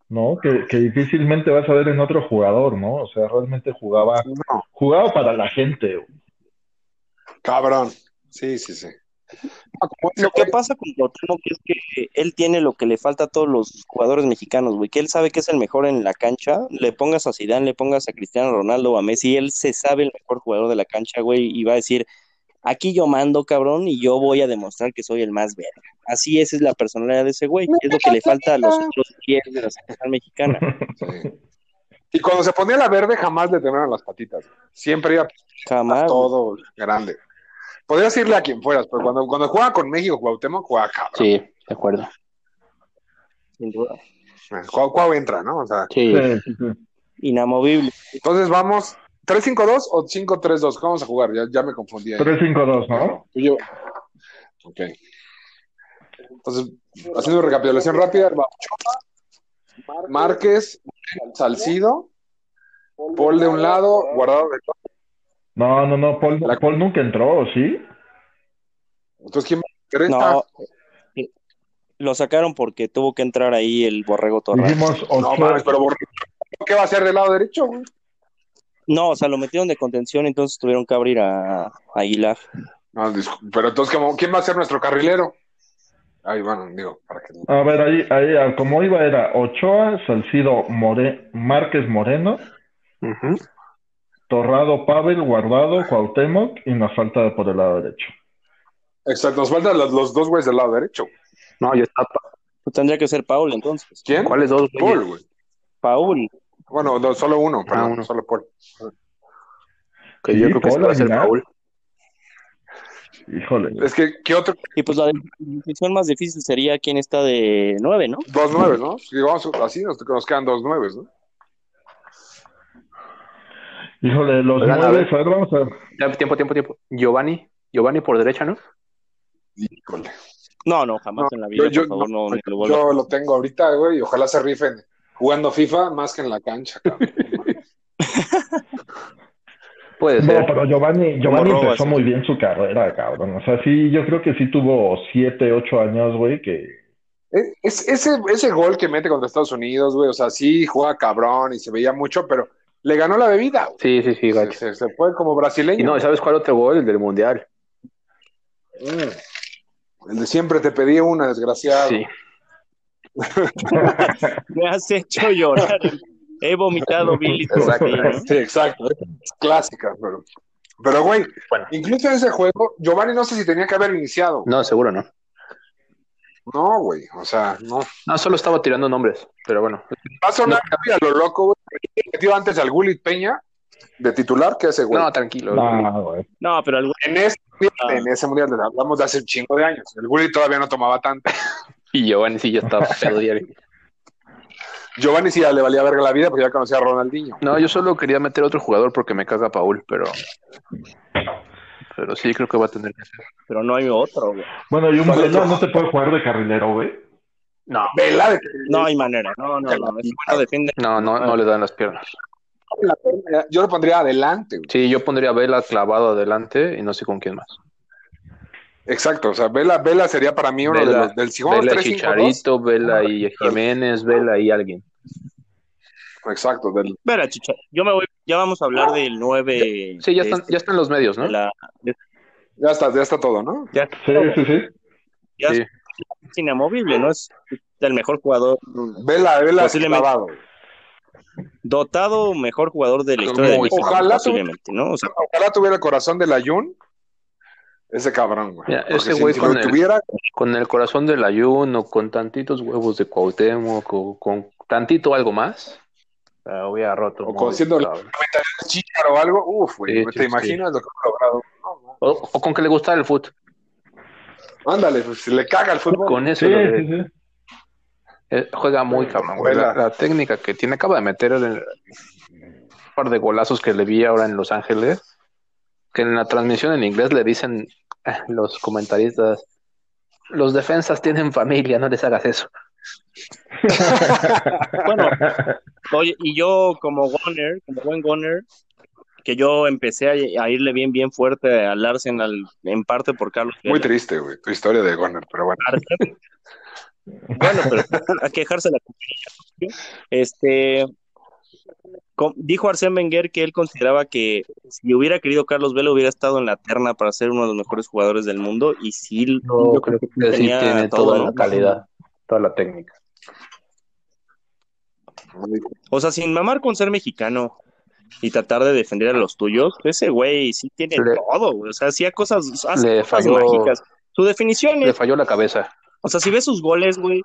[SPEAKER 3] ¿no? Que, que difícilmente vas a ver en otro jugador, ¿no? O sea, realmente jugaba,
[SPEAKER 1] No,
[SPEAKER 3] jugaba para la gente, güey.
[SPEAKER 1] cabrón. Sí, sí, sí. No, como ese
[SPEAKER 4] Lo que
[SPEAKER 1] güey,
[SPEAKER 4] pasa con Cuauhtémoc es que eh, él tiene lo que le falta a todos los jugadores mexicanos, güey, que él sabe que es el mejor en la cancha, le pongas a Zidane, le pongas a Cristiano Ronaldo o a Messi, él se sabe el mejor jugador de la cancha, güey, y va a decir, aquí yo mando, cabrón, y yo voy a demostrar que soy el más verga. Así es, es la personalidad de ese güey, es lo que le falta a los otros 10 de la selección mexicana.
[SPEAKER 1] sí. Y cuando se ponía la verde, jamás le temblaron las patitas. Siempre iba
[SPEAKER 4] Jamás. güey.
[SPEAKER 1] todo grande. Podrías irle a quien fueras, pero cuando, cuando jugaba con México, Cuauhtémoc jugaba cabrón.
[SPEAKER 2] Sí, de acuerdo.
[SPEAKER 4] Sin duda.
[SPEAKER 1] Cuau, Cuau entra, ¿no? O sea,
[SPEAKER 2] Sí,
[SPEAKER 3] Sí, sí, sí.
[SPEAKER 4] Inamovible.
[SPEAKER 1] entonces vamos, 3-5-2 o 5-3-2, ¿cómo vamos a jugar? Ya, ya me confundí. ahí.
[SPEAKER 3] 3-5-2, ¿no?
[SPEAKER 1] Tú y yo. Ok. Entonces, haciendo una recapitulación rápida, va Ochoa, Márquez, Salcido, Paul de un lado, Guardado de otro.
[SPEAKER 3] No, no, no, Paul,
[SPEAKER 1] La-
[SPEAKER 3] Paul nunca entró, ¿o ¿sí?
[SPEAKER 1] Entonces, ¿quién va a
[SPEAKER 4] No. eh, Lo sacaron porque tuvo que entrar ahí el Borrego Torres.
[SPEAKER 3] Dijimos
[SPEAKER 1] No,
[SPEAKER 3] Ochoa.
[SPEAKER 1] mames, pero Borrego, ¿qué va a hacer del lado derecho, güey?
[SPEAKER 4] No, o sea, lo metieron de contención, entonces tuvieron que abrir a, a Aguilar.
[SPEAKER 1] No, discu- pero entonces, ¿cómo- ¿quién va a ser nuestro carrilero? Ay, bueno, digo, para que...
[SPEAKER 3] A ver, ahí, ahí, a- como iba era Ochoa, Salcido More- Márquez Moreno,
[SPEAKER 2] Ujú.
[SPEAKER 3] Torrado Pavel, Guardado, Cuauhtémoc y nos falta por el lado derecho.
[SPEAKER 1] Exacto, nos faltan los, los dos güeyes del lado derecho.
[SPEAKER 2] No, yo estaba.
[SPEAKER 4] Pues tendría que ser Paul entonces.
[SPEAKER 1] ¿Quién?
[SPEAKER 2] ¿Cuáles dos? güey?
[SPEAKER 1] Paul, güey.
[SPEAKER 4] Paul.
[SPEAKER 1] Bueno, no, solo uno, pero
[SPEAKER 2] Ah, uno.
[SPEAKER 1] solo Paul.
[SPEAKER 2] Que
[SPEAKER 3] Sí,
[SPEAKER 2] yo creo que
[SPEAKER 3] Paul
[SPEAKER 2] se va a ser
[SPEAKER 3] Aguilar.
[SPEAKER 2] Paul.
[SPEAKER 3] Híjole.
[SPEAKER 1] Es que, ¿qué otro?
[SPEAKER 4] Y pues la decisión más difícil sería quién está de nueve, ¿no?
[SPEAKER 1] Dos nueves, ¿no? Si vamos así, nos, nos quedan dos nueves, ¿no?
[SPEAKER 3] Híjole, los
[SPEAKER 2] Oigan, a
[SPEAKER 3] nueve,
[SPEAKER 2] ver.
[SPEAKER 3] a ver, vamos a...
[SPEAKER 2] Ya, Tiempo, tiempo, tiempo. Giovanni. Giovanni por derecha, ¿no?
[SPEAKER 1] Híjole.
[SPEAKER 4] No, no, jamás
[SPEAKER 1] No,
[SPEAKER 4] en la vida,
[SPEAKER 1] yo- yo-
[SPEAKER 4] por favor, no,
[SPEAKER 1] Yo
[SPEAKER 4] ni lo vuelvo.
[SPEAKER 1] yo lo tengo ahorita, güey, y ojalá se rifen jugando FIFA más que en la cancha, cabrón.
[SPEAKER 2] Puede
[SPEAKER 3] No,
[SPEAKER 2] ser.
[SPEAKER 3] pero Giovanni, Giovanni
[SPEAKER 4] robas,
[SPEAKER 3] empezó muy bien su carrera, cabrón. O sea, sí, yo creo que sí tuvo siete, ocho años, güey, que...
[SPEAKER 1] Es- E-, es- ese, ese gol que mete contra Estados Unidos, güey, o sea, sí juega cabrón y se veía mucho, pero le ganó la bebida, güey.
[SPEAKER 2] Sí, sí, sí,
[SPEAKER 1] Se,
[SPEAKER 2] gacho.
[SPEAKER 1] se- se fue como
[SPEAKER 2] Y
[SPEAKER 1] brasileño.
[SPEAKER 2] no, ¿sabes cuál otro gol? El del Mundial.
[SPEAKER 1] Mm. El de siempre te pedí una, desgraciado.
[SPEAKER 2] Sí.
[SPEAKER 4] Me has hecho llorar. He vomitado Billy.
[SPEAKER 1] Exacto, sí, exacto. Es clásica, pero, pero güey, incluso en ese juego, Giovanni no sé si tenía que haber iniciado.
[SPEAKER 2] No, seguro no.
[SPEAKER 1] No, güey, o sea, no.
[SPEAKER 2] No, solo estaba tirando nombres, pero bueno.
[SPEAKER 1] Va a sonar casi a lo loco, güey. pero ¿quién metió antes al Gullit Peña de titular que ese güey?
[SPEAKER 2] No, tranquilo.
[SPEAKER 3] No, güey.
[SPEAKER 4] No, pero algo.
[SPEAKER 1] En ese, mundial, en ese mundial, hablamos de hace un chingo de años. El Gullit todavía no tomaba tanto.
[SPEAKER 2] Y Giovanni sí ya estaba pedo diario.
[SPEAKER 1] Giovanni sí ya le valía verga la vida porque ya conocía a Ronaldinho.
[SPEAKER 2] No, yo solo quería meter otro jugador porque me caga Paul, pero. Pero sí, creo que va a tener que ser.
[SPEAKER 4] Pero no hay otro, güey.
[SPEAKER 3] Bueno, y un
[SPEAKER 1] ¿Cuál
[SPEAKER 3] Vela
[SPEAKER 1] otro?
[SPEAKER 3] no te puede jugar de carrilero, güey.
[SPEAKER 2] No,
[SPEAKER 1] Vela de
[SPEAKER 4] No hay manera. No, no, no. Es bueno, depende.
[SPEAKER 2] no, no, no le dan las piernas.
[SPEAKER 1] Yo lo pondría adelante, güey.
[SPEAKER 2] Sí, yo pondría a Vela clavado adelante y no sé con quién más.
[SPEAKER 1] Exacto, o sea, Vela, Vela sería para mí uno de
[SPEAKER 2] Vela-
[SPEAKER 1] los del si jugamos
[SPEAKER 2] Vela
[SPEAKER 1] 3-5-2,
[SPEAKER 2] y Chicharito, Vela y Jiménez, Vela y alguien.
[SPEAKER 1] Exacto, del,
[SPEAKER 4] Espera, chicha. Yo me voy. Ya vamos a hablar del nueve.
[SPEAKER 2] Sí, ya
[SPEAKER 4] de
[SPEAKER 2] están,
[SPEAKER 4] este,
[SPEAKER 2] ya están los medios, ¿no?
[SPEAKER 4] de la- de-
[SPEAKER 1] ya está, ya está todo, ¿no?
[SPEAKER 4] ya
[SPEAKER 3] Sí, sí, sí.
[SPEAKER 4] ya
[SPEAKER 2] Sí.
[SPEAKER 4] es inamovible, ¿no? Es el mejor jugador.
[SPEAKER 1] Vela, Vela
[SPEAKER 4] Posiblemente.
[SPEAKER 1] clavado.
[SPEAKER 4] Dotado mejor jugador de la historia. de
[SPEAKER 2] Muy.
[SPEAKER 4] México,
[SPEAKER 1] Ojalá
[SPEAKER 4] Posiblemente, ¿no? O sea,
[SPEAKER 1] Ojalá tuviera el corazón del Ayun, ese cabrón, güey.
[SPEAKER 2] Mira,
[SPEAKER 1] Porque
[SPEAKER 2] ese
[SPEAKER 1] si-
[SPEAKER 2] güey
[SPEAKER 1] si
[SPEAKER 2] con
[SPEAKER 1] lo
[SPEAKER 2] el-
[SPEAKER 1] tuviera,
[SPEAKER 2] Con el corazón del ayuno, con tantitos huevos de Cuauhtémoc, o con tantito algo más,
[SPEAKER 4] Ah,
[SPEAKER 2] la hubiera roto.
[SPEAKER 1] O
[SPEAKER 2] muy
[SPEAKER 1] con siendo-
[SPEAKER 2] cabrón.
[SPEAKER 1] Chícharo o algo, uff, güey,
[SPEAKER 2] Sí,
[SPEAKER 1] ¿te
[SPEAKER 2] sí,
[SPEAKER 1] imaginas lo que ha logrado? No,
[SPEAKER 2] O, o con que le gustara el fútbol.
[SPEAKER 1] no. Ándale, pues, si le caga el fútbol.
[SPEAKER 2] Con eso
[SPEAKER 3] Sí,
[SPEAKER 2] lo-
[SPEAKER 3] sí, sí.
[SPEAKER 2] eh, juega muy cabrón, güey. La, la técnica que tiene, acaba de meter el- un par de golazos que le vi ahora en Los Ángeles, que en la transmisión en inglés le dicen eh, los comentaristas, los defensas tienen familia, no les hagas eso.
[SPEAKER 4] bueno, oye, y yo como goner, como buen goner, que yo empecé a, a irle bien, bien fuerte al Arsenal, en parte por Carlos
[SPEAKER 1] Muy
[SPEAKER 4] Vela.
[SPEAKER 1] triste, güey, tu historia de Goner, pero bueno.
[SPEAKER 4] Bueno, pero a quejarse la compañía. Este com- dijo Arsène Wenger que él consideraba que si hubiera querido Carlos Vela hubiera estado en la terna para ser uno de los mejores jugadores del mundo y sí yo creo que
[SPEAKER 2] Sí,
[SPEAKER 4] tenía
[SPEAKER 2] tiene
[SPEAKER 4] todo,
[SPEAKER 2] toda
[SPEAKER 4] ¿no?
[SPEAKER 2] la calidad, toda la técnica.
[SPEAKER 4] o sea, sin mamar con ser mexicano y tratar de defender a los tuyos, ese güey sí tiene
[SPEAKER 2] Le-
[SPEAKER 4] todo, güey. o sea, hacía cosas, hace
[SPEAKER 2] Le
[SPEAKER 4] cosas
[SPEAKER 2] falló-
[SPEAKER 4] mágicas. Su definición
[SPEAKER 2] Le
[SPEAKER 4] es,
[SPEAKER 2] falló la cabeza.
[SPEAKER 4] o sea, si ves sus goles, güey,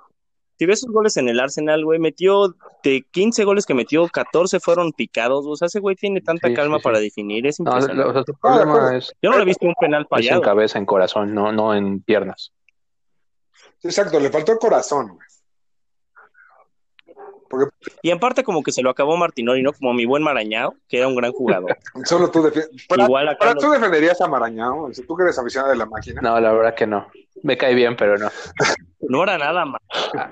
[SPEAKER 4] si ves sus goles en el Arsenal, güey, metió de 15 goles que metió, 14 fueron picados. O sea, ese güey tiene tanta
[SPEAKER 2] Sí,
[SPEAKER 4] calma
[SPEAKER 2] sí, sí.
[SPEAKER 4] para definir. Es
[SPEAKER 2] No,
[SPEAKER 4] impresionante.
[SPEAKER 2] lo- o sea, su problema es,
[SPEAKER 4] Yo no le he visto un penal
[SPEAKER 2] es en
[SPEAKER 4] fallado.
[SPEAKER 2] cabeza, en corazón, no, no en piernas.
[SPEAKER 1] Exacto, le faltó el corazón, güey. Porque
[SPEAKER 4] Y en parte como que se lo acabó Martinoli, ¿no? Como mi buen Marañao, que era un gran jugador.
[SPEAKER 1] solo tú defiendes. Para,
[SPEAKER 4] Igual acá
[SPEAKER 1] para-
[SPEAKER 4] los-
[SPEAKER 1] tú defenderías a Marañao, güey, si tú que eres aficionado de la máquina.
[SPEAKER 2] No, la verdad que no. Me cae bien, pero no.
[SPEAKER 4] No era nada más,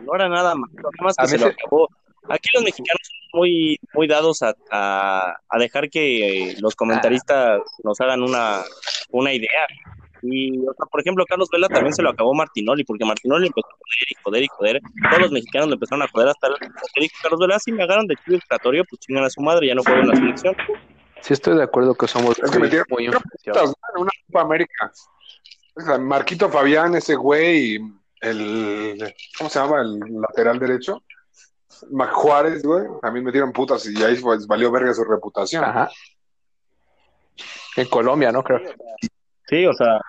[SPEAKER 4] no era nada más. Nada más
[SPEAKER 2] Ah. A
[SPEAKER 4] que se
[SPEAKER 2] mí
[SPEAKER 4] lo
[SPEAKER 2] se-
[SPEAKER 4] acabó. Aquí los mexicanos son muy, muy dados a, a, a dejar que eh, los comentaristas nos hagan una, una idea. Y, o sea, por ejemplo, Carlos Vela también se lo acabó Martinoli, porque Martinoli empezó a joder y joder y joder. Todos los mexicanos lo empezaron a joder hasta el- hasta que dijo Carlos Vela, si me agarran de chivo expiatorio, pues chingan a su madre, ya no juegan la selección.
[SPEAKER 2] Sí estoy de acuerdo que somos
[SPEAKER 1] Es que
[SPEAKER 2] muy,
[SPEAKER 1] metieron-
[SPEAKER 2] muy influenciados.
[SPEAKER 1] Putas, man, una Copa América. O sea, Marquito Fabián, ese güey, y el. ¿Cómo se llama? El lateral derecho. Mac Juárez, güey. A mí me dieron putas y ahí pues, valió verga su reputación.
[SPEAKER 2] Ajá. En Colombia, ¿no? Creo.
[SPEAKER 4] Sí, o sea,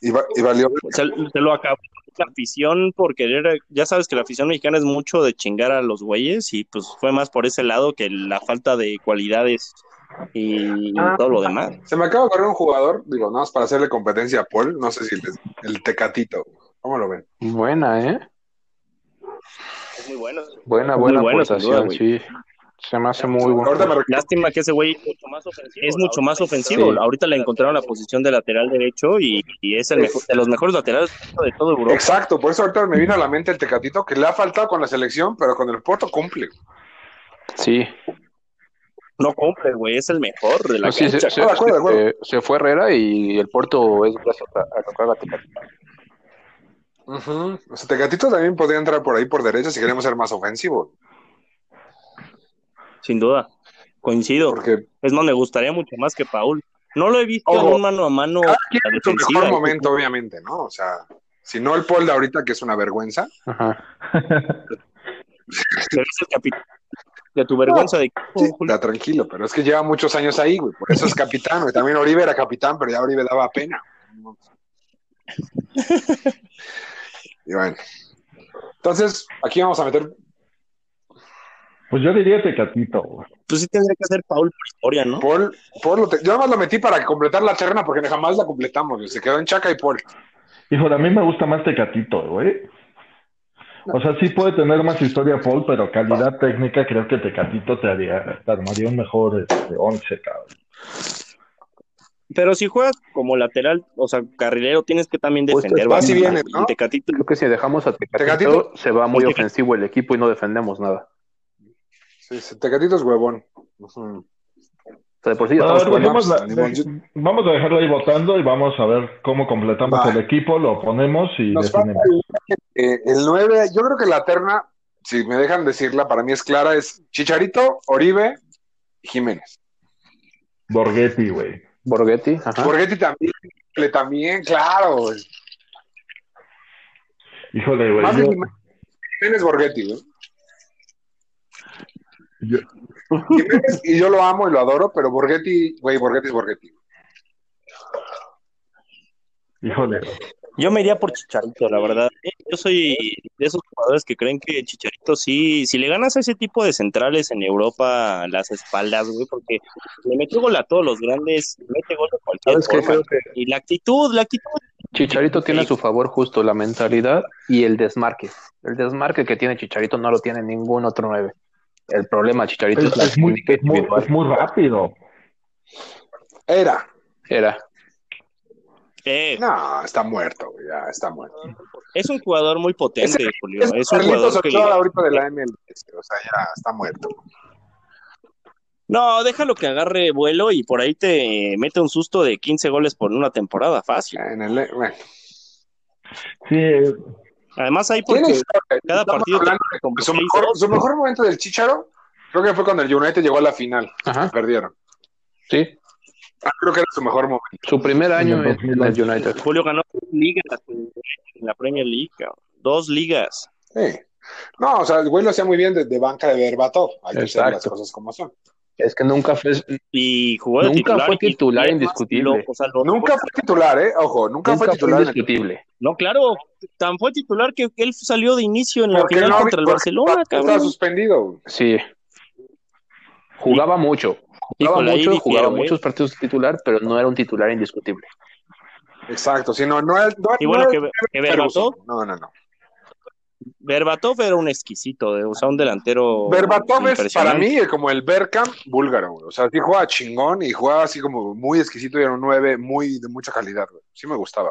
[SPEAKER 1] Y, va- y valió
[SPEAKER 4] se, se lo acabó la afición por querer, ya sabes que la afición mexicana es mucho de chingar a los güeyes y pues fue más por ese lado que la falta de cualidades y
[SPEAKER 1] Ah.
[SPEAKER 4] todo lo demás.
[SPEAKER 1] Se me acaba de correr un jugador, digo, nada más para hacerle competencia a Paul, no sé si les- el Tecatito. ¿Cómo lo ven?
[SPEAKER 2] Buena, ¿eh?
[SPEAKER 4] Es muy bueno.
[SPEAKER 2] Buena,
[SPEAKER 4] Muy
[SPEAKER 2] buena
[SPEAKER 4] bueno, sin duda,
[SPEAKER 2] aportación,
[SPEAKER 4] güey.
[SPEAKER 2] sí. Se me hace muy
[SPEAKER 1] Ahorita me
[SPEAKER 2] bueno.
[SPEAKER 1] recuerdo
[SPEAKER 4] Lástima que ese güey es mucho más ofensivo.
[SPEAKER 2] Sí.
[SPEAKER 4] Ahorita le encontraron la posición de lateral derecho y, y es el mejor- de los mejores laterales de todo Europa.
[SPEAKER 1] Exacto, por eso ahorita me vino a la mente el Tecatito, que le ha faltado con la selección, pero con el Porto cumple.
[SPEAKER 2] Sí.
[SPEAKER 4] No cumple, güey, es el mejor de la
[SPEAKER 2] No, Pues sí, se,
[SPEAKER 4] cancha.
[SPEAKER 2] se-
[SPEAKER 1] Ah, de acuerdo, de acuerdo.
[SPEAKER 2] eh, se fue Herrera y el Porto es gracias a, a lo que haga Tecatito.
[SPEAKER 1] O sea, Tecatito también podría entrar por ahí por derecha si queremos ser más ofensivos.
[SPEAKER 4] Sin duda. Coincido.
[SPEAKER 1] Porque
[SPEAKER 4] Es más, me gustaría mucho más que Paul. No lo he visto en
[SPEAKER 1] Ojo. Ah,
[SPEAKER 4] un mano a mano
[SPEAKER 1] Cada
[SPEAKER 4] a la
[SPEAKER 1] es su
[SPEAKER 4] defensiva.
[SPEAKER 1] mejor momento, obviamente, ¿no? O sea, si no el Paul de ahorita, que es una vergüenza.
[SPEAKER 2] Ajá.
[SPEAKER 4] Pero es el capitán de tu vergüenza de equipo,
[SPEAKER 1] Sí,
[SPEAKER 4] Julio.
[SPEAKER 1] está tranquilo, pero es que lleva muchos años ahí, güey. Por eso es capitán, güey. También Oribe era capitán, pero ya Oribe daba pena. Y bueno. Entonces, aquí vamos a meter.
[SPEAKER 3] Pues yo diría Tecatito, güey.
[SPEAKER 4] Pues sí tendría que ser Paul por historia, ¿no?
[SPEAKER 1] Paul, Paul lo te- yo nada más lo metí para completar la terna porque jamás la completamos. güey. Se quedó en Chaca y Paul.
[SPEAKER 3] Híjole, a mí me gusta más Tecatito, güey. O sea, sí puede tener más historia Paul, pero calidad técnica creo que Tecatito te haría, te armaría un mejor este, once, cabrón.
[SPEAKER 4] Pero si juegas como lateral, o sea, carrilero, tienes que también
[SPEAKER 2] Pues,
[SPEAKER 4] defender.
[SPEAKER 2] vas y
[SPEAKER 4] bastante.
[SPEAKER 1] vienes, ¿no?
[SPEAKER 4] Y Tecatito,
[SPEAKER 2] Creo que si dejamos a Tecatito,
[SPEAKER 1] Tecatito.
[SPEAKER 2] se va muy
[SPEAKER 4] Sí.
[SPEAKER 2] ofensivo el equipo y no defendemos nada.
[SPEAKER 1] Sí, sí, Tecatito es huevón. Ujú.
[SPEAKER 2] O sea, de por sí ya
[SPEAKER 3] A
[SPEAKER 2] estamos
[SPEAKER 3] ver,
[SPEAKER 2] jugando.
[SPEAKER 3] dejemos la-
[SPEAKER 1] ni modo.
[SPEAKER 3] de- vamos a dejarlo ahí votando y vamos a ver cómo completamos
[SPEAKER 1] Va.
[SPEAKER 3] el equipo, lo ponemos y
[SPEAKER 1] Nos falta
[SPEAKER 3] definimos.
[SPEAKER 1] Eh, el 9, yo creo que la terna, si me dejan decirla, para mí es clara, es Chicharito, Oribe, Jiménez.
[SPEAKER 3] Borghetti, güey.
[SPEAKER 2] Borghetti, ajá.
[SPEAKER 1] Borghetti también, le también, claro. güey.
[SPEAKER 4] Pues
[SPEAKER 3] Híjole, güey.
[SPEAKER 1] Más
[SPEAKER 3] yo-
[SPEAKER 1] Jiménez, Jiménez Borghetti, güey.
[SPEAKER 3] yo-
[SPEAKER 1] Jiménez, y yo lo amo y lo adoro, pero Borghetti, güey, Borghetti es Borghetti.
[SPEAKER 3] híjole.
[SPEAKER 4] yo me iría por Chicharito, la verdad. Eh, Yo soy de esos jugadores que creen que Chicharito sí, si le ganas a ese tipo de centrales en Europa, las espaldas, güey, porque le metió gol a todos los grandes, mete gol a cualquier
[SPEAKER 2] ¿Sabes qué?
[SPEAKER 4] forma.
[SPEAKER 2] Creo que
[SPEAKER 4] Y la actitud, la actitud
[SPEAKER 2] Chicharito tiene a su favor justo la mentalidad y el desmarque. El desmarque que tiene Chicharito no lo tiene ningún otro nueve. El problema de Chicharito
[SPEAKER 3] Es,
[SPEAKER 2] es, la
[SPEAKER 3] es muy,
[SPEAKER 2] técnica
[SPEAKER 3] es, muy,
[SPEAKER 2] individual.
[SPEAKER 3] es muy rápido.
[SPEAKER 1] Era.
[SPEAKER 2] Era.
[SPEAKER 4] eh,
[SPEAKER 1] No, está muerto, güey, ya está muerto.
[SPEAKER 4] Es un jugador muy potente, Julio.
[SPEAKER 1] Es,
[SPEAKER 4] Es, un
[SPEAKER 1] Carlitos
[SPEAKER 4] jugador que...
[SPEAKER 1] Ochoa ahorita de la MLS, o sea, ya está muerto.
[SPEAKER 4] No, déjalo que agarre vuelo y por ahí te mete un susto de 15 goles por una temporada, fácil.
[SPEAKER 1] En el, bueno.
[SPEAKER 3] Sí, eh,
[SPEAKER 4] Además ahí
[SPEAKER 1] Tiene
[SPEAKER 4] porque
[SPEAKER 1] historia.
[SPEAKER 4] cada
[SPEAKER 1] Estamos
[SPEAKER 4] partido
[SPEAKER 1] hablando
[SPEAKER 4] te- como
[SPEAKER 1] de su,
[SPEAKER 4] seis,
[SPEAKER 1] mejor, su mejor momento del Chicharo, creo que fue cuando el United llegó a la final.
[SPEAKER 2] Ajá.
[SPEAKER 1] Perdieron.
[SPEAKER 2] Sí.
[SPEAKER 1] Ah, creo que era su mejor momento.
[SPEAKER 2] Su primer año
[SPEAKER 3] En el
[SPEAKER 2] en en el United.
[SPEAKER 4] Julio ganó dos ligas en la Premier League, cabrón. dos ligas.
[SPEAKER 1] Sí. No, o sea, el güey lo hacía muy bien desde banca de Berbatov. Hay que hacer
[SPEAKER 2] Exacto.
[SPEAKER 1] las cosas como son.
[SPEAKER 2] Es que nunca fue,
[SPEAKER 4] y jugó de
[SPEAKER 2] Nunca
[SPEAKER 4] titular.
[SPEAKER 2] fue
[SPEAKER 4] y-
[SPEAKER 2] titular
[SPEAKER 4] y-
[SPEAKER 2] indiscutible.
[SPEAKER 4] o sea, lo-
[SPEAKER 1] Nunca fue titular, ¿eh? Ojo, nunca,
[SPEAKER 2] nunca
[SPEAKER 1] fue
[SPEAKER 2] fue
[SPEAKER 1] titular. en el-
[SPEAKER 2] indiscutible.
[SPEAKER 4] No, claro, tan fue titular que él salió de inicio en la
[SPEAKER 1] Porque
[SPEAKER 4] final
[SPEAKER 1] no-
[SPEAKER 4] contra el
[SPEAKER 1] porque
[SPEAKER 4] Barcelona,
[SPEAKER 1] Estaba
[SPEAKER 4] cabrón.
[SPEAKER 1] suspendido. güey.
[SPEAKER 2] Sí. Jugaba mucho. Jugaba
[SPEAKER 4] Híjole, ahí
[SPEAKER 2] mucho, jugaba
[SPEAKER 4] difiero, ¿eh?
[SPEAKER 2] muchos partidos de titular, pero no era un titular indiscutible.
[SPEAKER 1] Exacto, sí, no, no, no,
[SPEAKER 4] Y
[SPEAKER 1] no era
[SPEAKER 4] bueno, que, que Berbatov,
[SPEAKER 1] No, no, no.
[SPEAKER 4] Berbatov era un exquisito, eh, o sea, un delantero.
[SPEAKER 1] Berbatov es para
[SPEAKER 4] impresionante.
[SPEAKER 1] mí como el Berkham búlgaro, güey. O sea, sí jugaba chingón y jugaba así como muy exquisito y era un 9 muy, de mucha calidad, güey. Sí me gustaba.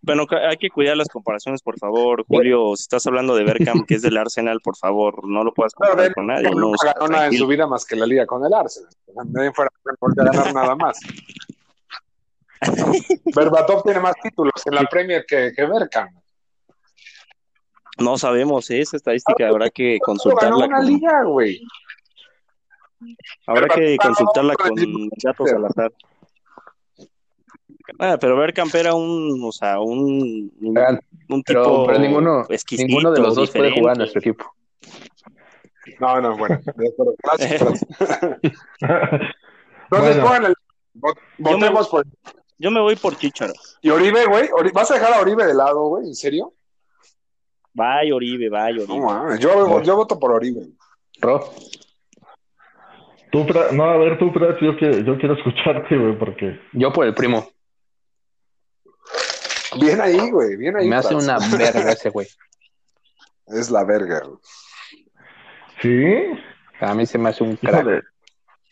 [SPEAKER 4] Bueno, ca- hay que cuidar las comparaciones, por favor, Julio. Si estás hablando de Berkham, que es del Arsenal, por favor, no lo puedas
[SPEAKER 1] Pero
[SPEAKER 4] comparar
[SPEAKER 1] Ben
[SPEAKER 4] con nadie.
[SPEAKER 1] Berkham
[SPEAKER 4] no, o
[SPEAKER 1] nunca
[SPEAKER 4] sea,
[SPEAKER 1] ganó nada en
[SPEAKER 4] tranquilo.
[SPEAKER 1] su vida más que la liga con el Arsenal. O sea, Nadie fuera a ganar nada más. Berbatov tiene más títulos en la Premier que, que Berkham.
[SPEAKER 4] No sabemos ¿eh? esa estadística, habrá que
[SPEAKER 1] Ganó
[SPEAKER 4] consultarla.
[SPEAKER 1] una
[SPEAKER 4] con-
[SPEAKER 1] liga, güey.
[SPEAKER 4] habrá que
[SPEAKER 1] Ganó
[SPEAKER 4] consultarla
[SPEAKER 1] con
[SPEAKER 4] con
[SPEAKER 1] el
[SPEAKER 4] datos al azar. Ah, pero Bergkamp era un, o sea, un, un,
[SPEAKER 2] Pero,
[SPEAKER 4] un
[SPEAKER 2] pero
[SPEAKER 4] tipo
[SPEAKER 2] ninguno,
[SPEAKER 4] exquisito,
[SPEAKER 2] ninguno de los dos puede jugar en nuestro
[SPEAKER 4] diferente.
[SPEAKER 2] equipo.
[SPEAKER 1] No, no, bueno. de acuerdo. Gracias. gracias. Entonces,
[SPEAKER 3] Bueno.
[SPEAKER 1] pongan el- vot-
[SPEAKER 4] Yo me-
[SPEAKER 1] Votemos por
[SPEAKER 4] Yo me voy por Chicharo.
[SPEAKER 1] ¿Y Oribe, güey? Ori- ¿Vas a dejar a Oribe de lado, güey? ¿En serio?
[SPEAKER 4] Vaya Oribe, vaya
[SPEAKER 1] No,
[SPEAKER 4] Oribe.
[SPEAKER 1] mames. Yo, yo voto por Oribe.
[SPEAKER 2] Ro,
[SPEAKER 3] Tú, Fra- no, a ver, tú, Prats, yo, que- yo quiero escucharte, güey, porque
[SPEAKER 2] yo por el primo.
[SPEAKER 1] Bien ahí, güey. Bien ahí.
[SPEAKER 2] Me hace
[SPEAKER 1] Franz.
[SPEAKER 2] una verga ese güey.
[SPEAKER 1] Es la verga, güey.
[SPEAKER 3] sí,
[SPEAKER 2] A mí se me hace un crack.
[SPEAKER 3] híjole,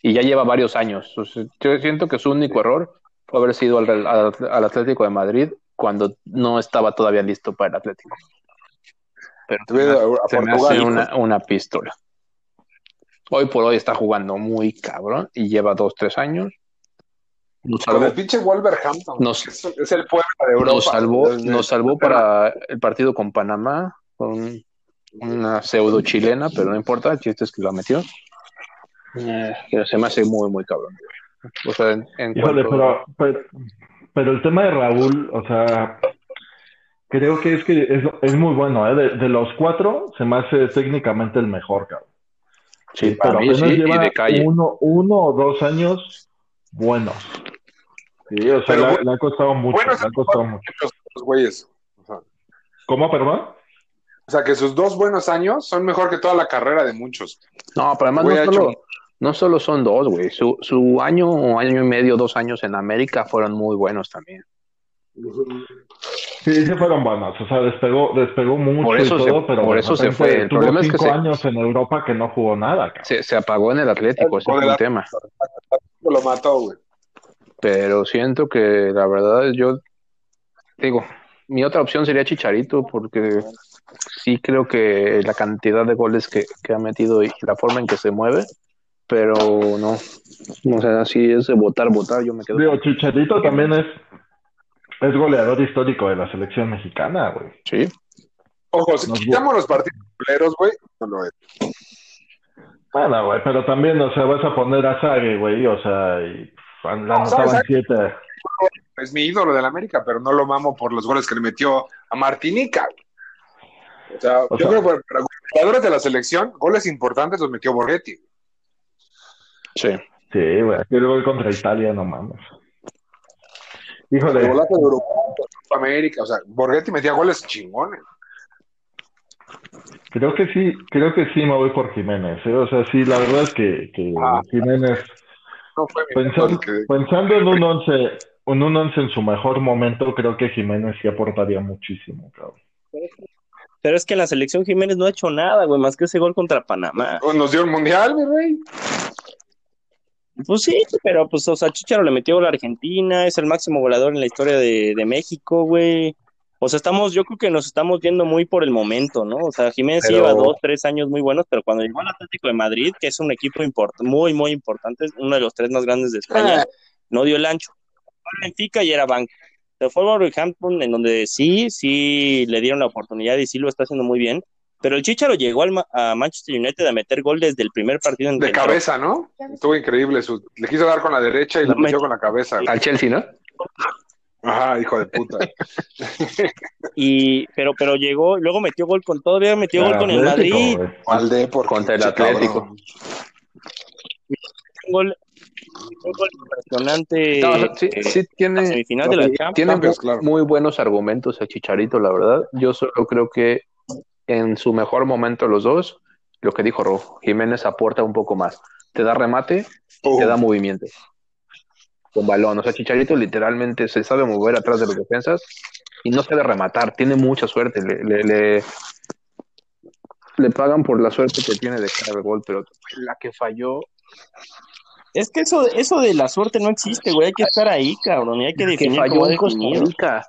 [SPEAKER 2] y ya lleva varios años. O sea, yo siento que su único error fue haber sido al, Real- al- al Atlético de Madrid cuando no estaba todavía listo para el Atlético. Pero
[SPEAKER 1] Te voy a- a
[SPEAKER 2] se me
[SPEAKER 1] Portugal,
[SPEAKER 2] hace
[SPEAKER 1] hijo.
[SPEAKER 2] una, una pistola. Hoy por hoy está jugando muy cabrón y lleva dos, tres años. Nos
[SPEAKER 1] Con el
[SPEAKER 2] salvó,
[SPEAKER 1] pinche Wolverhampton.
[SPEAKER 2] Nos-
[SPEAKER 1] es, es el pueblo de Europa.
[SPEAKER 2] nos salvó,
[SPEAKER 1] Desde-
[SPEAKER 2] nos salvó para el partido con Panamá, con una pseudo chilena, pero no importa, el chiste es que la metió. Eh, pero se me hace muy, muy cabrón. güey. O sea, en, en
[SPEAKER 3] híjole,
[SPEAKER 2] cuanto-
[SPEAKER 3] pero, pero, pero el tema de Raúl, o sea, creo que es que es, es muy bueno, ¿eh? De, de los cuatro, se me hace técnicamente el mejor, cabrón.
[SPEAKER 2] Sí, para
[SPEAKER 3] Pero
[SPEAKER 2] mí
[SPEAKER 3] apenas
[SPEAKER 2] sí, y
[SPEAKER 3] lleva
[SPEAKER 2] de calle.
[SPEAKER 3] uno, uno o dos años buenos. Sí, o sea,
[SPEAKER 1] Pero
[SPEAKER 3] le, ha-
[SPEAKER 1] bueno-
[SPEAKER 3] le ha costado mucho,
[SPEAKER 1] buenos
[SPEAKER 3] le ha costado mucho.
[SPEAKER 1] Muchos otros güeyes.
[SPEAKER 3] ¿Cómo, perdón?
[SPEAKER 1] O sea, que sus dos buenos años son mejor que toda la carrera de muchos.
[SPEAKER 2] No, pero además
[SPEAKER 1] Güey, ha
[SPEAKER 2] no
[SPEAKER 1] hecho-
[SPEAKER 2] solo, no solo son dos, güey. Su, su año, o año y medio, dos años en América fueron muy buenos también.
[SPEAKER 3] Sí, sí fueron buenos, o sea, despegó, despegó mucho
[SPEAKER 2] Por
[SPEAKER 3] y
[SPEAKER 2] eso se-
[SPEAKER 3] todo, pero
[SPEAKER 2] por
[SPEAKER 3] de
[SPEAKER 2] eso se
[SPEAKER 3] repente
[SPEAKER 2] fue. El
[SPEAKER 3] tuvo
[SPEAKER 2] problema es que
[SPEAKER 3] cinco
[SPEAKER 2] se-
[SPEAKER 3] años en Europa que no jugó nada, cabrón.
[SPEAKER 2] Se, se apagó en el Atlético, ese fue un tema.
[SPEAKER 1] Lo mató, güey.
[SPEAKER 2] Pero siento que la verdad yo digo, mi otra opción sería Chicharito, porque sí creo que la cantidad de goles que, que ha metido y la forma en que se mueve, pero no. O sea, así es de votar, votar, yo me quedo.
[SPEAKER 3] Digo, Chicharito también es, es goleador histórico de la selección mexicana, güey.
[SPEAKER 2] Sí.
[SPEAKER 1] Ojo, si
[SPEAKER 3] Nos-
[SPEAKER 1] quitamos los partidos culeros, güey, no lo es.
[SPEAKER 3] Bueno, güey, pero también, o sea, vas a poner a Zague, güey, o sea, y an- la
[SPEAKER 1] No, Zague,
[SPEAKER 3] anotaban
[SPEAKER 1] Zague.
[SPEAKER 3] siete.
[SPEAKER 1] Es mi ídolo de la América, pero no lo mamo por los goles que le metió a Martinica. güey. O sea,
[SPEAKER 3] O
[SPEAKER 1] yo
[SPEAKER 3] sea-
[SPEAKER 1] creo que para jugadores de la selección, goles importantes los metió Borghetti.
[SPEAKER 2] Sí.
[SPEAKER 3] Sí, güey, aquel gol contra Italia, no mames.
[SPEAKER 1] El
[SPEAKER 3] Híjole,
[SPEAKER 1] golazo de Uruguay, de Copa América, o sea, Borghetti metía goles chingones.
[SPEAKER 3] creo que sí, creo que sí me voy por Jiménez, ¿eh? O sea, sí, la verdad es que, que
[SPEAKER 1] Ah.
[SPEAKER 3] Jiménez...
[SPEAKER 1] No fue mi
[SPEAKER 3] Pensando,
[SPEAKER 1] gol que-
[SPEAKER 3] pensando en un 11, en un 11 en su mejor momento, creo que Jiménez sí aportaría muchísimo, cabrón.
[SPEAKER 4] Pero es que la selección Jiménez no ha hecho nada, güey, más que ese gol contra Panamá.
[SPEAKER 1] Nos dio el mundial, mi rey.
[SPEAKER 4] Pues sí, pero pues, o sea, Chicharo le metió gol a Argentina, es el máximo goleador en la historia de, de México, güey. O sea, estamos, yo creo que nos estamos viendo muy por el momento, ¿no? O sea, Jiménez sí
[SPEAKER 1] Pero-
[SPEAKER 4] lleva dos, tres años muy buenos, pero cuando llegó al Atlético de Madrid, que es un equipo import- muy, muy importante, es uno de los tres más grandes de España, no dio el ancho. Fue en Benfica y era banca. Se fue a Wolverhampton, en donde sí, sí le dieron la oportunidad y sí lo está haciendo muy bien. Pero el Chicharo llegó al Ma- a Manchester United a meter gol desde el primer partido en que
[SPEAKER 1] De
[SPEAKER 4] entró.
[SPEAKER 1] cabeza, ¿no? Estuvo increíble. su- Le quiso dar con la derecha y la
[SPEAKER 4] No me-
[SPEAKER 1] metió con la cabeza. güey.
[SPEAKER 2] Al Chelsea, ¿no?
[SPEAKER 1] Ajá, hijo de puta.
[SPEAKER 4] y pero pero llegó luego metió gol con todavía metió gol con el
[SPEAKER 3] Atlético,
[SPEAKER 4] Madrid
[SPEAKER 3] güey.
[SPEAKER 1] Al Depor,
[SPEAKER 2] Contra el
[SPEAKER 1] pinche
[SPEAKER 2] Atlético.
[SPEAKER 1] cabrón.
[SPEAKER 4] un gol, un gol impresionante.
[SPEAKER 2] No, sí,
[SPEAKER 4] eh,
[SPEAKER 2] sí
[SPEAKER 4] la
[SPEAKER 2] tiene,
[SPEAKER 4] semifinal de la
[SPEAKER 2] tiene
[SPEAKER 4] Champions.
[SPEAKER 1] Champions,
[SPEAKER 2] muy-
[SPEAKER 1] claro.
[SPEAKER 2] muy buenos argumentos el Chicharito, la verdad. Yo solo creo que en su mejor momento los dos, lo que dijo Rojo, Jiménez aporta un poco más. Te da remate, te da movimiento. Con balón. O sea, Chicharito literalmente se sabe mover atrás de los defensas y no sabe rematar. Tiene mucha suerte. Le, le, le- le pagan por la suerte que tiene de cara al gol, pero la que falló
[SPEAKER 4] Es que eso, eso de la suerte no existe, güey. Hay que estar ahí, cabrón. Y hay que
[SPEAKER 2] que
[SPEAKER 4] definir cómo
[SPEAKER 2] falló
[SPEAKER 4] ha
[SPEAKER 2] en Costa
[SPEAKER 4] definido.
[SPEAKER 2] Rica.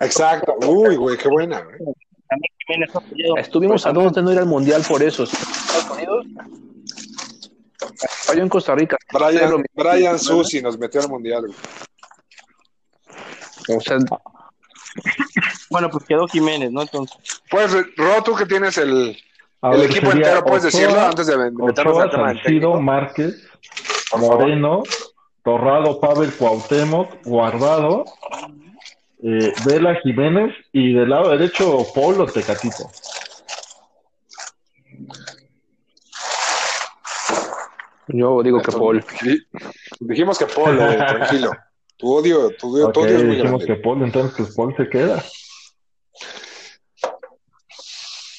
[SPEAKER 1] Exacto. Uy, güey, qué buena. güey.
[SPEAKER 4] También Jiménez ha fallado.
[SPEAKER 2] Estuvimos a dos de no ir al mundial por eso. Falló en Costa Rica.
[SPEAKER 1] Brian, Brian Susi nos metió al mundial. güey.
[SPEAKER 2] O sea,
[SPEAKER 4] Bueno, pues quedó Jiménez, ¿no? Entonces,
[SPEAKER 1] Pues, Ro, tú que tienes el,
[SPEAKER 3] A
[SPEAKER 1] el
[SPEAKER 3] ver,
[SPEAKER 1] equipo
[SPEAKER 3] sería
[SPEAKER 1] entero, puedes
[SPEAKER 3] Ochoa,
[SPEAKER 1] decirlo antes de meternos
[SPEAKER 3] Ochoa,
[SPEAKER 1] al tema del
[SPEAKER 3] Salcido,
[SPEAKER 1] técnico.
[SPEAKER 3] Márquez,
[SPEAKER 1] Por favor.
[SPEAKER 3] Moreno, Torrado, Pavel, Cuauhtémoc, Guardado, eh, Vela, Jiménez y del lado derecho Polo Tecatito.
[SPEAKER 2] yo digo que Paul.
[SPEAKER 1] Di- Dijimos que Polo, güey, tranquilo. Tu odio, tu odio,
[SPEAKER 3] Ok,
[SPEAKER 1] tu odio es muy
[SPEAKER 3] dijimos
[SPEAKER 1] grande.
[SPEAKER 3] que Paul, entonces pues Paul se queda.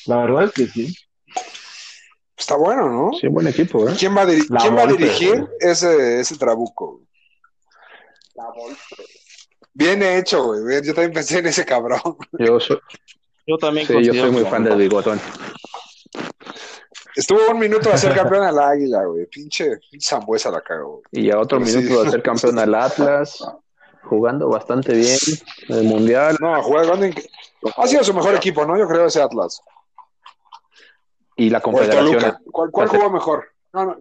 [SPEAKER 3] La verdad es que sí.
[SPEAKER 1] Está bueno, ¿no?
[SPEAKER 2] Sí, buen equipo, ¿eh?
[SPEAKER 1] ¿Quién va a, diri-
[SPEAKER 3] La
[SPEAKER 1] quién va a
[SPEAKER 3] Volpe,
[SPEAKER 1] dirigir
[SPEAKER 3] güey.
[SPEAKER 1] ese, ese trabuco? Bien hecho, güey. bien, Yo también pensé en ese cabrón.
[SPEAKER 2] Yo soy,
[SPEAKER 4] yo también
[SPEAKER 2] sí, yo
[SPEAKER 4] considero
[SPEAKER 2] soy muy
[SPEAKER 4] que-
[SPEAKER 2] fan del bigotón.
[SPEAKER 1] Estuvo un minuto de ser campeón al Águila, güey. Pinche, pinche Zambuesa la cagó.
[SPEAKER 2] Y a otro
[SPEAKER 1] Sí.
[SPEAKER 2] minuto de ser campeón al Atlas, jugando bastante bien en el mundial.
[SPEAKER 1] No, jugando en... Ha sido su mejor equipo, ¿no? Yo creo ese Atlas.
[SPEAKER 2] Y la
[SPEAKER 1] O el
[SPEAKER 2] Confederación.
[SPEAKER 1] Toluca. ¿Cuál, cuál jugó mejor? No, no.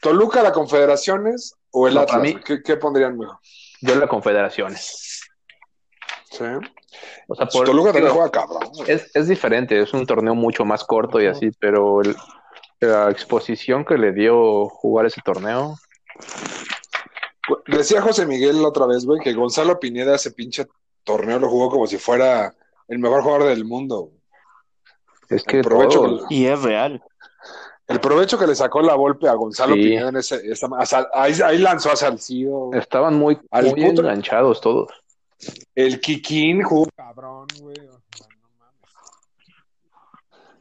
[SPEAKER 1] ¿Toluca, la Confederaciones o el
[SPEAKER 2] No, para
[SPEAKER 1] Atlas?
[SPEAKER 2] mí-
[SPEAKER 1] ¿Qué, qué pondrían mejor?
[SPEAKER 2] Yo la Confederación.
[SPEAKER 1] Sí.
[SPEAKER 2] O sea, por,
[SPEAKER 1] Toluca también
[SPEAKER 2] digo,
[SPEAKER 1] juega cabrón. güey.
[SPEAKER 2] es, es diferente, es un torneo mucho más corto y así, pero el- la exposición que le dio jugar ese torneo
[SPEAKER 1] Pues, Decía José Miguel la otra vez, güey, que Gonzalo Pineda ese pinche torneo lo jugó como si fuera el mejor jugador del mundo.
[SPEAKER 2] es que
[SPEAKER 1] El provecho,
[SPEAKER 2] todo-
[SPEAKER 1] que,
[SPEAKER 4] Y es real.
[SPEAKER 1] el provecho que le sacó la golpe a Gonzalo
[SPEAKER 2] Sí.
[SPEAKER 1] Pineda en ese, esa- a Sal- ahí, ahí lanzó a Salcido.
[SPEAKER 2] Estaban muy,
[SPEAKER 1] Al
[SPEAKER 2] muy
[SPEAKER 1] punto-
[SPEAKER 2] enganchados todos.
[SPEAKER 1] El Kikín jugó.
[SPEAKER 6] Cabrón, güey. o sea, no mames.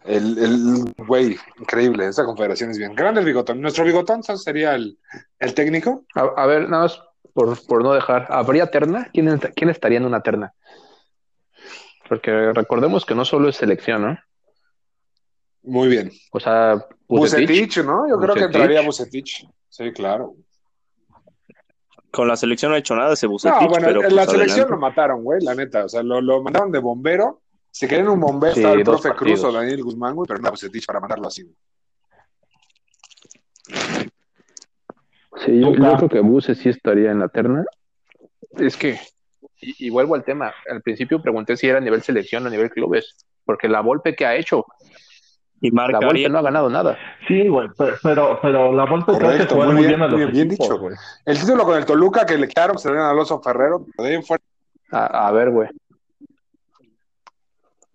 [SPEAKER 1] El, el- güey, increíble. Esa confederación es bien. Grande el bigotón. Nuestro bigotón ¿sabes? sería el, el técnico.
[SPEAKER 2] A, a ver, nada más por, por no dejar. ¿Habría terna? ¿Quién, est- ¿Quién estaría en una terna? Porque recordemos que no solo es selección, ¿no?
[SPEAKER 1] Muy bien.
[SPEAKER 2] O sea, Bucetich,
[SPEAKER 1] Bucetich, ¿no? Yo creo que
[SPEAKER 2] Bucetich.
[SPEAKER 1] entraría Bucetich. Sí, claro.
[SPEAKER 4] Con la selección no ha hecho nada ese Bucetich,
[SPEAKER 1] No, bueno,
[SPEAKER 4] pero
[SPEAKER 1] en
[SPEAKER 4] pues,
[SPEAKER 1] la selección
[SPEAKER 4] adelante.
[SPEAKER 1] lo mataron, güey, la neta. O sea, lo, lo mandaron de bombero. Si querían un bombero,
[SPEAKER 2] Sí,
[SPEAKER 1] estaba el
[SPEAKER 2] dos
[SPEAKER 1] profe Cruz o
[SPEAKER 2] partidos.
[SPEAKER 1] Daniel Guzmán, güey, pero no, Bucetich para mandarlo así. güey.
[SPEAKER 2] Sí, yo,
[SPEAKER 3] Tuca.
[SPEAKER 2] yo creo que Buse sí estaría en la terna. Es que, y, y vuelvo al tema, al principio pregunté si era a nivel selección o a nivel clubes, porque la Volpe que ha hecho,
[SPEAKER 4] Y
[SPEAKER 2] la
[SPEAKER 4] marcaría.
[SPEAKER 2] Volpe no ha ganado nada.
[SPEAKER 3] Sí, güey, pe- pero, pero la Volpe te hace
[SPEAKER 1] Correcto,
[SPEAKER 3] jugar
[SPEAKER 1] muy
[SPEAKER 3] muy
[SPEAKER 1] bien,
[SPEAKER 3] bien, a los
[SPEAKER 1] bien- bien
[SPEAKER 3] equipos,
[SPEAKER 1] dicho.
[SPEAKER 3] güey.
[SPEAKER 1] El título con el Toluca que le quitaron, se le dieron a Alonso Ferrero. pero de ahí en fuera-
[SPEAKER 2] A, a ver, güey.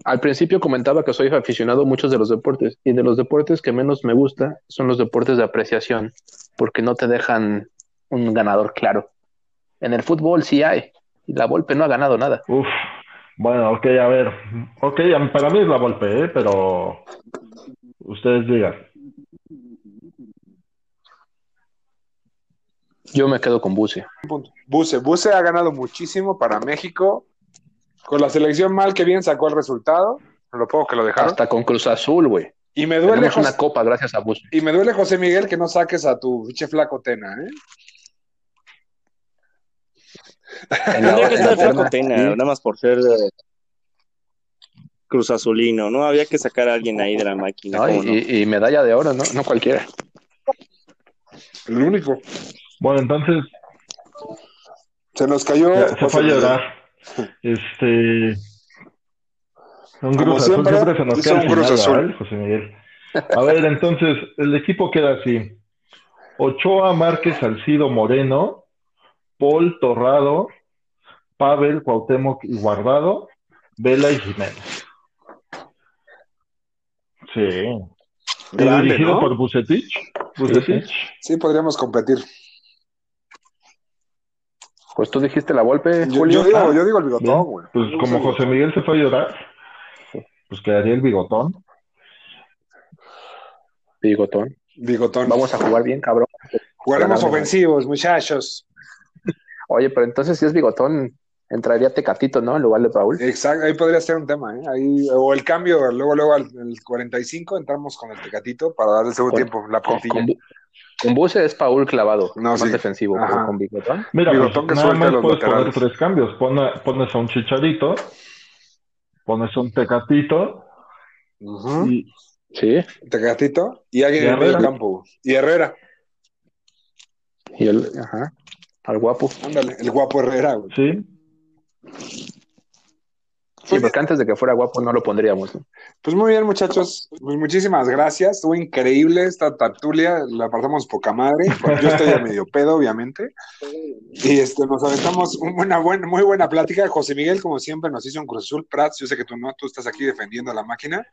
[SPEAKER 2] Al principio comentaba que soy aficionado a muchos de los deportes y de los deportes que menos me gusta son los deportes de apreciación porque no te dejan un ganador claro. En el fútbol sí hay y la Volpe no ha ganado nada.
[SPEAKER 3] Uf. Bueno, ok, a ver. Ok, a mí- para mí es la Volpe, ¿eh? pero ustedes digan.
[SPEAKER 2] Yo me quedo con eh. Buce.
[SPEAKER 1] Buse, Buse ha ganado muchísimo para México. Con la selección mal que bien sacó el resultado. Lo poco que lo dejaron.
[SPEAKER 2] Hasta con Cruz Azul, güey.
[SPEAKER 1] Y me duele,
[SPEAKER 2] Tenemos
[SPEAKER 1] José,
[SPEAKER 2] una copa gracias a Buce.
[SPEAKER 1] y me duele, José Miguel, que no saques a tu pinche flaco Tena, ¿eh?
[SPEAKER 2] En la-
[SPEAKER 4] Tendría que
[SPEAKER 2] en
[SPEAKER 4] estar
[SPEAKER 2] la terna.
[SPEAKER 4] Flaco Tena,
[SPEAKER 2] Sí.
[SPEAKER 4] nada más por ser eh, Cruz Azulino, ¿no? Había que sacar a alguien ahí de la máquina.
[SPEAKER 2] No,
[SPEAKER 4] ¿cómo no?
[SPEAKER 2] y, y- y medalla de oro, ¿no? No cualquiera.
[SPEAKER 1] El único.
[SPEAKER 3] Bueno, entonces
[SPEAKER 1] Se nos cayó.
[SPEAKER 3] ya, se
[SPEAKER 1] José
[SPEAKER 3] fue a
[SPEAKER 1] Miguel.
[SPEAKER 3] llorar. pues, Este. Un
[SPEAKER 1] Como
[SPEAKER 3] Cruz Azul
[SPEAKER 1] siempre,
[SPEAKER 3] siempre se nos
[SPEAKER 1] hizo
[SPEAKER 3] queda
[SPEAKER 1] un
[SPEAKER 3] al
[SPEAKER 1] Cruz
[SPEAKER 3] final,
[SPEAKER 1] Azul.
[SPEAKER 3] ¿verdad, José Miguel? A ver, entonces, el equipo queda así: Ochoa, Márquez, Salcido, Moreno, Paul, Torrado, Pavel, Cuauhtémoc y Guardado, Vela y Jiménez. Sí.
[SPEAKER 1] Grande,
[SPEAKER 3] dirigido
[SPEAKER 1] ¿no?
[SPEAKER 3] por Bucetich. Vucetich.
[SPEAKER 1] Sí, podríamos competir.
[SPEAKER 2] Pues tú dijiste la golpe,
[SPEAKER 1] Yo,
[SPEAKER 2] Julio.
[SPEAKER 1] yo digo,
[SPEAKER 3] ah.
[SPEAKER 1] yo digo el bigotón, güey.
[SPEAKER 3] Pues como José Miguel se fue a llorar, pues quedaría el bigotón.
[SPEAKER 2] Bigotón.
[SPEAKER 1] Bigotón.
[SPEAKER 2] Vamos a jugar bien, cabrón.
[SPEAKER 1] Jugaremos
[SPEAKER 2] ganamos.
[SPEAKER 1] ofensivos, muchachos.
[SPEAKER 2] Oye, pero entonces si es bigotón, entraría Tecatito, ¿no? En lugar de Paul.
[SPEAKER 1] Exacto, ahí podría ser un tema, ¿eh? Ahí, o el cambio, luego, luego al el 45 entramos con el Tecatito para darle el segundo
[SPEAKER 2] Con-
[SPEAKER 1] tiempo, la
[SPEAKER 2] Con,
[SPEAKER 1] puntilla.
[SPEAKER 2] con- con Buse es Paul clavado,
[SPEAKER 1] No,
[SPEAKER 2] más
[SPEAKER 1] sí.
[SPEAKER 2] defensivo, pero
[SPEAKER 1] Ajá.
[SPEAKER 2] con bigotón.
[SPEAKER 3] Mira,
[SPEAKER 1] Digo,
[SPEAKER 3] pues,
[SPEAKER 1] toque
[SPEAKER 3] nada
[SPEAKER 1] suelta
[SPEAKER 3] más
[SPEAKER 1] los
[SPEAKER 3] puedes
[SPEAKER 1] laterales.
[SPEAKER 3] poner tres cambios. Pone- pones a un chicharito, pones un tecatito
[SPEAKER 1] Ujú.
[SPEAKER 3] y
[SPEAKER 2] Sí.
[SPEAKER 1] Tecatito y alguien
[SPEAKER 3] Y
[SPEAKER 1] en el medio
[SPEAKER 3] Herrera.
[SPEAKER 1] campo. Y Herrera,
[SPEAKER 2] Y el, ajá. Al guapo.
[SPEAKER 1] ándale, el guapo Herrera, güey.
[SPEAKER 3] sí.
[SPEAKER 2] Sí, porque antes de que fuera guapo no lo pondríamos. ¿no?
[SPEAKER 1] Pues muy bien, muchachos. Pues muchísimas gracias. Estuvo increíble esta tertulia. La pasamos poca madre. Yo estoy a medio pedo, obviamente. Y este, nos aventamos un- una buena, muy buena plática. José Miguel, como siempre, nos hizo un Cruz Azul Prats. Yo sé que tú no, tú estás aquí defendiendo a la máquina.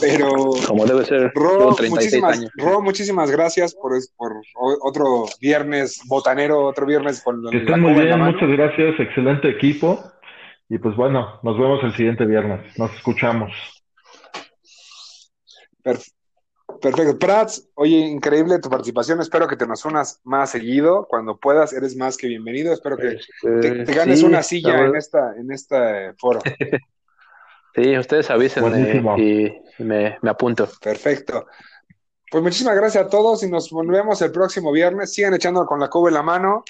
[SPEAKER 1] Pero,
[SPEAKER 2] Como debe ser.
[SPEAKER 1] Ro,
[SPEAKER 2] con 36
[SPEAKER 1] muchísimas,
[SPEAKER 2] años.
[SPEAKER 1] Ro, muchísimas gracias por, es- por o- otro viernes botanero, otro viernes con la,
[SPEAKER 3] Que
[SPEAKER 1] la
[SPEAKER 3] estén
[SPEAKER 1] cuba
[SPEAKER 3] muy
[SPEAKER 1] en la
[SPEAKER 3] bien,
[SPEAKER 1] mano.
[SPEAKER 3] muchas gracias, excelente equipo. Y pues bueno, nos vemos el siguiente viernes. Nos escuchamos.
[SPEAKER 1] Perf- Perfecto. Prats, oye, increíble tu participación. Espero que te nos unas más seguido. Cuando puedas, eres más que bienvenido. Espero que te,
[SPEAKER 2] Eh,
[SPEAKER 1] te ganes
[SPEAKER 2] sí,
[SPEAKER 1] una
[SPEAKER 2] la
[SPEAKER 1] silla ¿eh?
[SPEAKER 2] verdad-
[SPEAKER 1] en esta, en este foro.
[SPEAKER 2] Sí, ustedes avisen eh,
[SPEAKER 3] Buenísimo.
[SPEAKER 2] y me, me apunto.
[SPEAKER 1] Perfecto. Pues muchísimas gracias a todos y nos volvemos el próximo viernes. Sigan echando con la cuba en la mano.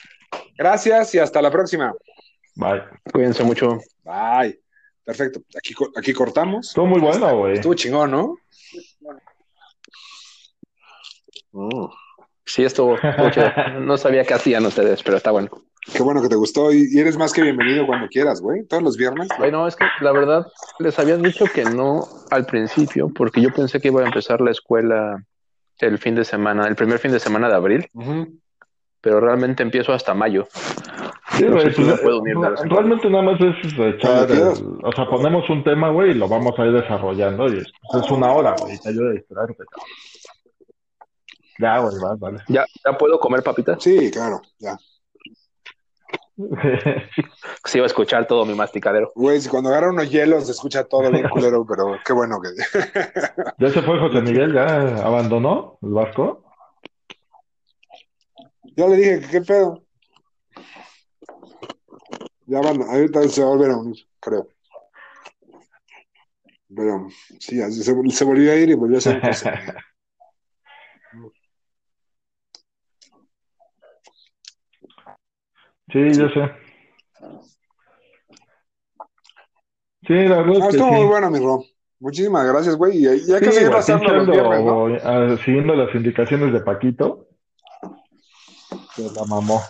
[SPEAKER 1] Gracias y hasta la próxima.
[SPEAKER 3] Bye.
[SPEAKER 2] Cuídense mucho.
[SPEAKER 1] Bye. Perfecto. Aquí, co- aquí cortamos.
[SPEAKER 3] Estuvo muy bueno, güey.
[SPEAKER 1] Estuvo chingón, ¿no?
[SPEAKER 2] Sí, esto no sabía qué hacían ustedes, pero está bueno.
[SPEAKER 1] Qué bueno que te gustó y, y eres más que bienvenido cuando quieras, güey. Todos los viernes.
[SPEAKER 2] Bueno, es que la verdad les habían dicho que no al principio, porque yo pensé que iba a empezar la escuela el fin de semana, el primer fin de semana de abril, pero realmente empiezo hasta mayo.
[SPEAKER 3] Sí,
[SPEAKER 2] No
[SPEAKER 3] güey,
[SPEAKER 2] sé si
[SPEAKER 3] pues,
[SPEAKER 2] me puedo unir de
[SPEAKER 3] eh,
[SPEAKER 2] vez en
[SPEAKER 3] realmente nada más es echar,
[SPEAKER 1] Cuando quieras.
[SPEAKER 3] el- o sea, ponemos un tema, güey, y lo vamos a ir desarrollando. Y es, pues, es una hora, güey, y te ayuda a distraerte. cabrón. Ya, güey, vas, vale.
[SPEAKER 2] ¿Ya, ya puedo comer papitas?
[SPEAKER 1] Sí, claro, ya.
[SPEAKER 2] Sí, iba a escuchar todo mi masticadero.
[SPEAKER 1] Güey, si cuando agarra unos hielos se escucha todo bien culero, pero qué bueno que.
[SPEAKER 3] Ya se fue José Miguel, ya abandonó el barco.
[SPEAKER 1] ya le dije que qué pedo. Ya van, ahorita se va a volver a unir, creo. Pero sí, así se, se volvió a ir y volvió a hacer cosas.
[SPEAKER 3] Sí, yo sé. Sí, la verdad
[SPEAKER 1] No,
[SPEAKER 3] es que
[SPEAKER 1] Ah, estuvo
[SPEAKER 3] sí.
[SPEAKER 1] muy bueno, mi Ro. Muchísimas gracias, güey. Y ya hay que
[SPEAKER 3] Sí,
[SPEAKER 1] seguir
[SPEAKER 3] güey,
[SPEAKER 1] pasando los
[SPEAKER 3] pinchando,
[SPEAKER 1] viernes, ¿no?
[SPEAKER 3] güey, ah, siguiendo las indicaciones de Paquito. Se la mamó.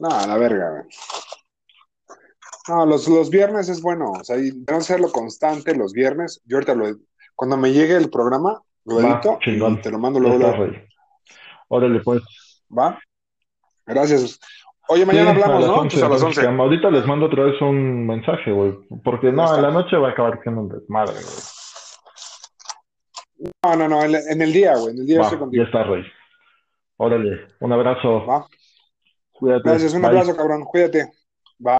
[SPEAKER 1] No, a la verga, güey. No, los, los viernes es bueno, o sea, y tenemos que hacerlo constante los viernes. Yo ahorita lo, cuando me llegue el programa, lo
[SPEAKER 3] Va,
[SPEAKER 1] edito y
[SPEAKER 3] chingón.
[SPEAKER 1] te lo mando
[SPEAKER 3] Ya
[SPEAKER 1] luego.
[SPEAKER 3] está,
[SPEAKER 1] luego.
[SPEAKER 3] rey. Órale, pues.
[SPEAKER 1] ¿Va? Gracias. Oye, mañana
[SPEAKER 3] Sí,
[SPEAKER 1] hablamos,
[SPEAKER 3] a las
[SPEAKER 1] ¿no?
[SPEAKER 3] 11,
[SPEAKER 1] Pues a las
[SPEAKER 3] entonces,
[SPEAKER 1] 11.
[SPEAKER 3] Ahorita les mando otra vez un mensaje, güey. Porque
[SPEAKER 1] Ya
[SPEAKER 3] no,
[SPEAKER 1] está.
[SPEAKER 3] en la noche va a acabar siendo un desmadre, güey.
[SPEAKER 1] No, no, no, en, en el día, güey, en el día
[SPEAKER 3] Va,
[SPEAKER 1] estoy
[SPEAKER 3] ya
[SPEAKER 1] contigo.
[SPEAKER 3] está, Rey. Órale, un abrazo.
[SPEAKER 1] Va.
[SPEAKER 3] Cuídate.
[SPEAKER 1] Gracias, un
[SPEAKER 3] Bye.
[SPEAKER 1] abrazo, cabrón. Cuídate.